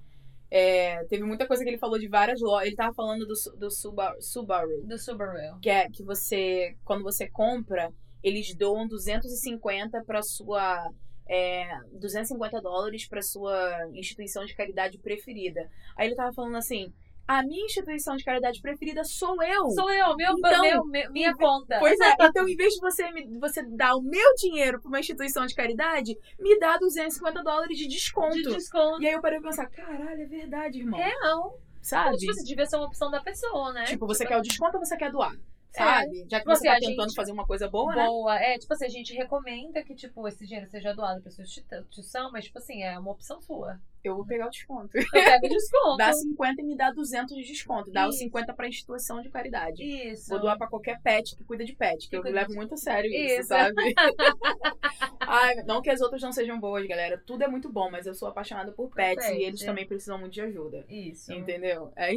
Speaker 2: é, teve muita coisa que ele falou de várias lojas. Ele tava falando do, Su- do Subaru, Subaru,
Speaker 3: Do Subaru.
Speaker 2: que é que você, quando você compra, eles um doam 250 pra sua. É, 250 dólares pra sua instituição de caridade preferida. Aí ele tava falando assim: a minha instituição de caridade preferida sou eu.
Speaker 3: Sou eu, meu,
Speaker 2: Então,
Speaker 3: meu, meu- minha
Speaker 2: em-
Speaker 3: conta.
Speaker 2: Pois é, então em vez de você, me, você dar o meu dinheiro pra uma instituição de caridade, me dá 250 dólares de desconto.
Speaker 3: De desconto.
Speaker 2: E aí eu parei pra pensar, caralho, é verdade, irmão.
Speaker 3: Real.
Speaker 2: Sabe?
Speaker 3: Tipo, assim, devia ser uma opção da pessoa, né?
Speaker 2: Ah, Tipo, você quer o desconto ou você quer doar? Sabe? Já que
Speaker 3: Tipo assim,
Speaker 2: você tá
Speaker 3: a gente-
Speaker 2: tentando fazer uma coisa boa, né?
Speaker 3: boa. É, tipo assim, a gente recomenda que, tipo, esse dinheiro seja doado pra sua instituição, mas, tipo assim, é uma opção sua.
Speaker 2: Eu vou pegar o desconto.
Speaker 3: Eu pego o desconto.
Speaker 2: Dá 50 e me dá 200 de desconto. Dá
Speaker 3: então
Speaker 2: os
Speaker 3: Isso.
Speaker 2: 50 pra instituição de caridade.
Speaker 3: Isso.
Speaker 2: Vou doar pra qualquer pet que cuida de pet, que
Speaker 3: Que
Speaker 2: eu
Speaker 3: cuida
Speaker 2: levo
Speaker 3: de-
Speaker 2: muito a sério isso,
Speaker 3: Isso.
Speaker 2: sabe? Ai, não que as outras não sejam boas, galera. Tudo é muito bom, mas eu sou apaixonada por pets
Speaker 3: pet,
Speaker 2: e eles
Speaker 3: é.
Speaker 2: também precisam muito de ajuda.
Speaker 3: Isso.
Speaker 2: Entendeu? É...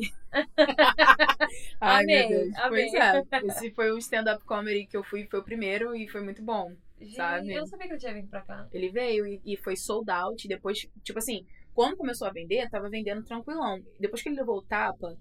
Speaker 2: Ai, meu
Speaker 3: Amei,
Speaker 2: Deus.
Speaker 3: amei.
Speaker 2: Pois é. Esse foi o stand-up comedy que eu fui, foi o primeiro e foi muito bom.
Speaker 3: Gente,
Speaker 2: Sabe?
Speaker 3: Eu não sabia que eu tinha vindo pra cá.
Speaker 2: Ele veio e, e foi sold out. E depois, tipo assim, quando começou a vender, tava vendendo tranquilão. Depois que ele levou o tapa,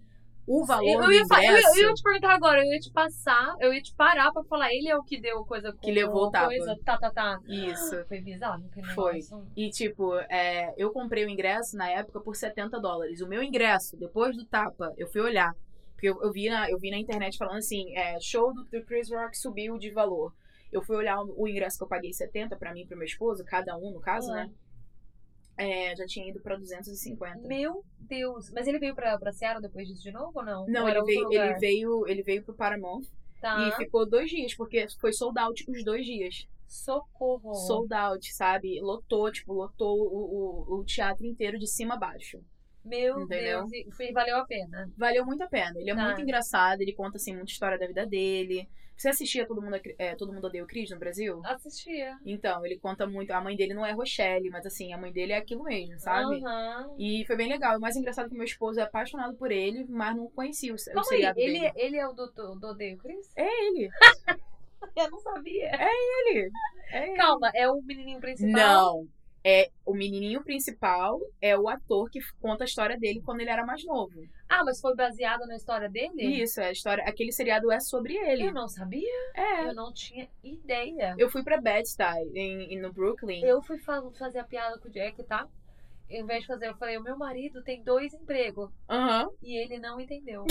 Speaker 2: o valor
Speaker 3: Eu, eu
Speaker 2: do
Speaker 3: ia, fa- eu, ia,
Speaker 2: ingresso-
Speaker 3: eu ia te perguntar agora, eu ia te passar, eu ia te parar pra falar, ele é o que deu coisa com
Speaker 2: Que levou o tapa.
Speaker 3: coisa, tá, tá, tá.
Speaker 2: Isso.
Speaker 3: Foi bizarro, né? que
Speaker 2: Foi.
Speaker 3: negócio.
Speaker 2: E, tipo, é, eu comprei o ingresso na época por 70 dólares. O meu ingresso, depois do tapa, eu fui olhar. Porque eu, eu vi, na, eu vi na internet falando assim: é, show do, do Chris Rock subiu de valor. Eu fui olhar o, o ingresso que eu paguei 70 pra mim e pro meu esposo, cada um no caso,
Speaker 3: Ah.
Speaker 2: né? É, já tinha ido pra 250.
Speaker 3: Meu Deus. Mas ele veio pra, pra Seara depois disso de novo ou não?
Speaker 2: Não,
Speaker 3: Ou era
Speaker 2: ele
Speaker 3: outro
Speaker 2: veio,
Speaker 3: lugar?
Speaker 2: ele, veio, ele veio pro Paramount
Speaker 3: Tá.
Speaker 2: e ficou dois dias, porque foi sold out os dois dias.
Speaker 3: Socorro.
Speaker 2: Sold out, sabe? Lotou, tipo, lotou o, o, o teatro inteiro de cima a baixo.
Speaker 3: Meu
Speaker 2: Entendeu?
Speaker 3: Deus, e foi- valeu a pena.
Speaker 2: Valeu muito a pena. Ele é
Speaker 3: Tá.
Speaker 2: muito engraçado, ele conta, assim, muita história da vida dele. Você assistia Todo Mundo, é, Todo Mundo Odeia o Cris no Brasil?
Speaker 3: Assistia.
Speaker 2: Então, ele conta muito. A mãe dele não é Rochelle, mas assim, a mãe dele é aquilo mesmo, sabe?
Speaker 3: Aham.
Speaker 2: E foi bem legal. O mais engraçado é que meu esposo é apaixonado por ele, mas não conhecia o, se- o
Speaker 3: Calma aí,
Speaker 2: seriado dele.
Speaker 3: ele, ele é o doutor do Odeio Chris?
Speaker 2: É ele.
Speaker 3: Eu não sabia.
Speaker 2: Ele. É ele.
Speaker 3: Calma, é o menininho principal?
Speaker 2: Não. É, o menininho principal é o ator que f- conta a história dele quando ele era mais novo.
Speaker 3: Ah, mas foi baseado na história dele?
Speaker 2: Isso, é a história. Aquele seriado é sobre ele.
Speaker 3: Eu não sabia.
Speaker 2: É.
Speaker 3: Eu não tinha ideia.
Speaker 2: Eu fui pra Bed-Stuy, em, em- no Brooklyn.
Speaker 3: Eu fui fa- fazer a piada com o Jack, tá? Em vez de fazer, eu falei, o meu marido tem dois empregos.
Speaker 2: Aham.
Speaker 3: E ele não entendeu.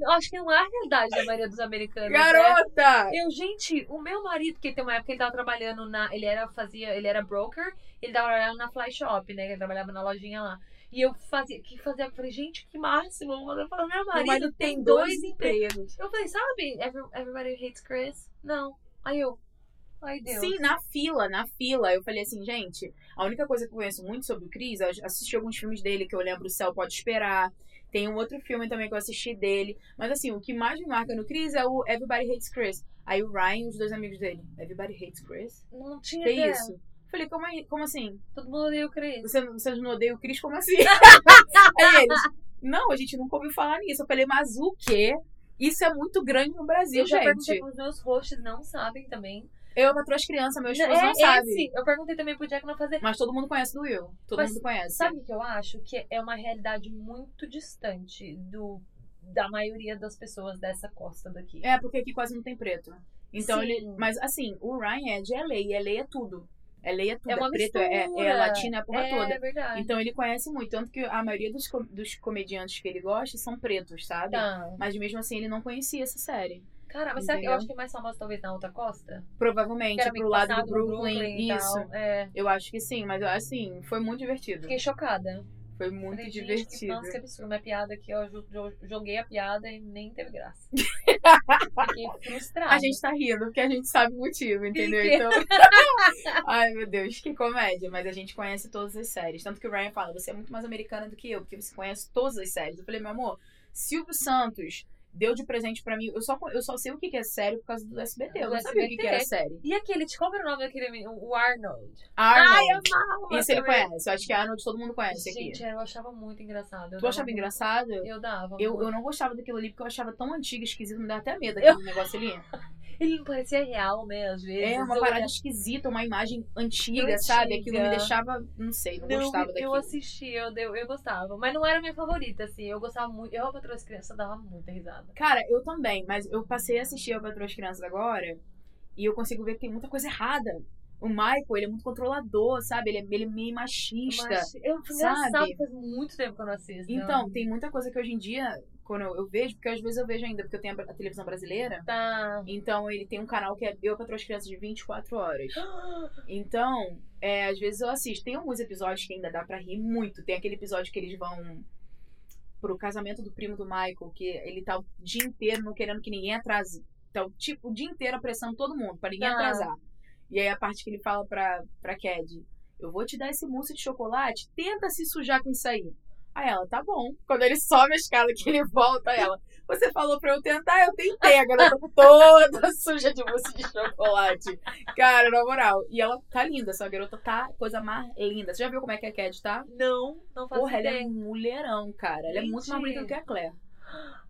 Speaker 3: Eu Acho que não é a realidade da maioria dos americanos. né?
Speaker 2: Garota!
Speaker 3: Eu, gente, o meu marido, porque tem uma época que ele tava trabalhando na. Ele era, fazia, ele era broker, ele tava trabalhando na Fly Shop, né? Ele trabalhava na lojinha lá. E eu fazia, que fazia, eu falei, gente, que máximo. Eu falei, meu marido, tem, dois empregos. Eu falei, sabe, every- everybody hates Chris? Não. Aí eu, ai Deus.
Speaker 2: Sim, na fila, na fila. Eu falei assim, gente, a única coisa que eu conheço muito sobre o Chris, eu assisti alguns filmes dele que eu lembro O Céu Pode Esperar. Tem um outro filme também que eu assisti dele. Mas assim, o que mais me marca no Chris é o Everybody Hates Chris. Aí o Ryan e os dois amigos dele. Everybody Hates Chris?
Speaker 3: Não tinha
Speaker 2: Que
Speaker 3: ideia.
Speaker 2: isso? Eu falei, como, aí- como assim?
Speaker 3: Todo mundo odeia o Chris.
Speaker 2: Você, vocês não odeiam o Chris? Como assim? Aí eles, não, a gente nunca ouviu falar nisso. Eu falei, mas o quê? Isso é muito grande no Brasil,
Speaker 3: eu já perguntei
Speaker 2: gente.
Speaker 3: pros meus hosts, não sabem também.
Speaker 2: Eu patrulho as crianças, meu esposo
Speaker 3: é
Speaker 2: não sabe.
Speaker 3: esse. Eu perguntei também pro Jack não fazer.
Speaker 2: Mas todo mundo conhece do Will. Todo
Speaker 3: Mas
Speaker 2: mundo conhece.
Speaker 3: Sabe o que eu acho? Que é uma realidade muito distante do, da maioria das pessoas dessa costa daqui.
Speaker 2: É, porque aqui quase não tem preto. Então
Speaker 3: Sim.
Speaker 2: ele. Mas assim, o Ryan é de LA, e LA é tudo. LA é tudo.
Speaker 3: É uma
Speaker 2: preto, é, é,
Speaker 3: mistura.
Speaker 2: latino, é a porra
Speaker 3: É,
Speaker 2: toda.
Speaker 3: é verdade.
Speaker 2: Então ele conhece muito. Tanto que a maioria dos, co- dos comediantes que ele gosta são pretos, sabe?
Speaker 3: Tá.
Speaker 2: Mas mesmo assim ele não conhecia essa série.
Speaker 3: Cara, mas será que eu
Speaker 2: Entendeu?
Speaker 3: acho que é mais famosa talvez na outra costa? Que
Speaker 2: Provavelmente
Speaker 3: era
Speaker 2: pro
Speaker 3: meio
Speaker 2: lado do
Speaker 3: passado no
Speaker 2: Brooklyn.
Speaker 3: e
Speaker 2: isso.
Speaker 3: tal. É,
Speaker 2: Eu acho que sim, mas assim, foi muito divertido.
Speaker 3: fiquei chocada.
Speaker 2: Foi muito
Speaker 3: Falei, gente, Que,
Speaker 2: divertido.
Speaker 3: nossa, que absurdo. Minha piada aqui, ó, jo- jo- joguei a piada e nem teve graça. Fiquei frustrada.
Speaker 2: A gente tá rindo, porque a gente sabe o motivo, entendeu?
Speaker 3: Fiquei.
Speaker 2: Então. Ai, meu Deus, que comédia. Mas a gente conhece todas as séries. Tanto que o Ryan fala, você é muito mais americana do que eu, porque você conhece todas as séries. Eu falei, meu amor, Silvio Santos deu de presente pra mim. Eu só, eu só sei o que que é série por causa do SBT. Eu
Speaker 3: Do
Speaker 2: não sabia o que,
Speaker 3: SBT.
Speaker 2: que era série.
Speaker 3: E aquele, qual era o nome daquele menino? O Arnold. Ai,
Speaker 2: Arnold.
Speaker 3: amava.
Speaker 2: Isso é, ele
Speaker 3: também.
Speaker 2: conhece. Eu acho que Arnold todo mundo conhece aqui.
Speaker 3: Gente, eu achava muito engraçado. Eu
Speaker 2: Tu
Speaker 3: dava
Speaker 2: achava
Speaker 3: muito-
Speaker 2: engraçado?
Speaker 3: Eu dava.
Speaker 2: Eu,
Speaker 3: muito.
Speaker 2: eu não gostava daquilo ali porque eu achava tão antigo, esquisito, me dá até medo aquele negócio ali.
Speaker 3: Ele não parecia real, né? Às vezes.
Speaker 2: É uma
Speaker 3: Eu
Speaker 2: parada
Speaker 3: olhava-
Speaker 2: esquisita, uma imagem antiga,
Speaker 3: Antiga.
Speaker 2: sabe? Aquilo me deixava, não sei, não,
Speaker 3: Não,
Speaker 2: gostava
Speaker 3: eu
Speaker 2: daquilo.
Speaker 3: assistia, eu, eu, eu gostava. Mas não era minha favorita, assim. Eu gostava muito. Eu, a patroa das crianças, eu dava muita risada.
Speaker 2: Cara, eu também, mas eu passei a assistir Eu Patroa as Crianças agora e eu consigo ver que tem muita coisa errada. O Michael, ele é muito controlador, sabe? Ele é, ele é meio machista.
Speaker 3: Mas eu fui
Speaker 2: sabe?
Speaker 3: engraçado, faz muito tempo que eu não assisto.
Speaker 2: Então, tem muita coisa que hoje em dia, quando eu, eu vejo, porque às vezes eu vejo ainda, porque eu tenho a, a televisão brasileira.
Speaker 3: Tá.
Speaker 2: Então, ele tem um canal que é Eu Patroa as Crianças de 24 horas. Então, é, às vezes eu assisto. Tem alguns episódios que ainda dá pra rir muito. Tem aquele episódio que eles vão pro casamento do primo do Michael, que ele tá o dia inteiro não querendo que ninguém atrase. Tá o, tipo, o dia inteiro apressando todo mundo, pra ninguém
Speaker 3: Tá.
Speaker 2: atrasar. E aí a parte que ele fala pra, pra Cad, eu vou te dar esse mousse de chocolate, tenta se sujar com isso aí. Aí ela, tá bom. Quando ele sobe a escada que ele volta, ela, você falou pra eu tentar, eu tentei, agora eu tô toda suja de mousse de chocolate. Cara, na moral. E ela tá linda, essa garota tá coisa mais linda. Você já viu como é que a Cad tá?
Speaker 3: Não, não faço
Speaker 2: Porra, ela é
Speaker 3: ideia.
Speaker 2: um mulherão, cara. Ela é muito mais
Speaker 3: Gente.
Speaker 2: bonita do que a Claire.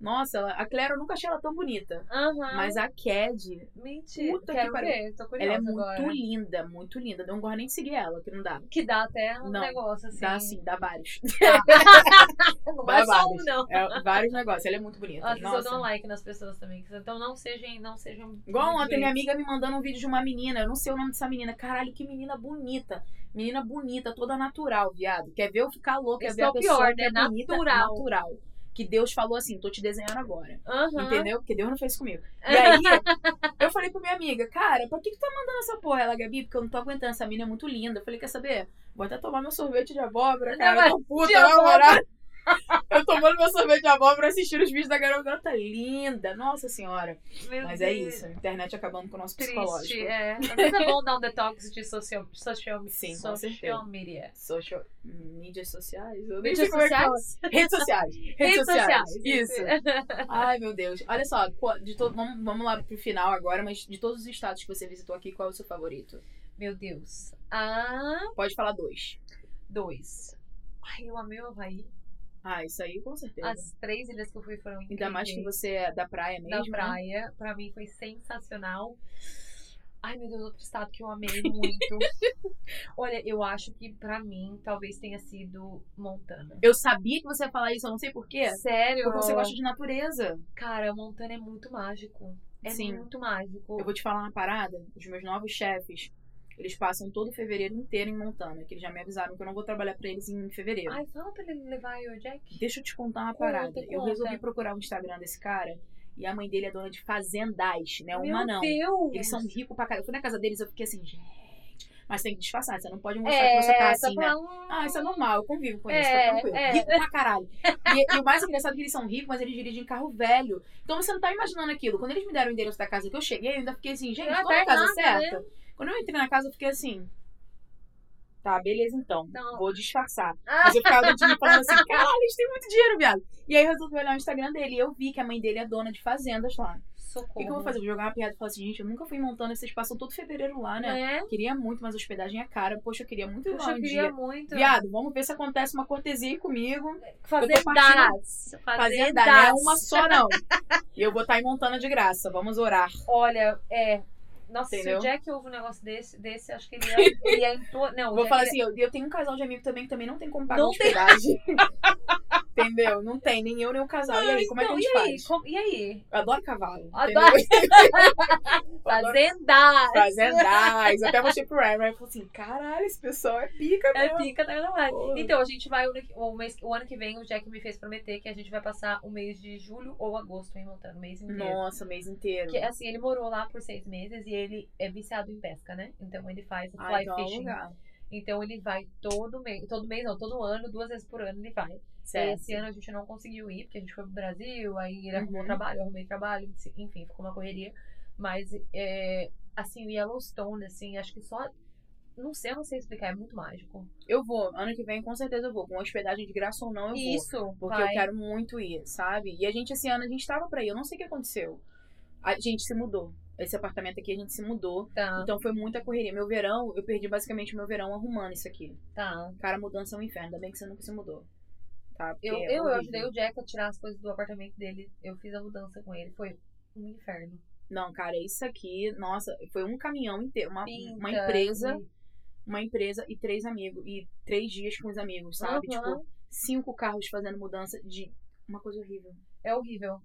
Speaker 2: Nossa, ela- a Claire eu nunca achei ela tão bonita.
Speaker 3: Aham.
Speaker 2: Mas a Cad,
Speaker 3: Mentira.
Speaker 2: Puta que
Speaker 3: Quero
Speaker 2: pariu.
Speaker 3: ver, tô curiosa
Speaker 2: ela é muito
Speaker 3: agora.
Speaker 2: linda, muito linda. Não gosto nem de seguir ela, que não dá.
Speaker 3: Que dá até um
Speaker 2: Não,
Speaker 3: negócio assim.
Speaker 2: Dá assim, dá vários.
Speaker 3: Não
Speaker 2: Dá
Speaker 3: é só um,
Speaker 2: vários.
Speaker 3: não.
Speaker 2: É, vários negócios. Ela é muito bonita.
Speaker 3: Às vezes eu dou um
Speaker 2: Nossa.
Speaker 3: like nas pessoas também. Então não sejam. Não sejam
Speaker 2: Igual
Speaker 3: muito
Speaker 2: ontem, minha
Speaker 3: haters.
Speaker 2: amiga me mandando um vídeo de uma menina. Eu não sei o nome dessa menina. Caralho, que menina bonita. Menina bonita, toda natural, viado. Quer ver eu ficar louca, quer
Speaker 3: Esse
Speaker 2: ver
Speaker 3: é
Speaker 2: a
Speaker 3: o
Speaker 2: pessoa
Speaker 3: pior,
Speaker 2: que
Speaker 3: né?
Speaker 2: é bonita,
Speaker 3: Natural.
Speaker 2: natural. Que Deus falou assim, tô te desenhando agora.
Speaker 3: Aham.
Speaker 2: Entendeu? Porque Deus não fez comigo. E aí, eu falei pra minha amiga, cara, pra que que tu tá mandando essa porra? Ela, Gabi, porque eu não tô aguentando, essa menina é muito linda. Eu falei, quer saber? Vou até tomar meu sorvete de abóbora, cara. Eu tô puta,
Speaker 3: de
Speaker 2: na moral. Eu tomando meu sorvete de abóbora assistindo os vídeos da garota. Garota linda, nossa senhora.
Speaker 3: Meu
Speaker 2: Mas é
Speaker 3: Deus.
Speaker 2: isso, a internet acabando com o nosso psicológico.
Speaker 3: Triste, é. Às vezes é bom dar um detox de social, social,
Speaker 2: Sim, com certeza.
Speaker 3: social media.
Speaker 2: Social, mídias sociais? Eu nem
Speaker 3: Mídias
Speaker 2: sei como é que fala.
Speaker 3: sociais?
Speaker 2: Redes sociais. Redes, sociais. Isso.
Speaker 3: isso.
Speaker 2: Ai, meu Deus. Olha só, qual- de todo, vamos, vamos lá pro final agora, mas de todos os estados que você visitou aqui, qual é o seu favorito?
Speaker 3: Meu Deus. Ah,
Speaker 2: Pode falar dois.
Speaker 3: dois. Ai, eu amei o Havaí.
Speaker 2: Ah, isso aí com certeza.
Speaker 3: As três ilhas que eu fui foram incríveis.
Speaker 2: Ainda mais que você é da praia
Speaker 3: da
Speaker 2: mesmo. né?
Speaker 3: praia. Pra mim foi sensacional. Ai, meu Deus, outro estado que eu amei muito. Olha, eu acho que pra mim talvez tenha sido Montana.
Speaker 2: Eu sabia que você ia falar isso, eu não sei porquê.
Speaker 3: Sério?
Speaker 2: É. Porque você gosta de natureza.
Speaker 3: Cara, Montana é muito mágico. É
Speaker 2: Sim.
Speaker 3: muito mágico.
Speaker 2: Eu vou te falar uma parada. Os meus novos chefes, eles passam todo fevereiro inteiro em Montana, que eles já me avisaram que eu não vou trabalhar pra eles em fevereiro.
Speaker 3: Ai, fala pra ele levar eu, Jack.
Speaker 2: Deixa eu te contar uma
Speaker 3: Conta,
Speaker 2: parada. Eu
Speaker 3: conta.
Speaker 2: resolvi procurar o Instagram desse cara e a mãe dele é dona de fazendas, né? Uma
Speaker 3: meu
Speaker 2: não.
Speaker 3: Deus.
Speaker 2: Eles são ricos pra caralho. Eu fui na casa deles, eu fiquei assim, gente. Mas tem que disfarçar, você não pode mostrar
Speaker 3: É,
Speaker 2: que você tá
Speaker 3: só
Speaker 2: assim, né?
Speaker 3: pra um-
Speaker 2: Ah, isso é normal, eu convivo com
Speaker 3: É,
Speaker 2: isso, tá tranquilo.
Speaker 3: é.
Speaker 2: Rico pra caralho. E, e o mais engraçado é que eles são ricos, mas eles dirigem carro velho. Então você não tá imaginando aquilo. Quando eles me deram o endereço da casa que eu cheguei, eu ainda fiquei assim, gente,
Speaker 3: Ah,
Speaker 2: tô
Speaker 3: tá
Speaker 2: na casa
Speaker 3: errado,
Speaker 2: certa. Quando eu entrei na casa, eu fiquei assim. Tá, beleza então.
Speaker 3: Não.
Speaker 2: Vou disfarçar.
Speaker 3: Ah.
Speaker 2: Mas eu ficava de falando assim, caralho, eles têm muito dinheiro, viado. E aí eu resolvi olhar o Instagram dele e eu vi que a mãe dele é dona de fazendas lá. O
Speaker 3: Socorro.
Speaker 2: que, que eu vou fazer? Vou jogar uma piada e falar assim, gente, eu nunca fui montando, vocês passam todo fevereiro lá, né?
Speaker 3: Né?
Speaker 2: Queria muito, mas a hospedagem é cara. Poxa, eu queria muito ir lá
Speaker 3: Puxa,
Speaker 2: um
Speaker 3: eu
Speaker 2: dia.
Speaker 3: queria muito.
Speaker 2: Viado, vamos ver se acontece uma cortesia aí comigo.
Speaker 3: Fazer das.
Speaker 2: Fazer
Speaker 3: Fazer
Speaker 2: andar, não é
Speaker 3: das.
Speaker 2: uma só, não. E eu vou estar em Montana de graça. Vamos orar.
Speaker 3: Olha, é. Nossa,
Speaker 2: Entendeu?
Speaker 3: se o Jack ouve um negócio desse, desse acho que ele ia, ele ia impor- Não, o
Speaker 2: Vou
Speaker 3: Jack
Speaker 2: falar
Speaker 3: ia-
Speaker 2: assim, eu, eu tenho um casal de amigo também que também não tem como pagar
Speaker 3: Não
Speaker 2: hospedagem. Entendeu? Não tem, nem eu, nem o casal. E aí, como é que a
Speaker 3: Então,
Speaker 2: gente
Speaker 3: e aí?
Speaker 2: faz?
Speaker 3: Como- E aí?
Speaker 2: Eu adoro cavalo.
Speaker 3: Adoro.
Speaker 2: entendeu? Eu adoro
Speaker 3: Fazenda!
Speaker 2: Fazendais. Eu até mostrei pro Ryan. Ryan falou assim, caralho, esse pessoal é pica
Speaker 3: É
Speaker 2: mesmo.
Speaker 3: pica da galera.
Speaker 2: Porra.
Speaker 3: Então, a gente vai. O, mês, o ano que vem, o Jack me fez prometer que a gente vai passar o mês de julho ou agosto em Montana, o mês inteiro.
Speaker 2: Nossa, o mês inteiro.
Speaker 3: Porque, assim, ele morou lá por seis meses e ele é viciado em pesca, né? Então, ele faz fly
Speaker 2: Ah, então é um
Speaker 3: fishing.
Speaker 2: lugar.
Speaker 3: Então, ele vai todo mês, todo mês não, todo ano, duas vezes por ano ele vai. E
Speaker 2: Certo.
Speaker 3: esse ano a gente não conseguiu ir, porque a gente foi pro Brasil, aí ele arrumou
Speaker 2: Uhum.
Speaker 3: trabalho, eu arrumei trabalho, enfim, ficou uma correria. Mas, é, assim, o Yellowstone, assim, acho que só. Não sei, eu não sei explicar, é muito mágico.
Speaker 2: Eu vou. Ano que vem, com certeza eu vou. Com hospedagem de graça ou não, eu vou.
Speaker 3: Isso,
Speaker 2: Porque eu quero muito ir, sabe? E a gente, esse ano, a gente tava pra ir. Eu não sei o que aconteceu. A gente se mudou. Esse apartamento aqui, a gente se mudou.
Speaker 3: Tá,
Speaker 2: Então foi muita correria. Meu verão, eu perdi basicamente meu verão arrumando isso aqui.
Speaker 3: tá.
Speaker 2: Cara, mudança é um inferno. Ainda bem que você nunca se mudou. Tá? Porque
Speaker 3: Eu,
Speaker 2: é
Speaker 3: eu, eu
Speaker 2: horrível.
Speaker 3: ajudei o Jack a tirar as coisas do apartamento dele. Eu fiz a mudança com ele. Foi um inferno.
Speaker 2: Não, cara, isso aqui, nossa, foi um caminhão inteiro. Uma, uma
Speaker 3: Pinta
Speaker 2: empresa,
Speaker 3: e-
Speaker 2: uma empresa e três amigos. E três dias com os amigos, sabe?
Speaker 3: Aham.
Speaker 2: Tipo, cinco carros fazendo mudança de uma coisa horrível.
Speaker 3: É horrível.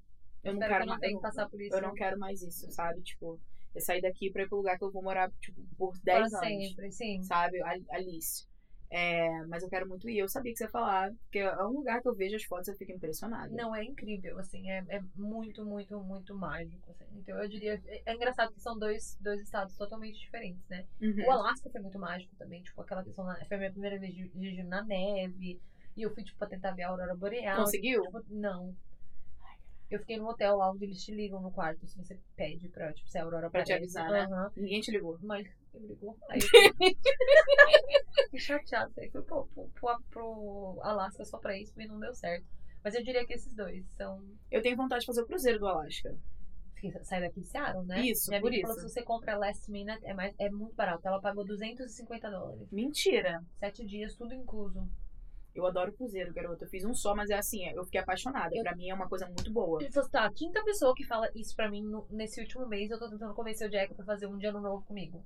Speaker 2: Eu não
Speaker 3: Espero que
Speaker 2: quero
Speaker 3: eu não
Speaker 2: mais.
Speaker 3: tenha
Speaker 2: eu
Speaker 3: que passar por isso.
Speaker 2: eu não quero mais isso, sabe? Tipo, eu saí daqui pra ir pro lugar que eu vou morar, tipo, por
Speaker 3: Pra
Speaker 2: 10 anos,
Speaker 3: sempre, sim.
Speaker 2: sabe? A- Alice. É, mas eu quero muito ir. Eu sabia que você ia falar, porque é um lugar que eu vejo as fotos e eu fico impressionada.
Speaker 3: Não, é incrível, assim, é, é muito, muito, muito mágico. assim. Então eu diria. é- É engraçado que são dois, dois estados totalmente diferentes, né?
Speaker 2: Uhum.
Speaker 3: O Alasca foi muito mágico também, tipo, aquela questão lá. Foi a minha primeira vez de- dirigindo na neve. E eu fui, tipo, pra tentar ver a Aurora Boreal.
Speaker 2: Conseguiu?
Speaker 3: Tipo, não. Eu fiquei num hotel lá onde eles te ligam no quarto, se você pede pra, tipo, se a Aurora
Speaker 2: Pra te
Speaker 3: aparece.
Speaker 2: avisar, né?
Speaker 3: Aham.
Speaker 2: Ninguém te ligou.
Speaker 3: Mas me ligou. Aí eu fiquei chateada. Aí fui pro, pro, pro, pro Alasca só pra isso e não deu certo. Mas eu diria que esses dois são.
Speaker 2: Eu tenho vontade de fazer o Cruzeiro do Alasca.
Speaker 3: Fiz- Saí daqui em Seattle, né?
Speaker 2: Isso,
Speaker 3: Minha
Speaker 2: por
Speaker 3: amiga falou
Speaker 2: isso.
Speaker 3: se você compra last minute é, mais, é muito barato. Ela pagou 250 dólares.
Speaker 2: Mentira!
Speaker 3: Sete dias, tudo incluso.
Speaker 2: Eu adoro Cruzeiro, garota. Eu fiz um só, mas é assim, eu fiquei apaixonada.
Speaker 3: Eu-
Speaker 2: Pra mim é uma coisa muito boa.
Speaker 3: Ele falou assim, tá, a quinta pessoa que fala isso pra mim no- nesse último mês, eu tô tentando convencer o Jack pra fazer um dia no novo comigo.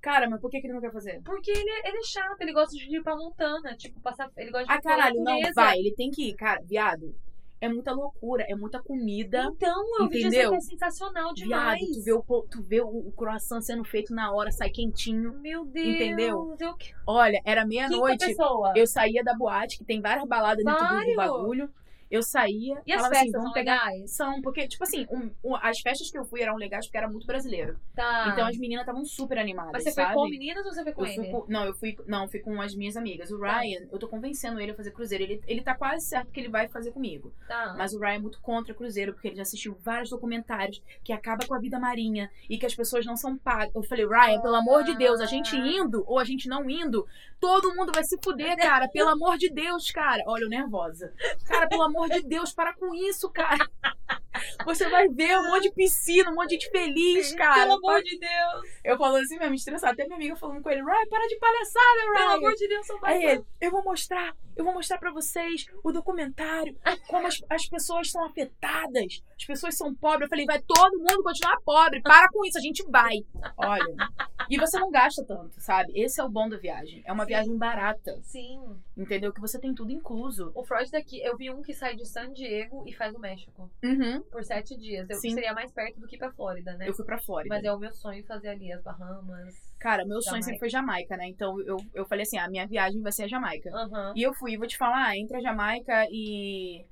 Speaker 2: Cara, mas por que, que ele não quer fazer?
Speaker 3: Porque ele, é- ele é chato, ele gosta de ir pra Montana, tipo, passar. Ele gosta de
Speaker 2: Ah,
Speaker 3: ir pra
Speaker 2: caralho, não,
Speaker 3: natureza.
Speaker 2: vai. Ele tem que ir, cara. Viado, é muita loucura, é muita comida.
Speaker 3: Então, eu vi dizer
Speaker 2: Entendeu?
Speaker 3: que é sensacional demais.
Speaker 2: Viado, tu vê, o, po- tu vê o, o croissant sendo feito na hora, sai quentinho.
Speaker 3: Meu Deus.
Speaker 2: Entendeu?
Speaker 3: Eu... que-
Speaker 2: Olha, era
Speaker 3: Quinta
Speaker 2: meia-noite.
Speaker 3: pessoa.
Speaker 2: Eu saía da boate, que tem várias baladas dentro do- do
Speaker 3: Vários.
Speaker 2: bagulho. Eu saía,
Speaker 3: E as
Speaker 2: falava
Speaker 3: festas
Speaker 2: assim, vamos
Speaker 3: são
Speaker 2: pegar
Speaker 3: legais?
Speaker 2: são, porque, tipo assim, um- um- as festas que eu fui eram legais porque era muito brasileiro.
Speaker 3: Tá.
Speaker 2: Então as meninas estavam super animadas,
Speaker 3: Mas você
Speaker 2: sabe?
Speaker 3: foi com meninas ou você foi com
Speaker 2: Eu fui
Speaker 3: ele?
Speaker 2: com- não, eu fui, não, fui com as minhas amigas. O
Speaker 3: Tá.
Speaker 2: Ryan, eu tô convencendo ele a fazer cruzeiro. Ele, ele tá quase certo que ele vai fazer comigo.
Speaker 3: Tá.
Speaker 2: Mas o Ryan é muito contra cruzeiro, porque ele já assistiu vários documentários que acaba com a vida marinha e que as pessoas não são pagas. Eu falei, Ryan, pelo amor de Deus, a
Speaker 3: Ah.
Speaker 2: gente indo ou a gente não indo, todo mundo vai se fuder, cara. Pelo amor de Deus, cara. Olha, eu nervosa. Cara, pelo amor de Deus, para com isso, cara. Você vai ver um monte de piscina, um monte de gente feliz, cara.
Speaker 3: Pelo amor de Deus!
Speaker 2: Eu falo assim mesmo, estressada. Até minha amiga falando com ele, Ryan, para de palhaçada, Ryan.
Speaker 3: Pelo amor de Deus, só vai
Speaker 2: Aí É ele, eu vou mostrar, eu vou mostrar pra vocês o documentário, como as, as pessoas são afetadas, as pessoas são pobres. Eu falei, vai todo mundo continuar pobre, para com isso, a gente vai. Olha. E você não gasta tanto, sabe? Esse é o bom da viagem. É uma
Speaker 3: Sim.
Speaker 2: viagem barata,
Speaker 3: Sim.
Speaker 2: entendeu? Que você tem tudo incluso.
Speaker 3: O Freud daqui, eu vi um que sai de San Diego e faz o México
Speaker 2: Uhum.
Speaker 3: por sete dias. Eu
Speaker 2: Sim.
Speaker 3: seria mais perto do que pra Flórida, né?
Speaker 2: Eu fui pra Flórida.
Speaker 3: Mas é o meu sonho fazer ali as Bahamas.
Speaker 2: Cara, meu sonho
Speaker 3: Jamaica.
Speaker 2: sempre foi Jamaica, né? Então eu, eu falei assim, a minha viagem vai ser a Jamaica.
Speaker 3: Aham.
Speaker 2: E eu fui, e vou te falar, ah, entre a Jamaica e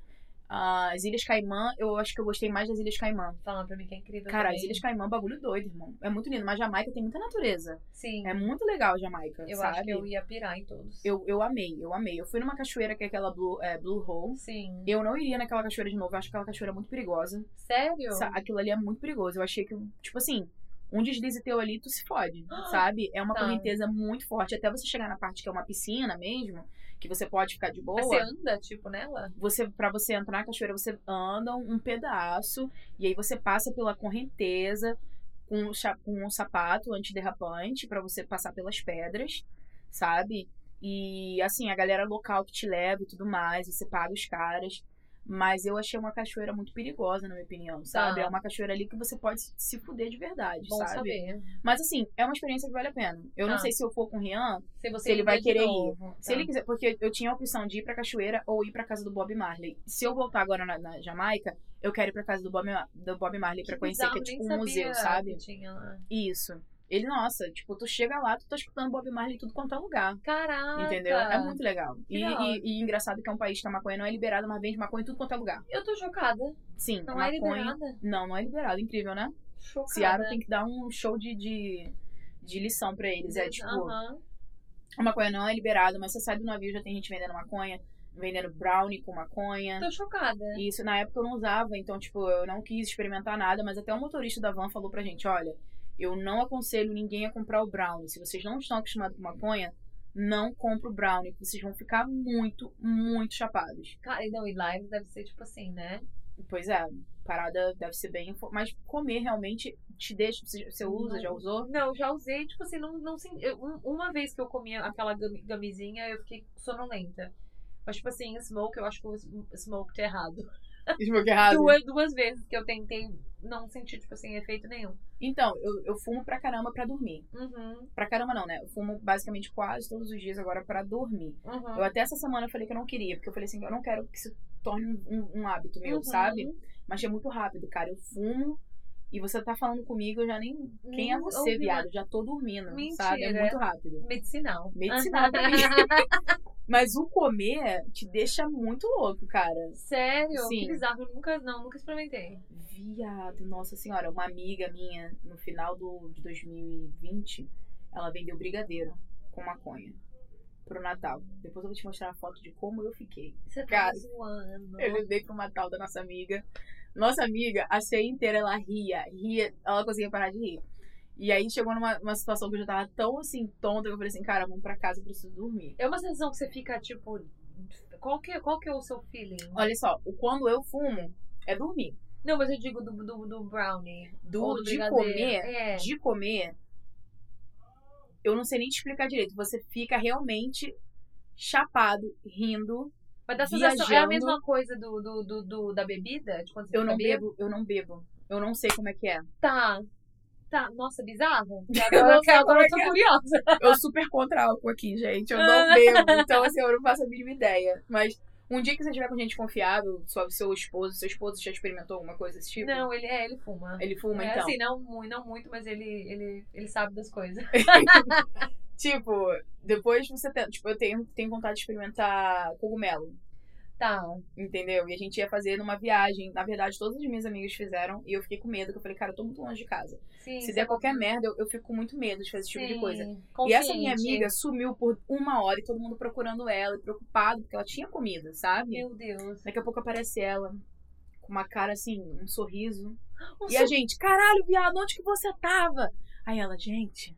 Speaker 2: ah, as Ilhas Caimã, eu acho que eu gostei mais das Ilhas Caimã.
Speaker 3: Falando pra mim que é incrível.
Speaker 2: Cara,
Speaker 3: também.
Speaker 2: as Ilhas Caimã é um bagulho doido, irmão. É muito lindo, mas Jamaica tem muita natureza.
Speaker 3: Sim.
Speaker 2: É muito legal Jamaica,
Speaker 3: eu
Speaker 2: sabe?
Speaker 3: acho que eu ia pirar em todos.
Speaker 2: eu, eu amei, eu amei. Eu fui numa cachoeira que é aquela Blue, é, Blue Hole.
Speaker 3: Sim.
Speaker 2: Eu não iria naquela cachoeira de novo, eu acho aquela cachoeira muito perigosa.
Speaker 3: Sério?
Speaker 2: Sa- Aquilo ali é muito perigoso. Eu achei que, tipo assim, um deslize teu ali, tu se fode, sabe? É uma
Speaker 3: Tá.
Speaker 2: correnteza muito forte. Até você chegar na parte que é uma piscina mesmo, que você pode ficar de boa.
Speaker 3: Mas você anda, tipo, nela?
Speaker 2: você para você entrar na cachoeira, você anda um pedaço e aí você passa pela correnteza com, o cha- com um sapato antiderrapante pra você passar pelas pedras, sabe? E assim, a galera local que te leva e tudo mais, você paga os caras. Mas eu achei uma cachoeira muito perigosa, na minha opinião, sabe?
Speaker 3: Tá.
Speaker 2: É uma cachoeira ali que você pode se fuder de verdade,
Speaker 3: Bom
Speaker 2: sabe?
Speaker 3: saber.
Speaker 2: Mas assim, é uma experiência que vale a pena. Eu não
Speaker 3: Tá.
Speaker 2: sei se eu for com o Rian,
Speaker 3: Se, você
Speaker 2: Se ele
Speaker 3: iria
Speaker 2: vai
Speaker 3: de
Speaker 2: querer ir.
Speaker 3: novo.
Speaker 2: se
Speaker 3: Tá.
Speaker 2: ele quiser, porque eu tinha a opção de ir pra cachoeira ou ir pra casa do Bob Marley. Se eu voltar agora na, na Jamaica, eu quero ir pra casa do Bob, Ma- do Bob Marley pra
Speaker 3: Que
Speaker 2: conhecer, que é
Speaker 3: bizarro,
Speaker 2: tipo
Speaker 3: nem
Speaker 2: um
Speaker 3: sabia
Speaker 2: museu,
Speaker 3: que
Speaker 2: sabe?
Speaker 3: Tinha lá.
Speaker 2: Isso. Ele, nossa, tipo, tu chega lá, tu tá escutando Bob Marley em tudo quanto é lugar.
Speaker 3: Caraca!
Speaker 2: Entendeu? É muito legal. E,
Speaker 3: Ah, tá. da hora.
Speaker 2: e- e engraçado que é um país que a maconha não é liberada, mas vende maconha em tudo quanto é lugar.
Speaker 3: Eu tô chocada.
Speaker 2: Sim,
Speaker 3: Não é
Speaker 2: maconha.
Speaker 3: liberada?
Speaker 2: Não, não é liberado. Incrível, né?
Speaker 3: Chocada.
Speaker 2: Seattle tem que dar um show de, de, de lição pra eles. É tipo,
Speaker 3: Aham.
Speaker 2: a maconha não é liberada, mas você sai do navio já tem gente vendendo maconha, vendendo brownie com maconha.
Speaker 3: Tô chocada.
Speaker 2: E Isso, na época eu não usava, então, tipo, eu não quis experimentar nada, mas até o motorista da van falou pra gente, olha, eu não aconselho ninguém a comprar o brownie. Se vocês não estão acostumados com maconha, não compra o brownie, que vocês vão ficar muito, muito chapados.
Speaker 3: Cara, e não, e live deve ser tipo assim, né?
Speaker 2: Pois é, parada deve ser bem... info- Mas comer realmente te deixa... Você você usa, já usou?
Speaker 3: Não, já usei, tipo assim, não, não senti. eu- um- Uma vez que eu comi aquela gami- gamizinha, eu fiquei sonolenta. Mas, tipo assim, smoke, eu acho que o sm- smoke tá errado.
Speaker 2: Smoke errado.
Speaker 3: Duas, duas vezes que eu tentei não sentir, tipo assim, efeito nenhum.
Speaker 2: Então, eu, eu fumo pra caramba pra dormir.
Speaker 3: Uhum,
Speaker 2: Pra caramba não, né? Eu fumo basicamente quase todos os dias agora pra dormir.
Speaker 3: uhum.
Speaker 2: Eu até essa semana eu falei que eu não queria, porque eu falei assim, eu não quero que isso torne um, um- um hábito meu,
Speaker 3: Uhum.
Speaker 2: sabe? Mas é muito rápido, cara. Eu fumo e você tá falando comigo, eu já nem. Quem é
Speaker 3: Nem
Speaker 2: você,
Speaker 3: ouvi
Speaker 2: viado? Eu já tô dormindo,
Speaker 3: Mentira.
Speaker 2: sabe? É muito rápido.
Speaker 3: Medicinal.
Speaker 2: Medicinal pra mim. Mas o comer te deixa muito louco, cara.
Speaker 3: Sério?
Speaker 2: Sim.
Speaker 3: Que bizarro. Eu nunca, não, nunca experimentei.
Speaker 2: Viado, nossa senhora, uma amiga minha, no final do, de 2020, ela vendeu brigadeiro com maconha pro Natal. Depois eu vou te mostrar a foto de como eu fiquei.
Speaker 3: Você tá
Speaker 2: Cara,
Speaker 3: zoando.
Speaker 2: Eu levei pra uma tal da nossa amiga. Nossa amiga, a ceia inteira ela ria, ria, ela não conseguia parar de rir. E aí chegou numa numa situação que eu já tava tão assim, tonta, que eu falei assim, cara, vamos pra casa, eu preciso dormir.
Speaker 3: É uma sensação que você fica, tipo. Qual que, qual que é o seu feeling?
Speaker 2: Olha só, o quando eu fumo é dormir.
Speaker 3: Não, mas eu digo do, do, do brownie. ou
Speaker 2: Do,
Speaker 3: do
Speaker 2: de
Speaker 3: brigadeiro.
Speaker 2: comer,
Speaker 3: É.
Speaker 2: de comer, eu não sei nem te explicar direito. Você fica realmente chapado, rindo.
Speaker 3: Mas dá sensação. É a
Speaker 2: viajando.
Speaker 3: mesma coisa do, do, do, do- da bebida? De quando você
Speaker 2: Eu
Speaker 3: fica
Speaker 2: não
Speaker 3: bêbado?
Speaker 2: bebo, eu não bebo. Eu não sei como é que é.
Speaker 3: Tá. Tá. Nossa, bizarro.
Speaker 2: Eu
Speaker 3: Agora,
Speaker 2: não sei como
Speaker 3: agora
Speaker 2: é
Speaker 3: eu tô
Speaker 2: que é.
Speaker 3: curiosa.
Speaker 2: Eu super contra álcool aqui, gente. Eu não bebo. Então, assim, eu não faço a mínima ideia. Mas um dia que você estiver com gente confiável, sua, seu esposo, seu esposo já experimentou alguma coisa desse tipo?
Speaker 3: Não, ele é, ele fuma.
Speaker 2: Ele fuma,
Speaker 3: é
Speaker 2: então.
Speaker 3: assim, não muito, não muito, mas ele, ele, ele sabe das coisas.
Speaker 2: Tipo, depois você tem. Tipo, eu tenho, tenho vontade de experimentar cogumelo.
Speaker 3: Tá.
Speaker 2: entendeu? E a gente ia fazer numa viagem. Na verdade, todas as minhas amigas fizeram e eu fiquei com medo, que eu falei, cara, eu tô muito longe de casa.
Speaker 3: Sim, tá
Speaker 2: Se der qualquer merda, eu, eu fico com muito medo de fazer esse tipo de coisa. E essa minha amiga sumiu por uma hora e todo mundo procurando ela, e preocupado, porque ela tinha comida, sabe?
Speaker 3: Meu Deus.
Speaker 2: Daqui a pouco aparece ela, com uma cara assim, um sorriso.
Speaker 3: Um
Speaker 2: e a gente, caralho, viado, onde que você tava? Aí ela, gente,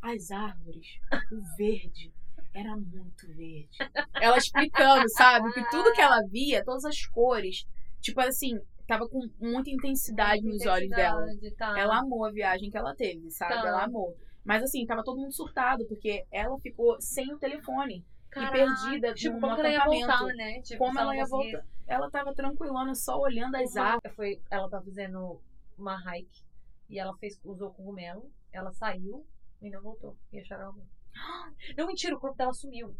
Speaker 2: as árvores, o verde. Era muito verde. Ela explicando, sabe? Que tudo que ela via, todas as cores, tipo assim, tava com muita intensidade nos olhos dela.
Speaker 3: Intensidade, Tá.
Speaker 2: Ela amou a viagem que ela teve, sabe?
Speaker 3: Tá.
Speaker 2: Ela amou. Mas assim, tava todo mundo surtado, porque ela ficou sem o telefone. perdida
Speaker 3: tipo,
Speaker 2: num
Speaker 3: como que ela ia
Speaker 2: acampamento.
Speaker 3: voltar, né? Tipo,
Speaker 2: Como
Speaker 3: se
Speaker 2: ela ia
Speaker 3: conseguisse.
Speaker 2: voltar? Ela tava tranquilona, só olhando
Speaker 3: Uhum.
Speaker 2: as árvores.
Speaker 3: Foi, ela tá fazendo uma hike e ela fez, usou cogumelo, ela saiu e não voltou. E acharam ela morta. Não, mentira, o corpo dela sumiu.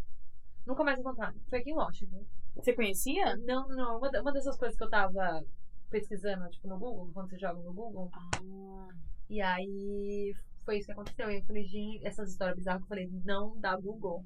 Speaker 3: Nunca mais encontraram. Foi aqui em Washington.
Speaker 2: Você conhecia?
Speaker 3: É, Não, não, não. Uma, da- uma dessas coisas que eu tava pesquisando, tipo, no Google, quando você joga no Google. Ah. E aí foi isso que aconteceu. E eu falei, gente, essas histórias bizarras que eu falei, não dá Google.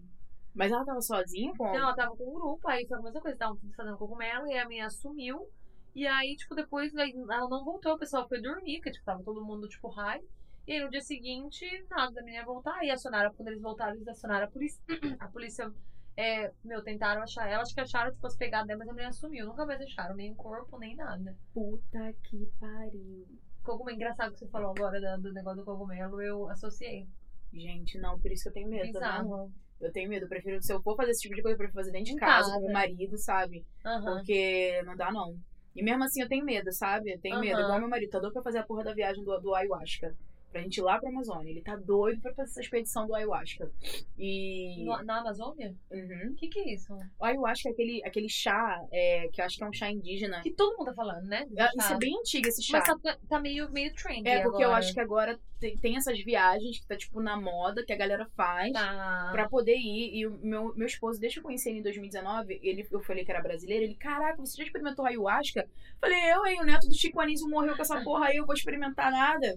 Speaker 2: Mas ela tava sozinha com.
Speaker 3: Não, ela tava com um grupo, aí foi a mesma coisa, estavam fazendo cogumelo, e a minha sumiu. E aí, tipo, depois aí ela não voltou, o pessoal foi dormir, que tipo, tava todo mundo, tipo, high. E aí no dia seguinte, nada da menina voltar. E acionaram, quando eles voltaram, eles acionaram a polícia. A polícia, é, meu, tentaram achar ela, acho que acharam, tipo, as pegadas dela, mas a menina sumiu. Nunca mais acharam, nem corpo, nem nada.
Speaker 2: Puta que pariu.
Speaker 3: Cogumelo, engraçado que você falou agora da- do negócio do cogumelo, eu associei.
Speaker 2: Gente, não, por isso que eu tenho medo, tá vendo?
Speaker 3: Bizarro.
Speaker 2: Eu tenho medo. Eu prefiro, se eu for fazer esse tipo de coisa, eu prefiro fazer dentro de
Speaker 3: Em
Speaker 2: casa,
Speaker 3: casa.
Speaker 2: com o marido, sabe?
Speaker 3: Aham.
Speaker 2: Porque não dá, não. E mesmo assim eu tenho medo, sabe? Eu tenho medo.
Speaker 3: Aham.
Speaker 2: Igual meu marido tá doido pra fazer a porra da viagem do, do ayahuasca. Pra gente ir lá pra Amazônia. Ele tá doido pra fazer essa expedição do ayahuasca. E.
Speaker 3: No- Na Amazônia?
Speaker 2: Uhum.
Speaker 3: O que que é isso?
Speaker 2: O ayahuasca é aquele, aquele chá, é, que eu acho que é um chá indígena.
Speaker 3: Que todo mundo tá falando, né?
Speaker 2: Ah,
Speaker 3: Chá.
Speaker 2: Isso é bem antigo, esse chá.
Speaker 3: Mas tá, tá meio, meio trendy
Speaker 2: É, porque eu
Speaker 3: agora.
Speaker 2: acho que agora tem, tem essas viagens que tá, tipo, na moda, que a galera faz.
Speaker 3: Tá.
Speaker 2: Pra poder ir. E o meu, meu esposo, desde que eu conheci ele em 2019, ele, eu falei que era brasileiro. Ele, caraca, você já experimentou ayahuasca? Falei, eu, hein? O neto do Chico Anísio morreu com essa porra aí, eu vou experimentar nada.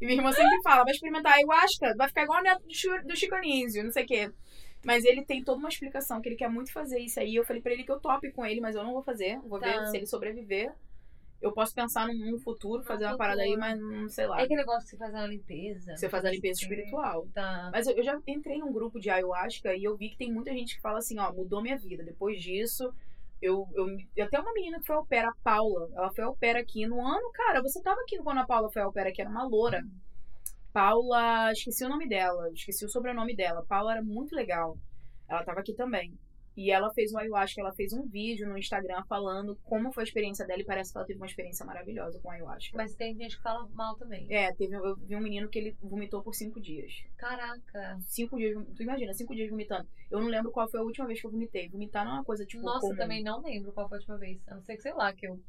Speaker 2: E minha irmã sempre fala, vai experimentar ayahuasca? Vai ficar igual o neto do, Chu- do Chico Anísio, não sei o quê. Mas ele tem toda uma explicação, que ele quer muito fazer isso aí. Eu falei pra ele que eu tope com ele, mas eu não vou fazer. Vou
Speaker 3: Tá.
Speaker 2: ver se ele sobreviver. Eu posso pensar num, num futuro, fazer uma parada aí,
Speaker 3: futuro.
Speaker 2: mas não sei lá.
Speaker 3: É aquele negócio que você faz uma limpeza.
Speaker 2: Você faz a limpeza
Speaker 3: Sim.
Speaker 2: espiritual.
Speaker 3: Tá.
Speaker 2: Mas eu, eu já entrei num grupo de ayahuasca e eu vi que tem muita gente que fala assim, ó, mudou minha vida. Depois disso, eu, eu me- e até uma menina que foi ao pé, a Paula, ela foi ao pé aqui no ano, cara, você tava aqui quando a Paula foi ao pé aqui, era uma loura. Paula, esqueci o nome dela, esqueci o sobrenome dela. Paula era muito legal. Ela tava aqui também. E ela fez um ayahuasca, ela fez um vídeo no Instagram falando como foi a experiência dela e parece que ela teve uma experiência maravilhosa com ayahuasca.
Speaker 3: Mas tem gente que fala mal também.
Speaker 2: É, teve, eu vi um menino que ele vomitou por cinco dias
Speaker 3: Caraca.
Speaker 2: cinco dias, tu imagina, cinco dias vomitando. Eu não lembro qual foi a última vez que eu vomitei. Vomitar não é uma coisa, tipo,
Speaker 3: Nossa,
Speaker 2: comum.
Speaker 3: eu também não lembro qual foi a última vez. A não ser que, sei lá, que eu.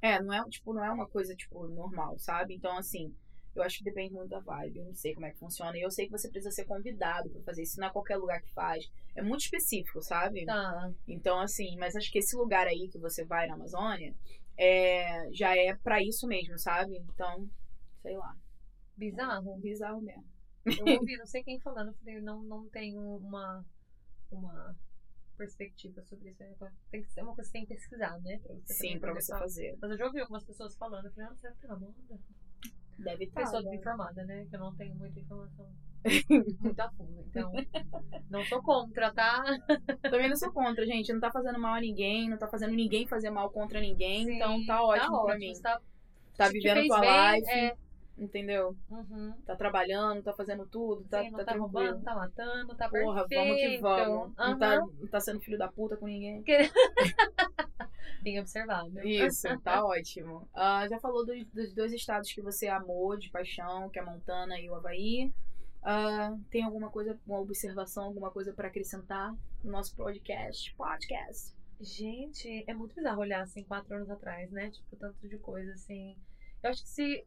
Speaker 2: É, não é, tipo, não é uma coisa, tipo, normal, sabe? Então, assim, eu acho que depende muito da vibe. Eu não sei como é que funciona. E eu sei que você precisa ser convidado pra fazer isso. Não é qualquer lugar que faz. É muito específico, sabe?
Speaker 3: Tá.
Speaker 2: Então, assim, mas acho que esse lugar aí que você vai na Amazônia é, já é pra isso mesmo, sabe? Então, sei lá.
Speaker 3: Bizarro.
Speaker 2: Bizarro mesmo.
Speaker 3: Eu ouvi, não sei quem falando, eu falei, não, não tenho uma. Uma perspectiva sobre isso. "Então, Tem que ser uma coisa que você tem que pesquisar, né? Pra você
Speaker 2: Sim,
Speaker 3: também
Speaker 2: pra
Speaker 3: poder
Speaker 2: você
Speaker 3: falar.
Speaker 2: fazer.
Speaker 3: Mas eu já ouvi algumas pessoas falando, eu falei, ah, será que tá na moda?
Speaker 2: Deve ter.
Speaker 3: pessoa
Speaker 2: né?
Speaker 3: desinformada, né? Que eu não tenho muita informação muito a fundo. Então, não sou contra, tá?
Speaker 2: Também não sou contra, gente. Não tá fazendo mal a ninguém, não tá fazendo ninguém fazer mal contra ninguém. então tá ótimo pra mim.
Speaker 3: você Tá,
Speaker 2: Tá
Speaker 3: se te
Speaker 2: vivendo
Speaker 3: fez
Speaker 2: tua
Speaker 3: bem,
Speaker 2: life,
Speaker 3: É,
Speaker 2: entendeu?
Speaker 3: uhum.
Speaker 2: Tá trabalhando, tá fazendo tudo, tá,
Speaker 3: Sim, não
Speaker 2: tá,
Speaker 3: tá, roubando,
Speaker 2: tranquilo.
Speaker 3: não tá matando, tá
Speaker 2: Porra,
Speaker 3: perfeito.
Speaker 2: vamos que vamos. Não, tá,
Speaker 3: Aham,
Speaker 2: não tá sendo filho da puta com ninguém.
Speaker 3: Bem observado.
Speaker 2: Isso, tá ótimo. Ah, já falou dos, dos dois estados que você amou de paixão, que é Montana e o Havaí. Ah, tem alguma coisa, uma observação, alguma coisa pra acrescentar no nosso podcast? Podcast.
Speaker 3: Gente, é muito bizarro olhar assim quatro anos atrás, né? Tipo, tanto de coisa assim. Eu acho que se,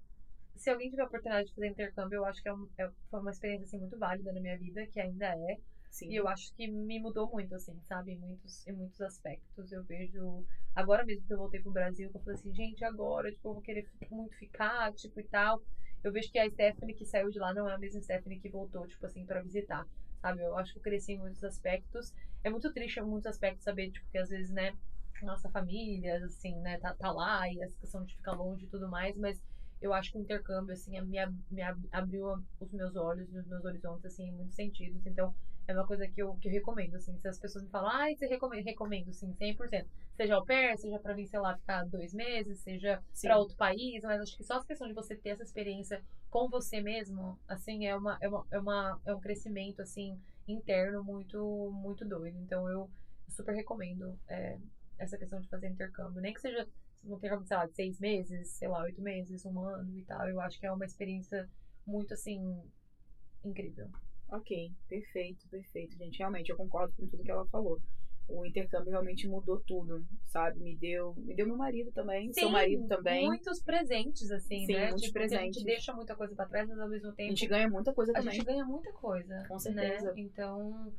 Speaker 3: se alguém tiver a oportunidade de fazer intercâmbio, eu acho que é um- é- foi uma experiência assim, muito válida na minha vida, que ainda é.
Speaker 2: Sim.
Speaker 3: E eu acho que me mudou muito, assim, sabe? Em muitos, em muitos aspectos. Eu vejo. Agora mesmo que eu voltei pro Brasil, que eu falei assim, gente, agora, tipo, eu vou querer fi- muito ficar, tipo, e tal. Eu vejo que a Stephanie que saiu de lá não é a mesma Stephanie que voltou, tipo assim, pra visitar. sabe? Eu acho que eu cresci em muitos aspectos. É muito triste em muitos aspectos saber, tipo, que às vezes, né, nossa família, assim, né, tá, tá lá e essa questão de ficar longe e tudo mais, mas eu acho que o intercâmbio, assim, me, ab- me ab- abriu a- os meus olhos e os meus horizontes, assim, em muitos sentidos. Então, é uma coisa que eu, que eu recomendo, assim, se as pessoas me falam, ai, você recomenda, recomendo, sim, 100%. Seja ao pé, seja pra vir, sei lá, ficar dois meses, seja
Speaker 2: Sim.
Speaker 3: pra outro país, mas acho que só a questão de você ter essa experiência com você mesmo, assim, é uma, é uma, é uma é um crescimento, assim, interno muito, muito doido. Então, eu super recomendo é, essa questão de fazer intercâmbio, nem que seja um intercâmbio, sei lá, de seis meses, sei lá, oito meses, um ano e tal. Eu acho que é uma experiência muito, assim, incrível.
Speaker 2: Ok, perfeito, perfeito, gente. Realmente, eu concordo com tudo que ela falou. O intercâmbio realmente mudou tudo, sabe? Me deu, me deu meu marido também, seu marido também.
Speaker 3: Muitos presentes, assim,
Speaker 2: Sim,
Speaker 3: né?
Speaker 2: muitos
Speaker 3: Tipo, que A
Speaker 2: presentes.
Speaker 3: gente deixa muita coisa pra trás, mas ao mesmo
Speaker 2: A
Speaker 3: tempo
Speaker 2: gente ganha muita coisa
Speaker 3: a
Speaker 2: também.
Speaker 3: gente ganha muita coisa.
Speaker 2: Com
Speaker 3: Né?
Speaker 2: certeza.
Speaker 3: Então,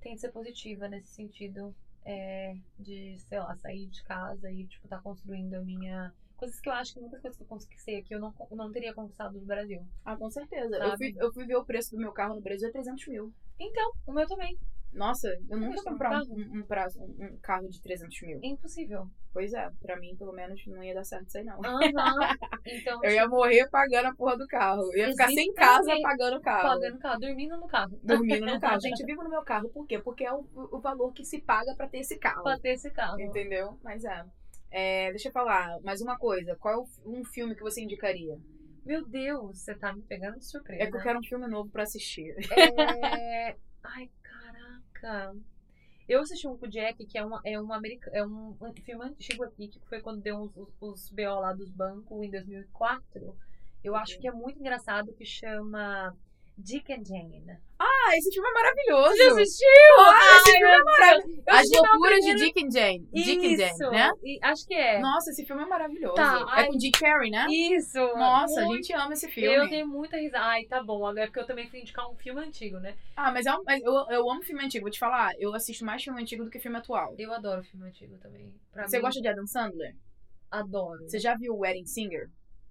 Speaker 3: tem que ser positiva nesse sentido. é, de, sei lá, sair de casa e, tipo, tá construindo a minha. Coisas que eu acho que muitas coisas que eu conquistei aqui eu não, eu não teria conquistado no Brasil.
Speaker 2: Ah, com certeza. Eu
Speaker 3: Sabe?
Speaker 2: fui, eu fui ver o preço do meu carro no Brasil é 300 mil.
Speaker 3: Então, o meu também.
Speaker 2: Nossa, eu nunca
Speaker 3: Mas
Speaker 2: vou
Speaker 3: tá
Speaker 2: comprar
Speaker 3: bom.
Speaker 2: um, um, um prazo- um- um carro de 300 mil.
Speaker 3: É impossível.
Speaker 2: Pois é, pra mim, pelo menos, não ia dar certo isso aí, não.
Speaker 3: Aham. Então,
Speaker 2: Eu ia morrer pagando a porra do carro. Eu ia ficar sem casa
Speaker 3: Exatamente.
Speaker 2: pagando o carro.
Speaker 3: pagando o carro, dormindo no carro.
Speaker 2: Dormindo no carro. Gente, eu vivo no meu carro. Por quê? Porque é o, o valor que se paga pra ter esse carro.
Speaker 3: Pra ter esse carro.
Speaker 2: Entendeu? Mas é. É, Deixa eu falar mais uma coisa. Qual é o fi- um filme que você indicaria?
Speaker 3: Meu Deus, você tá me pegando de surpresa.
Speaker 2: É que eu quero um filme novo pra assistir.
Speaker 3: É... Ai, caraca. Eu assisti um com o Jack, que é um, é um, america... é um um filme antigo aqui, que foi quando deu os, os- os BO lá dos bancos em 2004. Eu
Speaker 2: Uhum.
Speaker 3: acho que é muito engraçado, que chama Dick and Jane.
Speaker 2: Ah, esse filme é maravilhoso!
Speaker 3: assistiu?
Speaker 2: Ah, esse filme é maravilhoso!
Speaker 3: Eu
Speaker 2: As
Speaker 3: assisti na
Speaker 2: loucuras de
Speaker 3: primeira-
Speaker 2: Dick and Jane. Dick and
Speaker 3: Isso.
Speaker 2: Jane, né?
Speaker 3: E acho que é.
Speaker 2: Nossa, esse filme é maravilhoso.
Speaker 3: Tá,
Speaker 2: é
Speaker 3: ai.
Speaker 2: com Dick Carrey, né?
Speaker 3: Isso.
Speaker 2: Nossa,
Speaker 3: muito
Speaker 2: a gente ama esse filme.
Speaker 3: Eu dei muita risada. Ai, tá bom. Agora é porque eu também fui indicar um filme antigo, né?
Speaker 2: Ah, mas, é um- mas eu, eu amo filme antigo. Vou te falar, eu assisto mais filme antigo do que filme atual.
Speaker 3: Eu adoro filme antigo também. Pra
Speaker 2: Você
Speaker 3: mim,
Speaker 2: gosta de Adam Sandler?
Speaker 3: Adoro.
Speaker 2: Você já viu o Wedding Singer?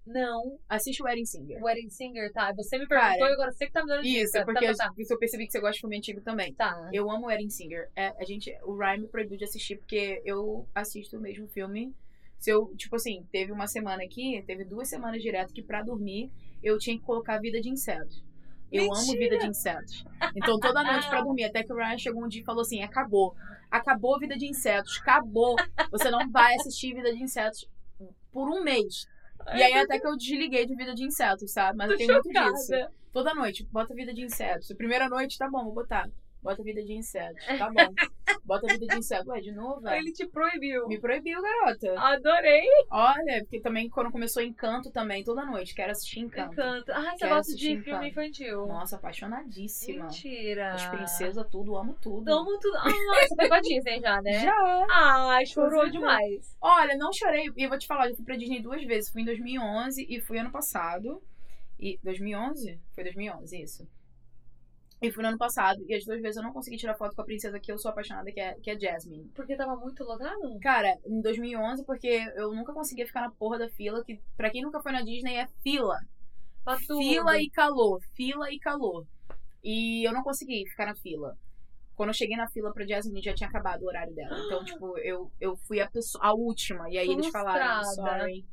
Speaker 3: Não,
Speaker 2: Assiste o Wedding Singer.
Speaker 3: Wedding Singer, tá? Você me perguntou
Speaker 2: Cara,
Speaker 3: e agora você que tá me dando
Speaker 2: Isso, é
Speaker 3: dica.
Speaker 2: porque
Speaker 3: Tá,
Speaker 2: eu,
Speaker 3: tá,
Speaker 2: eu percebi que você gosta de filme antigo também.
Speaker 3: tá.
Speaker 2: Eu amo o Wedding Singer. É, a gente, o Ryan me proibiu de assistir porque eu assisto o mesmo filme. Se eu, tipo assim, teve uma semana aqui, teve duas semanas direto que pra dormir eu tinha que colocar Vida de Inseto. Eu amo Vida de Insetos. Então toda noite pra dormir, até que o Ryan chegou um dia e falou assim: acabou. Acabou Vida de Insetos, acabou. Você não vai assistir Vida de Insetos por um mês. E aí até que eu desliguei de Vida de Insetos, sabe? Mas eu
Speaker 3: tô
Speaker 2: tenho muito
Speaker 3: chocada.
Speaker 2: disso. Toda noite, bota vida de insetos. Primeira noite, tá bom, vou botar. Bota vida de insetos, tá bom. Bota vida de insetos. Ué, de novo, velho?
Speaker 3: Ele te proibiu.
Speaker 2: Me proibiu, garota.
Speaker 3: Adorei.
Speaker 2: Olha, porque também quando começou Encanto também, toda noite, quero assistir Encanto.
Speaker 3: Encanto. Ah, você
Speaker 2: Quero
Speaker 3: gosta de
Speaker 2: assistir
Speaker 3: filme
Speaker 2: Encanto.
Speaker 3: infantil.
Speaker 2: Nossa, apaixonadíssima.
Speaker 3: Mentira.
Speaker 2: As princesas, tudo, amo tudo.
Speaker 3: Amo tudo. Ah, você pegou a Disney já, né?
Speaker 2: Já.
Speaker 3: Ai, chorou
Speaker 2: certeza.
Speaker 3: demais.
Speaker 2: Olha, não chorei. E eu vou te falar, eu fui pra Disney duas vezes. Fui em 2011 e fui ano passado. E 2011? Foi 2011, isso. E fui no ano passado. E as duas vezes eu não consegui tirar foto com a princesa que eu sou apaixonada, que é, que é Jasmine.
Speaker 3: Porque tava muito lotado?
Speaker 2: Cara, em 2011, porque eu nunca conseguia ficar na porra da fila, que pra quem nunca foi na Disney é fila.
Speaker 3: Pra tudo.
Speaker 2: Fila e calor, fila e calor. E eu não consegui ficar na fila. Quando eu cheguei na fila pra Jasmine, já tinha acabado o horário dela. Então, tipo, eu, eu fui a, pessoa, a última. E aí eles falaram,
Speaker 3: Frustrada.
Speaker 2: sorry.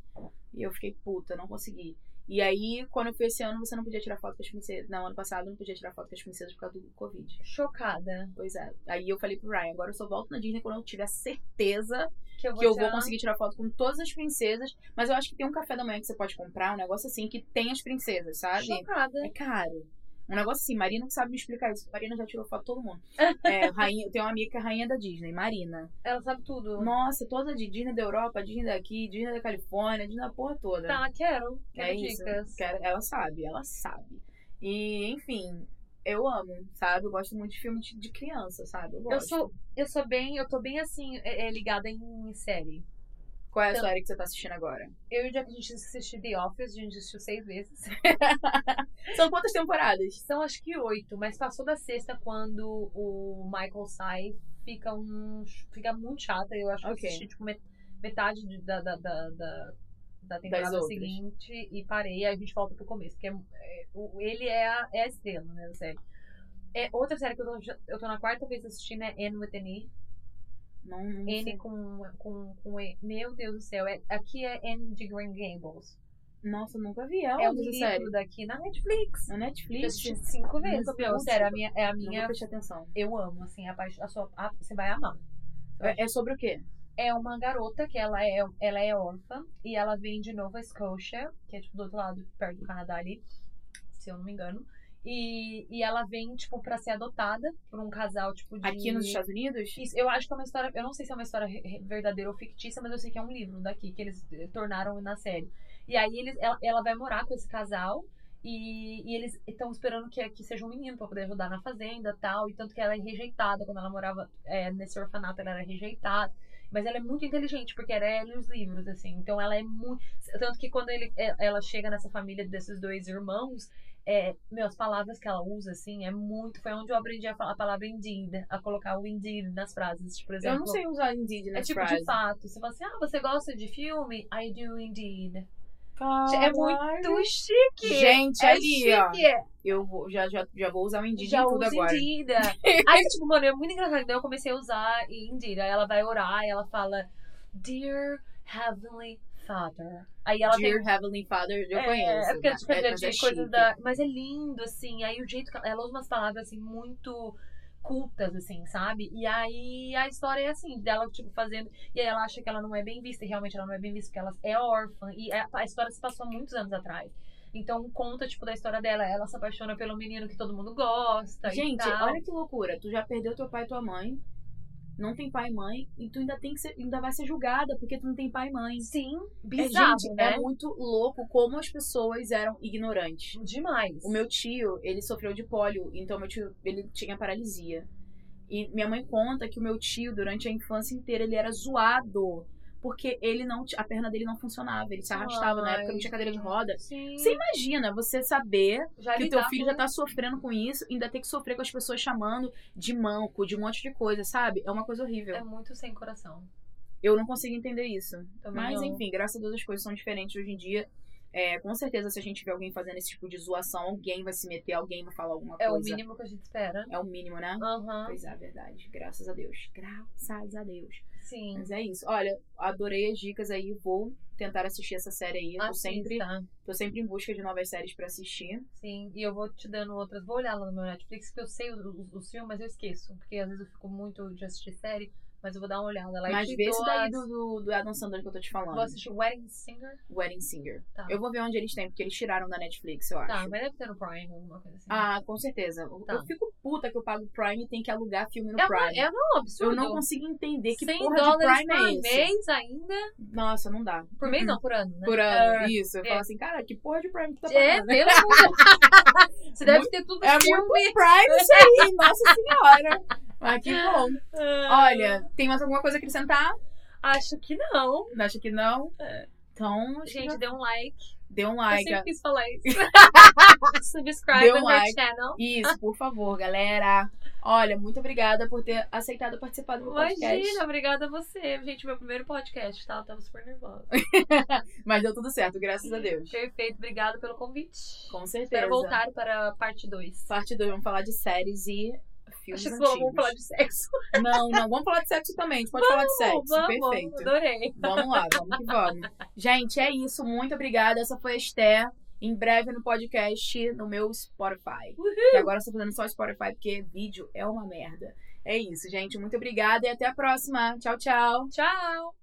Speaker 2: E eu fiquei puta, não consegui. E aí, quando eu fui esse ano, você não podia tirar foto com as princesas. Não, ano passado eu não podia tirar foto com as princesas por causa do Covid.
Speaker 3: Chocada.
Speaker 2: Pois é. Aí eu falei pro Ryan, agora eu só volto na Disney quando eu tiver certeza
Speaker 3: Que eu vou,
Speaker 2: que eu vou
Speaker 3: tirar-
Speaker 2: conseguir tirar foto com todas as princesas, mas eu acho que tem um café da manhã que você pode comprar, um negócio assim, que tem as princesas, sabe?
Speaker 3: Chocada.
Speaker 2: É caro. Um negócio assim, Marina que sabe me explicar isso. Marina já tirou foto de todo mundo. É, rainha, eu tenho uma amiga que é rainha da Disney, Marina.
Speaker 3: Ela sabe tudo.
Speaker 2: Nossa, toda de Disney da Europa, Disney daqui, Disney da Califórnia, Disney da porra toda.
Speaker 3: Tá, quero. Quero
Speaker 2: é isso.
Speaker 3: dicas.
Speaker 2: Quero- ela sabe, ela sabe. E, enfim, eu amo, sabe? Eu gosto muito de filme de, de criança, sabe? Eu
Speaker 3: Eu
Speaker 2: gosto.
Speaker 3: sou, eu sou bem, eu tô bem assim, é, é, ligada em série.
Speaker 2: Qual é
Speaker 3: então
Speaker 2: a série que você tá assistindo agora?
Speaker 3: Eu e o Jack, a gente assistiu The Office, a gente assistiu seis vezes.
Speaker 2: São quantas temporadas?
Speaker 3: São acho que oito, mas passou da sexta quando o Michael sai, fica um. fica muito chata. Eu acho que
Speaker 2: Ok.
Speaker 3: eu assisti tipo, met- metade de- da, da, da, da, da temporada
Speaker 2: outras.
Speaker 3: seguinte e parei, aí a gente volta pro começo, porque é- é- o- ele é a, é a estrela, né, da série. É, outra série que eu tô, eu tô na quarta vez assistindo é N with an E.
Speaker 2: Não, não
Speaker 3: N
Speaker 2: sei.
Speaker 3: com, com, com E. Meu Deus do céu. é- aqui é N de Green Gables.
Speaker 2: Nossa, eu nunca vi.
Speaker 3: é um
Speaker 2: Aonde essa
Speaker 3: livro
Speaker 2: série?
Speaker 3: daqui na Netflix. Eu
Speaker 2: Na É um Netflix?
Speaker 3: assisti cinco vezes.
Speaker 2: Nunca
Speaker 3: Meu,
Speaker 2: vi.
Speaker 3: sério, a minha, é a
Speaker 2: Nunca
Speaker 3: minha.
Speaker 2: prestei atenção.
Speaker 3: Eu amo, assim, a, paixão- a sua. a- você vai amar.
Speaker 2: É, é sobre o quê?
Speaker 3: É uma garota que ela é, ela é órfã e ela vem de Nova Scotia, que é tipo do outro lado, perto do Canadá ali, se eu não me engano. E, e ela vem, tipo, pra ser adotada por um casal, tipo, de.
Speaker 2: Aqui nos Estados Unidos?
Speaker 3: Isso, eu acho que é uma história. Eu não sei se é uma história re- re- verdadeira ou fictícia, mas eu sei que é um livro daqui que eles eh, tornaram na série. E aí eles, ela, ela vai morar com esse casal. E, e eles estão esperando que, que seja um menino pra poder ajudar na fazenda tal. E tanto que ela é rejeitada. Quando ela morava eh, nesse orfanato, ela era rejeitada. Mas ela é muito inteligente, porque era ela e os livros, assim. Então ela é muito. Tanto que quando ele, eh, ela chega nessa família desses dois irmãos, é, meu, as palavras que ela usa, assim, é muito. Foi onde eu aprendi a falar a palavra indeed, a colocar o indeed nas frases. Tipo, por exemplo,
Speaker 2: Eu não sei usar Indeed
Speaker 3: É
Speaker 2: nessa
Speaker 3: tipo
Speaker 2: frase.
Speaker 3: de fato. Você fala assim, ah, você gosta de filme? I do indeed. É
Speaker 2: Caralho.
Speaker 3: muito chique.
Speaker 2: Gente,
Speaker 3: é
Speaker 2: ali, ó.
Speaker 3: chique.
Speaker 2: Eu vou, já, já, já vou usar o Indeed
Speaker 3: Já
Speaker 2: em tudo
Speaker 3: usa
Speaker 2: agora.
Speaker 3: Indeed. Aí, tipo, mano, é muito engraçado. Daí eu comecei a usar e Indeed. Aí ela vai orar e ela fala, Dear Heavenly Father. Aí ela tem um
Speaker 2: Dear Heavenly Father, eu
Speaker 3: é,
Speaker 2: conheço.
Speaker 3: É porque tipo,
Speaker 2: né?
Speaker 3: é,
Speaker 2: mas
Speaker 3: de
Speaker 2: é
Speaker 3: coisas
Speaker 2: chique.
Speaker 3: da. Mas é lindo, assim. Aí o jeito que ela, ela usa umas palavras assim muito cultas, assim, sabe? E aí a história é assim, dela, tipo, fazendo. E aí ela acha que ela não é bem vista, e realmente ela não é bem vista, porque ela é órfã. E a, a história se passou há muitos anos atrás. Então conta, tipo, da história dela. Ela se apaixona pelo menino que todo mundo gosta. e
Speaker 2: Gente,
Speaker 3: tal.
Speaker 2: olha que loucura. Tu já perdeu teu pai e tua mãe. Não tem pai e mãe. E tu ainda, tem que ser- ainda vai ser julgada porque tu não tem pai e mãe.
Speaker 3: Sim,
Speaker 2: É,
Speaker 3: bizarro,
Speaker 2: gente,
Speaker 3: né?
Speaker 2: é muito louco como as pessoas eram ignorantes.
Speaker 3: Demais.
Speaker 2: O meu tio, ele sofreu de pólio, então meu tio, ele tinha paralisia. E minha mãe conta que o meu tio, durante a infância inteira, ele era zoado, porque ele não, ti- a perna dele não funcionava, ele se arrastava, na
Speaker 3: Ai.
Speaker 2: época não tinha cadeira de roda.
Speaker 3: Sim,
Speaker 2: Você imagina você saber
Speaker 3: já
Speaker 2: que o teu
Speaker 3: lidar
Speaker 2: filho
Speaker 3: com-
Speaker 2: já tá sofrendo com isso, ainda ter que sofrer com as pessoas chamando de manco, de um monte de coisa, sabe? É uma coisa horrível.
Speaker 3: É muito sem coração.
Speaker 2: Eu não consigo entender isso.
Speaker 3: Também
Speaker 2: Mas
Speaker 3: não.
Speaker 2: enfim, graças a Deus as coisas são diferentes hoje em dia. É, com certeza, se a gente vê alguém fazendo esse tipo de zoação, alguém vai se meter, alguém vai falar alguma
Speaker 3: É o
Speaker 2: coisa.
Speaker 3: mínimo que a gente espera.
Speaker 2: É o mínimo, né?
Speaker 3: Aham.
Speaker 2: Pois é, verdade. Graças a Deus. Graças a Deus.
Speaker 3: Sim.
Speaker 2: Mas é isso. Olha, adorei as dicas aí. Vou tentar assistir essa série aí. Eu tô
Speaker 3: Assista.
Speaker 2: sempre, tô sempre em busca de novas séries pra assistir.
Speaker 3: tá. Sim, e eu vou te dando outras. Vou olhar lá no meu Netflix, porque eu sei os, os, os filmes, mas eu esqueço. Porque às vezes eu fico muito de assistir série, mas eu vou dar uma olhada lá. e
Speaker 2: Mas
Speaker 3: te
Speaker 2: vê
Speaker 3: dou
Speaker 2: esse daí
Speaker 3: as-
Speaker 2: do, do, do Adam Sandler que eu tô te falando.
Speaker 3: Vou assistir Wedding Singer.
Speaker 2: Wedding Singer.
Speaker 3: Tá.
Speaker 2: Eu vou ver onde eles têm, porque eles tiraram da Netflix, eu acho.
Speaker 3: Tá, mas deve ter no Prime, alguma coisa assim.
Speaker 2: Ah, com certeza. Eu-
Speaker 3: Tá.
Speaker 2: Eu fico puta que eu pago Prime e tem que alugar filme no
Speaker 3: é, uma-
Speaker 2: Prime.
Speaker 3: é um absurdo.
Speaker 2: Eu não consigo entender que
Speaker 3: 100
Speaker 2: porra de
Speaker 3: dólares
Speaker 2: Prime
Speaker 3: por
Speaker 2: é esse.
Speaker 3: mês ainda.
Speaker 2: Nossa, não dá.
Speaker 3: Por mês não, por ano, né?
Speaker 2: Por ano, isso. Eu
Speaker 3: é.
Speaker 2: falo assim, cara, que porra de Prime que tá
Speaker 3: É,
Speaker 2: pagando?
Speaker 3: pelo amor. Você deve ter tudo
Speaker 2: É
Speaker 3: filme.
Speaker 2: muito Prime isso aí, nossa senhora. Mas que bom. Olha, tem mais alguma coisa a acrescentar?
Speaker 3: Ah, Acho que não.
Speaker 2: Não acha que não? Então, acho que
Speaker 3: É. Gente,
Speaker 2: já-
Speaker 3: dê um like.
Speaker 2: dê um
Speaker 3: Eu
Speaker 2: like.
Speaker 3: sempre quis falar isso. Subscribe
Speaker 2: Dê um
Speaker 3: on our
Speaker 2: like.
Speaker 3: channel.
Speaker 2: Isso, por favor, galera. Olha, muito obrigada por ter aceitado participar do meu podcast.
Speaker 3: Imagina, obrigada a você. Gente, meu primeiro podcast, tá? Eu tava super nervosa.
Speaker 2: Mas deu tudo certo, graças a Deus.
Speaker 3: Perfeito, obrigada pelo convite.
Speaker 2: Com certeza.
Speaker 3: Espero voltar para a parte 2.
Speaker 2: Parte 2, vamos falar de séries e filmes
Speaker 3: Acho que
Speaker 2: antigos.
Speaker 3: vamos falar de sexo.
Speaker 2: Não, não, vamos falar de sexo também. A gente pode falar de sexo.
Speaker 3: vamos,
Speaker 2: Perfeito.
Speaker 3: adorei.
Speaker 2: Vamos lá, vamos que vamos. Gente, é isso. Muito obrigada. Essa foi a Esther. Em breve no podcast, no meu Spotify.
Speaker 3: Uhul.
Speaker 2: Que agora eu estou fazendo só Spotify, porque vídeo é uma merda. É isso, gente. Muito obrigada e até a próxima. Tchau, tchau.
Speaker 3: Tchau!